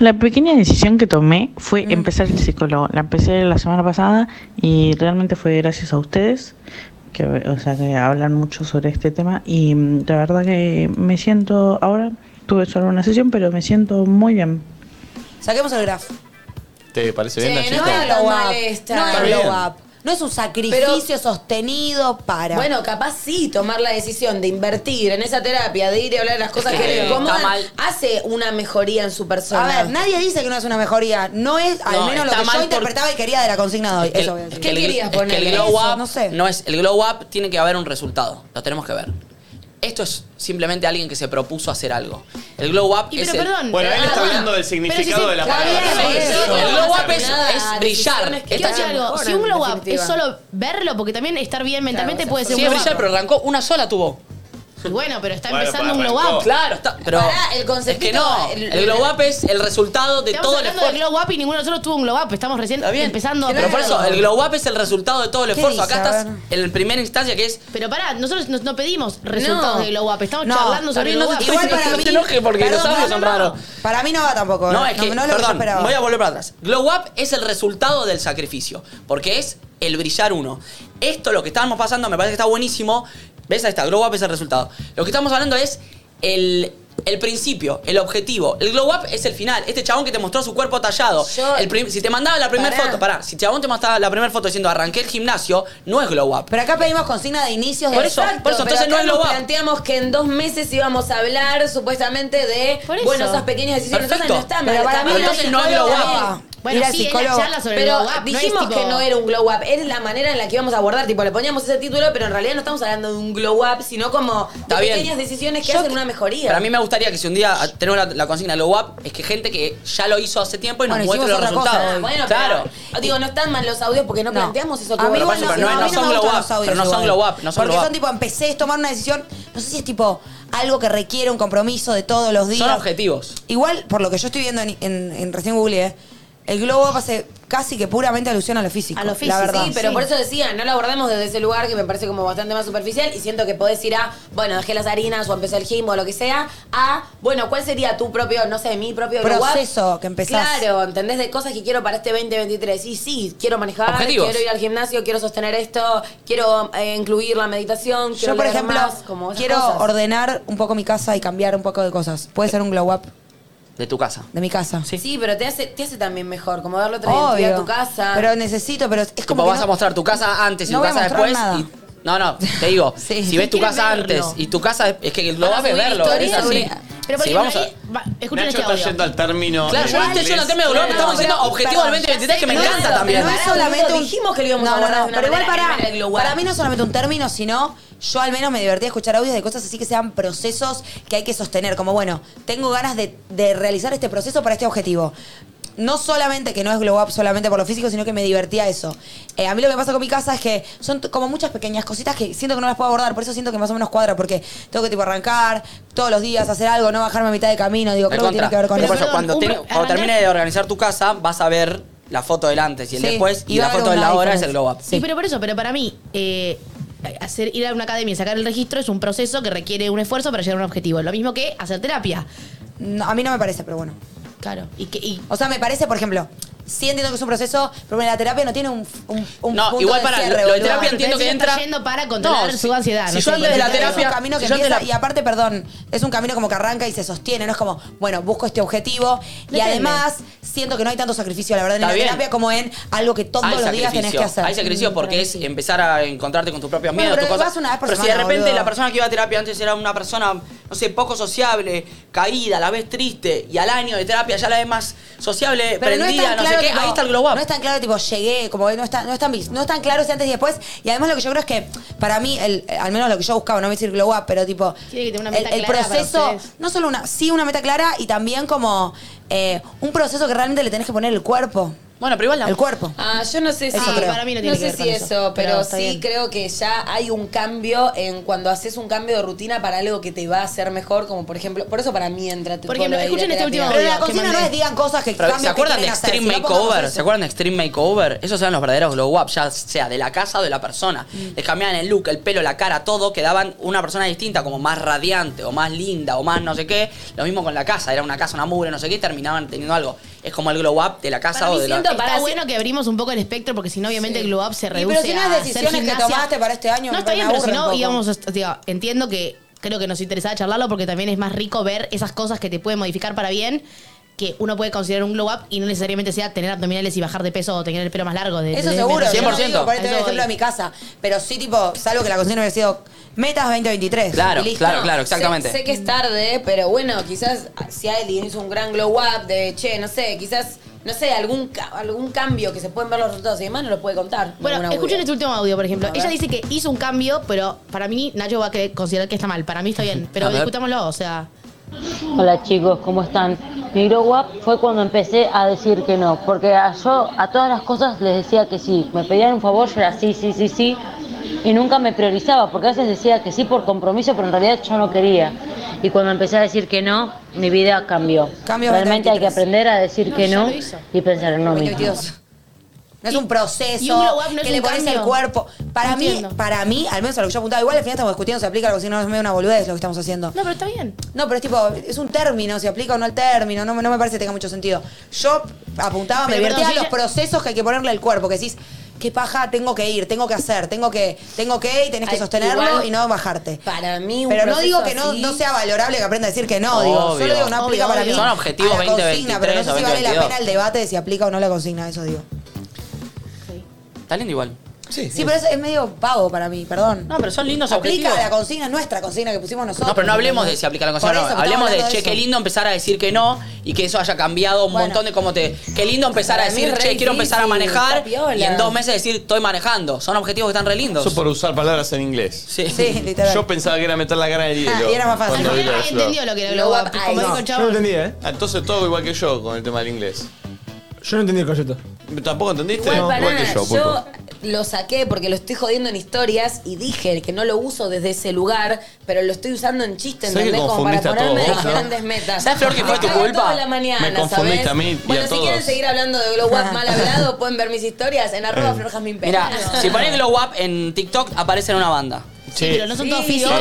[SPEAKER 8] La pequeña decisión que tomé
[SPEAKER 4] Mm.
[SPEAKER 8] fue empezar el psicólogo. La empecé la semana pasada y realmente fue gracias a ustedes, que, o sea, que hablan mucho sobre este tema. Y mm, la verdad que me siento, ahora tuve solo una sesión, pero me siento muy bien.
[SPEAKER 2] Saquemos el graf.
[SPEAKER 1] ¿Te parece bien,
[SPEAKER 5] Che, no
[SPEAKER 1] Nachito?
[SPEAKER 5] es
[SPEAKER 2] Blow
[SPEAKER 5] Tan
[SPEAKER 2] up.
[SPEAKER 5] mal está.
[SPEAKER 2] No es
[SPEAKER 1] Está bien.
[SPEAKER 2] blow up. No es un sacrificio sostenido para.
[SPEAKER 5] Bueno, capaz sí tomar la decisión de invertir en esa terapia, de ir y hablar de las cosas
[SPEAKER 2] que
[SPEAKER 5] que le
[SPEAKER 2] está
[SPEAKER 5] incomodan,
[SPEAKER 2] mal.
[SPEAKER 5] hace una mejoría en su
[SPEAKER 2] a
[SPEAKER 5] persona.
[SPEAKER 2] ver, nadie dice que no es una mejoría. No es, al
[SPEAKER 5] No,
[SPEAKER 2] menos lo
[SPEAKER 5] está
[SPEAKER 2] que
[SPEAKER 5] mal
[SPEAKER 2] yo
[SPEAKER 5] por-
[SPEAKER 2] interpretaba y quería de la consigna de hoy.
[SPEAKER 3] que
[SPEAKER 2] Eso
[SPEAKER 3] el-
[SPEAKER 2] voy a decir.
[SPEAKER 3] que el- es que el glow
[SPEAKER 2] Eso,
[SPEAKER 3] up
[SPEAKER 2] no
[SPEAKER 3] no,
[SPEAKER 2] sé.
[SPEAKER 3] es el glow up tiene que haber un resultado lo tenemos que ver Esto es simplemente alguien que se propuso hacer algo. El glow up
[SPEAKER 4] Y
[SPEAKER 3] es.
[SPEAKER 4] pero
[SPEAKER 3] el-
[SPEAKER 4] perdón, Bueno, él está perdón. hablando del Pero si significado se- de la palabra. Está bien,
[SPEAKER 3] Sí,
[SPEAKER 4] sí,
[SPEAKER 3] sí,
[SPEAKER 4] no
[SPEAKER 3] El glow
[SPEAKER 4] pasa
[SPEAKER 3] up es,
[SPEAKER 4] nada,
[SPEAKER 3] es
[SPEAKER 4] decisiones
[SPEAKER 3] brillar.
[SPEAKER 4] que Quiero decir algo, si un glow up es solo verlo, porque también estar bien mentalmente puede ser
[SPEAKER 3] Sí,
[SPEAKER 4] un
[SPEAKER 3] es
[SPEAKER 4] glow
[SPEAKER 3] brillar,
[SPEAKER 4] up.
[SPEAKER 3] pero arrancó una sola tuvo.
[SPEAKER 4] Y bueno, pero está
[SPEAKER 3] Bueno,
[SPEAKER 4] empezando
[SPEAKER 3] pero
[SPEAKER 4] un glow
[SPEAKER 3] arrancó.
[SPEAKER 4] up.
[SPEAKER 3] Claro, está- pero- Pará,
[SPEAKER 4] el
[SPEAKER 3] Es que no. El glow up es el resultado de
[SPEAKER 4] Estamos
[SPEAKER 3] todo el
[SPEAKER 4] hablando
[SPEAKER 3] esfuerzo.
[SPEAKER 4] de glow up y ninguno de nosotros tuvo un glow up. Estamos recién empezando. a
[SPEAKER 3] Pero por eso, el glow up es el resultado de todo el
[SPEAKER 4] ¿Qué
[SPEAKER 3] esfuerzo.
[SPEAKER 4] dice?
[SPEAKER 3] Acá
[SPEAKER 4] A
[SPEAKER 3] estás
[SPEAKER 4] ver.
[SPEAKER 3] en la primera instancia que es.
[SPEAKER 4] Pero pará, nosotros nos- no pedimos resultados de glow up. Estamos charlando sobre
[SPEAKER 3] no,
[SPEAKER 4] glow up.
[SPEAKER 3] te- no te enojes porque
[SPEAKER 2] Perdón,
[SPEAKER 3] los
[SPEAKER 2] no,
[SPEAKER 3] audios son
[SPEAKER 2] no, no.
[SPEAKER 3] raros.
[SPEAKER 2] Para mí no va tampoco. ¿eh?
[SPEAKER 3] No, es que,
[SPEAKER 2] no lo
[SPEAKER 3] perdón,
[SPEAKER 2] esperaba.
[SPEAKER 3] voy a volver para atrás. Glow Up es el resultado del sacrificio, porque es el brillar uno. Esto, lo que estábamos pasando, me parece que está buenísimo. ¿Ves? Ahí está, Glow Up es el resultado. Lo que estamos hablando es el, el principio, el objetivo. El Glow Up es el final. Este chabón que te mostró su cuerpo tallado. El prim- si te mandaba la primera
[SPEAKER 2] Pará.
[SPEAKER 3] foto, pará, si chabón te mandaba la primera foto diciendo arranqué el gimnasio, no es Glow Up.
[SPEAKER 2] Pero acá pedimos consigna de inicios de
[SPEAKER 3] Por eso, por eso, entonces no es glow
[SPEAKER 5] nos
[SPEAKER 3] up.
[SPEAKER 5] planteamos que en dos meses íbamos a hablar supuestamente de,
[SPEAKER 4] eso.
[SPEAKER 5] bueno, esas pequeñas decisiones.
[SPEAKER 3] Perfecto.
[SPEAKER 5] Entonces no está
[SPEAKER 3] Pero
[SPEAKER 5] mal,
[SPEAKER 3] para
[SPEAKER 5] está
[SPEAKER 3] mí
[SPEAKER 5] mal.
[SPEAKER 3] entonces no es glow up.
[SPEAKER 4] Bueno,
[SPEAKER 5] Ir al
[SPEAKER 4] sí, es la
[SPEAKER 5] psicólogo.
[SPEAKER 4] charla sobre el
[SPEAKER 5] pero
[SPEAKER 4] glow up, no es
[SPEAKER 5] dijimos
[SPEAKER 4] tipo-
[SPEAKER 5] que no era un glow up, es la manera en la que íbamos a abordar, tipo, le poníamos ese título, pero en realidad no estamos hablando de un glow up, sino como de
[SPEAKER 3] Está bien.
[SPEAKER 5] pequeñas decisiones que
[SPEAKER 3] Yo
[SPEAKER 5] hacen una mejoría.
[SPEAKER 3] Pero a mí me gustaría que si un día tenemos la, la consigna de Glow Up, es que gente que ya lo hizo hace tiempo y
[SPEAKER 5] Bueno,
[SPEAKER 3] nos muestre los
[SPEAKER 5] hicimos otra cosa.
[SPEAKER 3] resultados.
[SPEAKER 5] Ah, bueno,
[SPEAKER 3] claro.
[SPEAKER 5] pero, digo, no están mal los audios porque no, planteamos eso que
[SPEAKER 2] A
[SPEAKER 5] vos
[SPEAKER 2] mí igual
[SPEAKER 5] planteaste.
[SPEAKER 3] pero no-
[SPEAKER 2] a mí
[SPEAKER 3] no son
[SPEAKER 2] me
[SPEAKER 3] glow
[SPEAKER 2] gustan
[SPEAKER 3] up,
[SPEAKER 2] los audios
[SPEAKER 3] pero no son
[SPEAKER 2] igual.
[SPEAKER 3] glow up, no son
[SPEAKER 2] Porque
[SPEAKER 3] glow
[SPEAKER 2] son
[SPEAKER 3] up.
[SPEAKER 2] tipo, empecé a tomar una decisión, no sé si es tipo algo que requiere un compromiso de todos los días.
[SPEAKER 3] Son objetivos.
[SPEAKER 2] Igual, por lo que yo estoy viendo en, en- en- recién googleé, el glow up hace casi que puramente alusión a lo físico. A lo
[SPEAKER 5] Sí,
[SPEAKER 2] La
[SPEAKER 5] sí,
[SPEAKER 2] verdad.
[SPEAKER 5] sí, pero por eso decía, no lo abordemos desde ese lugar que me parece como bastante más superficial y siento que podés ir a, bueno, dejé las harinas o empecé el gym o lo que sea, a, bueno, ¿cuál sería tu propio, no sé, mi propio glow up?
[SPEAKER 2] Proceso que empezás.
[SPEAKER 5] Claro, ¿entendés? De cosas que quiero para este 2023. Y sí, quiero manejar,
[SPEAKER 2] Objetivos.
[SPEAKER 5] quiero ir al gimnasio, quiero sostener esto, quiero eh, incluir la meditación, quiero
[SPEAKER 2] Yo, por
[SPEAKER 5] leer
[SPEAKER 2] ejemplo,
[SPEAKER 5] más, como esas
[SPEAKER 2] quiero
[SPEAKER 5] cosas.
[SPEAKER 2] ordenar un poco mi casa y cambiar un poco de cosas. Puede ser un glow up
[SPEAKER 3] De tu casa.
[SPEAKER 2] de mi casa.
[SPEAKER 5] Sí, pero te hace, te hace también mejor, como darle otra
[SPEAKER 2] Obvio.
[SPEAKER 5] identidad a tu casa.
[SPEAKER 2] Pero necesito, pero es
[SPEAKER 3] Como
[SPEAKER 2] como que
[SPEAKER 3] vas
[SPEAKER 2] no-
[SPEAKER 3] a mostrar tu casa antes y
[SPEAKER 2] no
[SPEAKER 3] tu
[SPEAKER 2] voy a
[SPEAKER 3] casa
[SPEAKER 2] mostrar
[SPEAKER 3] después.
[SPEAKER 2] nada.
[SPEAKER 3] y- no, no, te digo, si ves tu
[SPEAKER 4] Quieren
[SPEAKER 3] casa
[SPEAKER 4] verlo.
[SPEAKER 3] antes y tu casa es, es que el glow
[SPEAKER 4] Ahora
[SPEAKER 3] up es
[SPEAKER 4] subí
[SPEAKER 3] verlo,
[SPEAKER 4] historia
[SPEAKER 3] es así.
[SPEAKER 4] sobre- Pero por
[SPEAKER 3] Sí,
[SPEAKER 4] ejemplo,
[SPEAKER 3] vamos a-
[SPEAKER 4] ahí- va, escuchen
[SPEAKER 1] Nacho
[SPEAKER 4] este
[SPEAKER 1] está
[SPEAKER 4] audio.
[SPEAKER 1] yendo al término.
[SPEAKER 3] Claro, yo
[SPEAKER 1] en
[SPEAKER 3] estoy
[SPEAKER 1] inglés.
[SPEAKER 3] yendo al término de glow up, estamos diciendo objetivo del 2023 que me encanta también.
[SPEAKER 2] No es solamente un...
[SPEAKER 5] dijimos que lo íbamos
[SPEAKER 2] no,
[SPEAKER 5] a abordar de
[SPEAKER 2] no, no,
[SPEAKER 5] una
[SPEAKER 2] pero igual
[SPEAKER 5] manera
[SPEAKER 2] para,
[SPEAKER 5] que no era el glow up.
[SPEAKER 2] para mí no es solamente un término, sino yo al menos me divertía escuchar audios de cosas así que sean procesos que hay que sostener. Como, bueno, tengo ganas de, de realizar este proceso para este objetivo. No solamente que no es glow up solamente por lo físico, sino que me divertía eso. Eh, a mí lo que pasa con mi casa es que son t- como muchas pequeñas cositas que siento que no las puedo abordar, por eso siento que más o menos cuadra, porque tengo que tipo arrancar todos los días, hacer algo, no bajarme a mitad de camino, digo,
[SPEAKER 3] Al
[SPEAKER 2] creo que tiene
[SPEAKER 3] contra.
[SPEAKER 2] que ver con
[SPEAKER 3] Por
[SPEAKER 2] eso.
[SPEAKER 3] eso, cuando, te- cuando termine de organizar tu casa, vas a ver la foto del antes y el
[SPEAKER 2] Sí,
[SPEAKER 3] después, y,
[SPEAKER 2] y va
[SPEAKER 3] la
[SPEAKER 2] a haber
[SPEAKER 3] foto de
[SPEAKER 2] una
[SPEAKER 3] la hora es
[SPEAKER 2] diferencia.
[SPEAKER 3] el glow up.
[SPEAKER 4] Sí, pero por eso, pero para mí, eh, hacer, ir a una academia y sacar el registro es un proceso que requiere un esfuerzo para llegar a un objetivo. Lo mismo que hacer terapia.
[SPEAKER 2] No, a mí no me parece, pero bueno.
[SPEAKER 4] Claro. Y que, y-
[SPEAKER 2] O sea, me parece, por ejemplo, sí entiendo que es un proceso, pero la terapia no tiene un, un, un
[SPEAKER 3] No,
[SPEAKER 2] punto
[SPEAKER 3] igual
[SPEAKER 2] de
[SPEAKER 3] para-
[SPEAKER 2] cierre,
[SPEAKER 3] lo de
[SPEAKER 2] boludo.
[SPEAKER 3] terapia entiendo que
[SPEAKER 4] Ella está
[SPEAKER 3] entra-
[SPEAKER 4] yendo para controlar
[SPEAKER 3] No,
[SPEAKER 4] su
[SPEAKER 3] si-
[SPEAKER 4] ansiedad.
[SPEAKER 3] si
[SPEAKER 4] no
[SPEAKER 3] yo
[SPEAKER 4] sé,
[SPEAKER 3] antes de la
[SPEAKER 4] porque-
[SPEAKER 3] terapia-
[SPEAKER 2] Es un camino que
[SPEAKER 3] si yo antes
[SPEAKER 2] empieza-
[SPEAKER 3] la-
[SPEAKER 2] y aparte, perdón, es un camino como que arranca y se sostiene, no es como, bueno, busco este objetivo y
[SPEAKER 4] Depende.
[SPEAKER 2] además siento que no hay tanto sacrificio, la verdad, en
[SPEAKER 3] Está
[SPEAKER 2] la
[SPEAKER 3] bien.
[SPEAKER 2] terapia como en algo que todos
[SPEAKER 3] Hay
[SPEAKER 2] los días tenés que
[SPEAKER 3] sacrificio,
[SPEAKER 2] hacer. Mm,
[SPEAKER 3] Hay sacrificio porque es empezar a encontrarte con tus propios
[SPEAKER 2] Bueno,
[SPEAKER 3] miedos,
[SPEAKER 2] pero
[SPEAKER 3] tus
[SPEAKER 2] vas
[SPEAKER 3] cosas.
[SPEAKER 2] una vez por
[SPEAKER 3] pero si de
[SPEAKER 2] semana,
[SPEAKER 3] repente
[SPEAKER 2] boludo.
[SPEAKER 3] la persona que iba a terapia antes era una persona, no sé, poco sociable, caída, la ves triste, y al año de terapia ya la ves más sociable, prendida, Eh, no, sé qué,
[SPEAKER 2] tipo,
[SPEAKER 3] ahí está el glow up.
[SPEAKER 2] No es tan claro, tipo, llegué, como que no está, no es tan, vis- no es tan claro si antes y después. Y además lo que yo creo es que, para mí, el, eh, al menos lo que yo buscaba, no me decir glow up, pero tipo,
[SPEAKER 4] Tiene que tener una
[SPEAKER 2] el,
[SPEAKER 4] meta
[SPEAKER 2] el
[SPEAKER 4] clara para
[SPEAKER 2] proceso,
[SPEAKER 4] ustedes.
[SPEAKER 2] no solo una, sí una meta clara y también como eh, un proceso que realmente le tenés que poner el cuerpo.
[SPEAKER 3] Bueno, pero igual la-
[SPEAKER 2] El cuerpo.
[SPEAKER 5] Ah, yo no sé si.
[SPEAKER 2] Eso creo.
[SPEAKER 4] para mí no tiene que
[SPEAKER 5] sé
[SPEAKER 4] ver con
[SPEAKER 5] si
[SPEAKER 4] eso,
[SPEAKER 5] eso,
[SPEAKER 4] pero
[SPEAKER 5] pero,
[SPEAKER 4] está
[SPEAKER 5] sí
[SPEAKER 4] bien.
[SPEAKER 5] creo que ya hay un cambio en cuando haces un cambio de rutina para algo que te va a hacer mejor, como por ejemplo. Por eso para mí entra
[SPEAKER 4] Por ejemplo, escuchen este último
[SPEAKER 2] Pero la
[SPEAKER 4] audio que
[SPEAKER 2] cocina no
[SPEAKER 4] mandé.
[SPEAKER 2] es digan cosas que
[SPEAKER 3] Pero,
[SPEAKER 2] cambian
[SPEAKER 3] ¿Se acuerdan
[SPEAKER 2] que
[SPEAKER 3] de
[SPEAKER 2] quieren hacer,
[SPEAKER 3] Extreme
[SPEAKER 2] sino pongamos
[SPEAKER 3] Makeover?
[SPEAKER 2] eso.
[SPEAKER 3] ¿Se acuerdan de Extreme Makeover? Esos eran los verdaderos glow up, ya sea de la casa o de la persona. Les cambiaban el look, el pelo, la cara, todo, quedaban una persona distinta, como más radiante o más linda o más no sé qué. Lo mismo con la casa, era una casa, una mugre, no sé qué, y terminaban teniendo algo. Es como el glow up de la casa
[SPEAKER 4] Para
[SPEAKER 3] o
[SPEAKER 4] mí
[SPEAKER 3] de la
[SPEAKER 4] siento,
[SPEAKER 5] para-
[SPEAKER 4] está bueno que abrimos un poco el espectro porque si no obviamente el glow up se
[SPEAKER 2] Y
[SPEAKER 4] reduce
[SPEAKER 2] pero si no
[SPEAKER 4] a
[SPEAKER 2] es
[SPEAKER 4] hacer
[SPEAKER 2] decisiones que
[SPEAKER 4] gimnasia.
[SPEAKER 2] tomaste para este año,
[SPEAKER 4] No, está
[SPEAKER 2] me
[SPEAKER 4] bien, pero si
[SPEAKER 2] aburre un
[SPEAKER 4] no
[SPEAKER 2] poco.
[SPEAKER 4] íbamos a... digo, entiendo que creo que nos interesaba charlarlo porque también es más rico ver esas cosas que te pueden modificar para bien que uno puede considerar un glow up y no necesariamente sea tener abdominales y bajar de peso o tener el pelo más largo. De,
[SPEAKER 2] Eso
[SPEAKER 4] de-
[SPEAKER 2] seguro.
[SPEAKER 4] de-
[SPEAKER 2] Yo no digo, por
[SPEAKER 4] Eso
[SPEAKER 2] este
[SPEAKER 4] voy.
[SPEAKER 2] ejemplo de mi casa. Pero sí, tipo, salvo que la cocina hubiera sido metas 2023.
[SPEAKER 3] Claro,
[SPEAKER 2] y listo.
[SPEAKER 3] claro, claro, exactamente.
[SPEAKER 5] Sé, sé que es tarde, pero bueno, quizás si alguien hizo un gran glow up de che, no sé, quizás no sé, algún, ca- algún cambio que se pueden ver los resultados y demás, no lo puede contar.
[SPEAKER 4] Bueno, escuchen este último audio, por ejemplo.
[SPEAKER 5] A ver.
[SPEAKER 4] Ella dice que hizo un cambio, pero para mí Nacho va a querer considerar que está mal. Para mí está bien,
[SPEAKER 13] A
[SPEAKER 4] pero
[SPEAKER 13] ver.
[SPEAKER 4] discutámoslo, o sea...
[SPEAKER 13] Hola chicos, ¿cómo están? Mi grow up fue cuando empecé a decir que no, porque a yo a todas las cosas les decía que sí. Me pedían un favor, yo era sí, sí, sí, sí, y nunca me priorizaba, porque a veces decía que sí por compromiso, pero en realidad yo no quería. Y cuando empecé a decir que no, mi vida cambió.
[SPEAKER 2] Cambio
[SPEAKER 13] Realmente hay que
[SPEAKER 2] 23.
[SPEAKER 13] aprender a decir
[SPEAKER 2] No,
[SPEAKER 13] que
[SPEAKER 2] ya
[SPEAKER 13] no
[SPEAKER 2] lo hizo.
[SPEAKER 13] y pensar en uno mismo.
[SPEAKER 2] 22. No es un proceso
[SPEAKER 4] y un glow up no es
[SPEAKER 2] que le
[SPEAKER 4] un
[SPEAKER 2] pones el
[SPEAKER 4] cambio.
[SPEAKER 2] cuerpo. Para
[SPEAKER 4] No
[SPEAKER 2] mí,
[SPEAKER 4] entiendo.
[SPEAKER 2] para mí, al menos a lo que yo apuntaba, igual al final estamos discutiendo si aplica algo, si no es medio una boludez lo que estamos haciendo.
[SPEAKER 4] No, pero está bien.
[SPEAKER 2] No, pero es tipo, es un término, si aplica o no el término, no, me- no me parece que tenga mucho sentido. Yo apuntaba, me
[SPEAKER 4] Pero
[SPEAKER 2] divertía
[SPEAKER 4] perdón,
[SPEAKER 2] los
[SPEAKER 4] si ella-
[SPEAKER 2] procesos que hay que ponerle al cuerpo, que decís, qué paja, tengo que ir, tengo que hacer, tengo que, tengo que y tenés que
[SPEAKER 5] Ay,
[SPEAKER 2] sostenerlo
[SPEAKER 5] igual,
[SPEAKER 2] y no bajarte.
[SPEAKER 5] Para mí, un
[SPEAKER 2] Pero no
[SPEAKER 5] proceso
[SPEAKER 2] digo que no,
[SPEAKER 5] así-
[SPEAKER 2] no sea valorable que aprenda a decir que no, digo,
[SPEAKER 3] Obvio.
[SPEAKER 2] solo digo, no aplica
[SPEAKER 3] Obvio,
[SPEAKER 2] para
[SPEAKER 3] obvio.
[SPEAKER 2] mí.
[SPEAKER 3] Son objetivos
[SPEAKER 2] a la
[SPEAKER 3] 20,
[SPEAKER 2] consigna, pero no sé
[SPEAKER 3] 23
[SPEAKER 2] si
[SPEAKER 3] o
[SPEAKER 2] vale la
[SPEAKER 3] 22.
[SPEAKER 2] pena el debate de si aplica o no la consigna, eso digo.
[SPEAKER 3] Está lindo igual. Sí.
[SPEAKER 2] Sí, pero es, es medio pavo para mí, perdón.
[SPEAKER 3] No, pero son lindos
[SPEAKER 2] Aplica
[SPEAKER 3] objetivos.
[SPEAKER 2] la consigna, es nuestra consigna que pusimos nosotros.
[SPEAKER 3] No, pero no hablemos de si aplica la
[SPEAKER 2] Por
[SPEAKER 3] consigna. o
[SPEAKER 2] eso,
[SPEAKER 3] no.
[SPEAKER 2] pero
[SPEAKER 3] Hablemos de,
[SPEAKER 2] estamos
[SPEAKER 3] che,
[SPEAKER 2] hablando
[SPEAKER 3] qué
[SPEAKER 2] eso.
[SPEAKER 3] lindo empezar a decir que no y que eso haya cambiado un
[SPEAKER 2] Bueno.
[SPEAKER 3] montón de cómo te. Qué lindo empezar a
[SPEAKER 2] Para mí
[SPEAKER 3] decir,
[SPEAKER 2] es re
[SPEAKER 3] che, quiero
[SPEAKER 2] difícil,
[SPEAKER 3] empezar a manejar
[SPEAKER 2] está piola.
[SPEAKER 3] y en dos meses decir, estoy manejando. Son objetivos que están re lindos.
[SPEAKER 1] Eso por usar palabras en inglés.
[SPEAKER 3] Sí.
[SPEAKER 2] Sí, *laughs* literal. Ah,
[SPEAKER 1] Yo pensaba que era meter la cara en el hielo.
[SPEAKER 2] Y era más fácil.
[SPEAKER 1] cuando vi la flor.
[SPEAKER 4] lo que
[SPEAKER 2] era glow up, como dijo el
[SPEAKER 6] Yo no entendí, ¿eh?
[SPEAKER 1] Ah, Entonces todo igual que yo con el tema del inglés.
[SPEAKER 6] Yo no entendí el concepto.
[SPEAKER 1] ¿Tampoco entendiste?
[SPEAKER 5] Igual, banana,
[SPEAKER 1] que yo.
[SPEAKER 5] yo, lo saqué porque lo estoy jodiendo en historias y dije que no lo uso desde ese lugar, pero lo estoy usando en chiste,
[SPEAKER 1] Sé que
[SPEAKER 5] ¿entendés? Como para
[SPEAKER 1] confundiste a
[SPEAKER 5] ponerme
[SPEAKER 1] todos, ¿no?
[SPEAKER 5] grandes metas.
[SPEAKER 3] ¿Sabes, Flor, que
[SPEAKER 5] Me
[SPEAKER 3] fue tu
[SPEAKER 5] cago
[SPEAKER 3] culpa?
[SPEAKER 5] toda la mañana,
[SPEAKER 1] Me confundiste
[SPEAKER 5] ¿sabés?
[SPEAKER 1] a mí y a
[SPEAKER 5] bueno, si
[SPEAKER 1] todos. Ah.
[SPEAKER 5] quieren seguir hablando de Glow Up
[SPEAKER 1] *laughs*
[SPEAKER 5] mal hablado, pueden ver mis historias en
[SPEAKER 1] Eh.
[SPEAKER 5] arroba Flor Jazmín Pérez.
[SPEAKER 3] Mira, si pones glow up en TikTok, aparece en una banda.
[SPEAKER 4] Sí, pero no son todos físicos.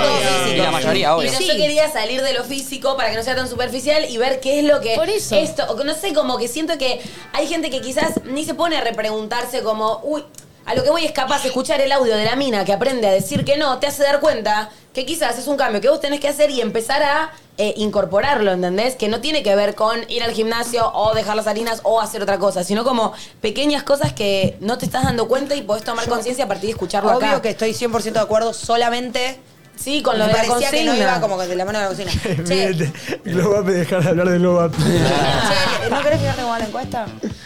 [SPEAKER 3] Sí, Y la mayoría, obvio.
[SPEAKER 5] Pero yo quería salir de lo físico para que no sea tan superficial y ver qué es lo que. Por eso. Esto, o que no sé, como que siento que hay gente que quizás ni se pone a repreguntarse como, uy, a lo que voy es capaz de escuchar el audio de la mina que aprende a decir que no, te hace dar cuenta que quizás es un cambio que vos tenés que hacer y empezar a eh, incorporarlo, ¿entendés? Que no tiene que ver con ir al gimnasio o dejar las harinas o hacer otra cosa, sino como pequeñas cosas que no te estás dando cuenta y podés tomar conciencia a partir de escucharlo
[SPEAKER 2] Obvio
[SPEAKER 5] acá.
[SPEAKER 2] que estoy 100% de acuerdo, solamente...
[SPEAKER 5] Sí, con lo
[SPEAKER 2] me
[SPEAKER 5] de la
[SPEAKER 2] parecía que no
[SPEAKER 5] consigna.
[SPEAKER 2] iba como de la mano de la
[SPEAKER 3] *laughs*
[SPEAKER 2] cocina. che,
[SPEAKER 6] Mirate, Este, Glow Up, dejar de hablar de Glow Up.
[SPEAKER 2] che, ¿no querés fijarte cómo va la encuesta?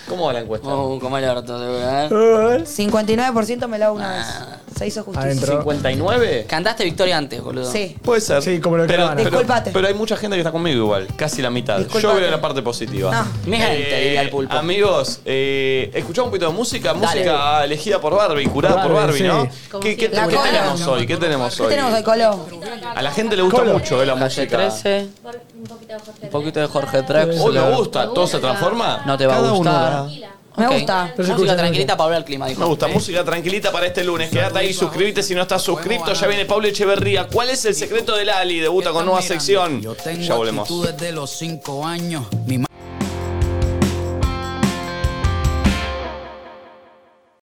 [SPEAKER 1] ¿Cómo va la encuesta?
[SPEAKER 3] Oh, como el orto, de verdad. eh.
[SPEAKER 2] 59% me la una
[SPEAKER 3] Ah.
[SPEAKER 2] vez. Se hizo justicia.
[SPEAKER 6] Adentro.
[SPEAKER 1] ¿59?
[SPEAKER 3] Cantaste victoria antes, boludo.
[SPEAKER 2] Sí.
[SPEAKER 1] Puede ser.
[SPEAKER 6] Sí, como lo que
[SPEAKER 1] pero,
[SPEAKER 6] van a-
[SPEAKER 1] pero,
[SPEAKER 2] Disculpate.
[SPEAKER 1] pero hay mucha gente que está conmigo igual, casi la mitad. Yo
[SPEAKER 2] Disculpate.
[SPEAKER 1] veo la parte positiva. Eh,
[SPEAKER 2] Ah.
[SPEAKER 3] Mi gente, diría el pulpo.
[SPEAKER 1] Amigos, eh, escuchamos un poquito de música, música elegida por Barbie, curada por Barbie,
[SPEAKER 6] Barbie,
[SPEAKER 1] ¿no?
[SPEAKER 6] sí.
[SPEAKER 4] Como
[SPEAKER 1] ¿Qué, qué-
[SPEAKER 4] siempre.
[SPEAKER 1] qué
[SPEAKER 2] La
[SPEAKER 1] tenemos
[SPEAKER 2] Colo.
[SPEAKER 1] hoy? ¿Qué tenemos
[SPEAKER 2] ¿Qué
[SPEAKER 1] hoy?
[SPEAKER 2] tenemos hoy, Colo?
[SPEAKER 1] A la gente le gusta
[SPEAKER 6] Colo.
[SPEAKER 1] mucho eh, la
[SPEAKER 3] Calle
[SPEAKER 1] música.
[SPEAKER 3] 13. Un poquito de Jorge Trex.
[SPEAKER 1] Hoy me gusta, ¿todo se transforma?
[SPEAKER 3] No te va
[SPEAKER 6] Cada
[SPEAKER 3] a
[SPEAKER 6] uno
[SPEAKER 3] gustar.
[SPEAKER 2] Me
[SPEAKER 3] Ok.
[SPEAKER 2] gusta.
[SPEAKER 6] Entonces
[SPEAKER 3] Música
[SPEAKER 6] escucha,
[SPEAKER 3] tranquilita para hablar el clima, dijo.
[SPEAKER 1] Me gusta,
[SPEAKER 3] Ok.
[SPEAKER 1] música tranquilita para este lunes. Quédate ahí, suscríbete si no estás suscrito. Ya viene Pablo Echeverría. ¿Cuál es el secreto del Ali? Debuta con nueva sección.
[SPEAKER 14] Yo
[SPEAKER 1] Ya
[SPEAKER 14] tengo
[SPEAKER 1] volvemos.
[SPEAKER 14] actitud desde los 5 años. Mi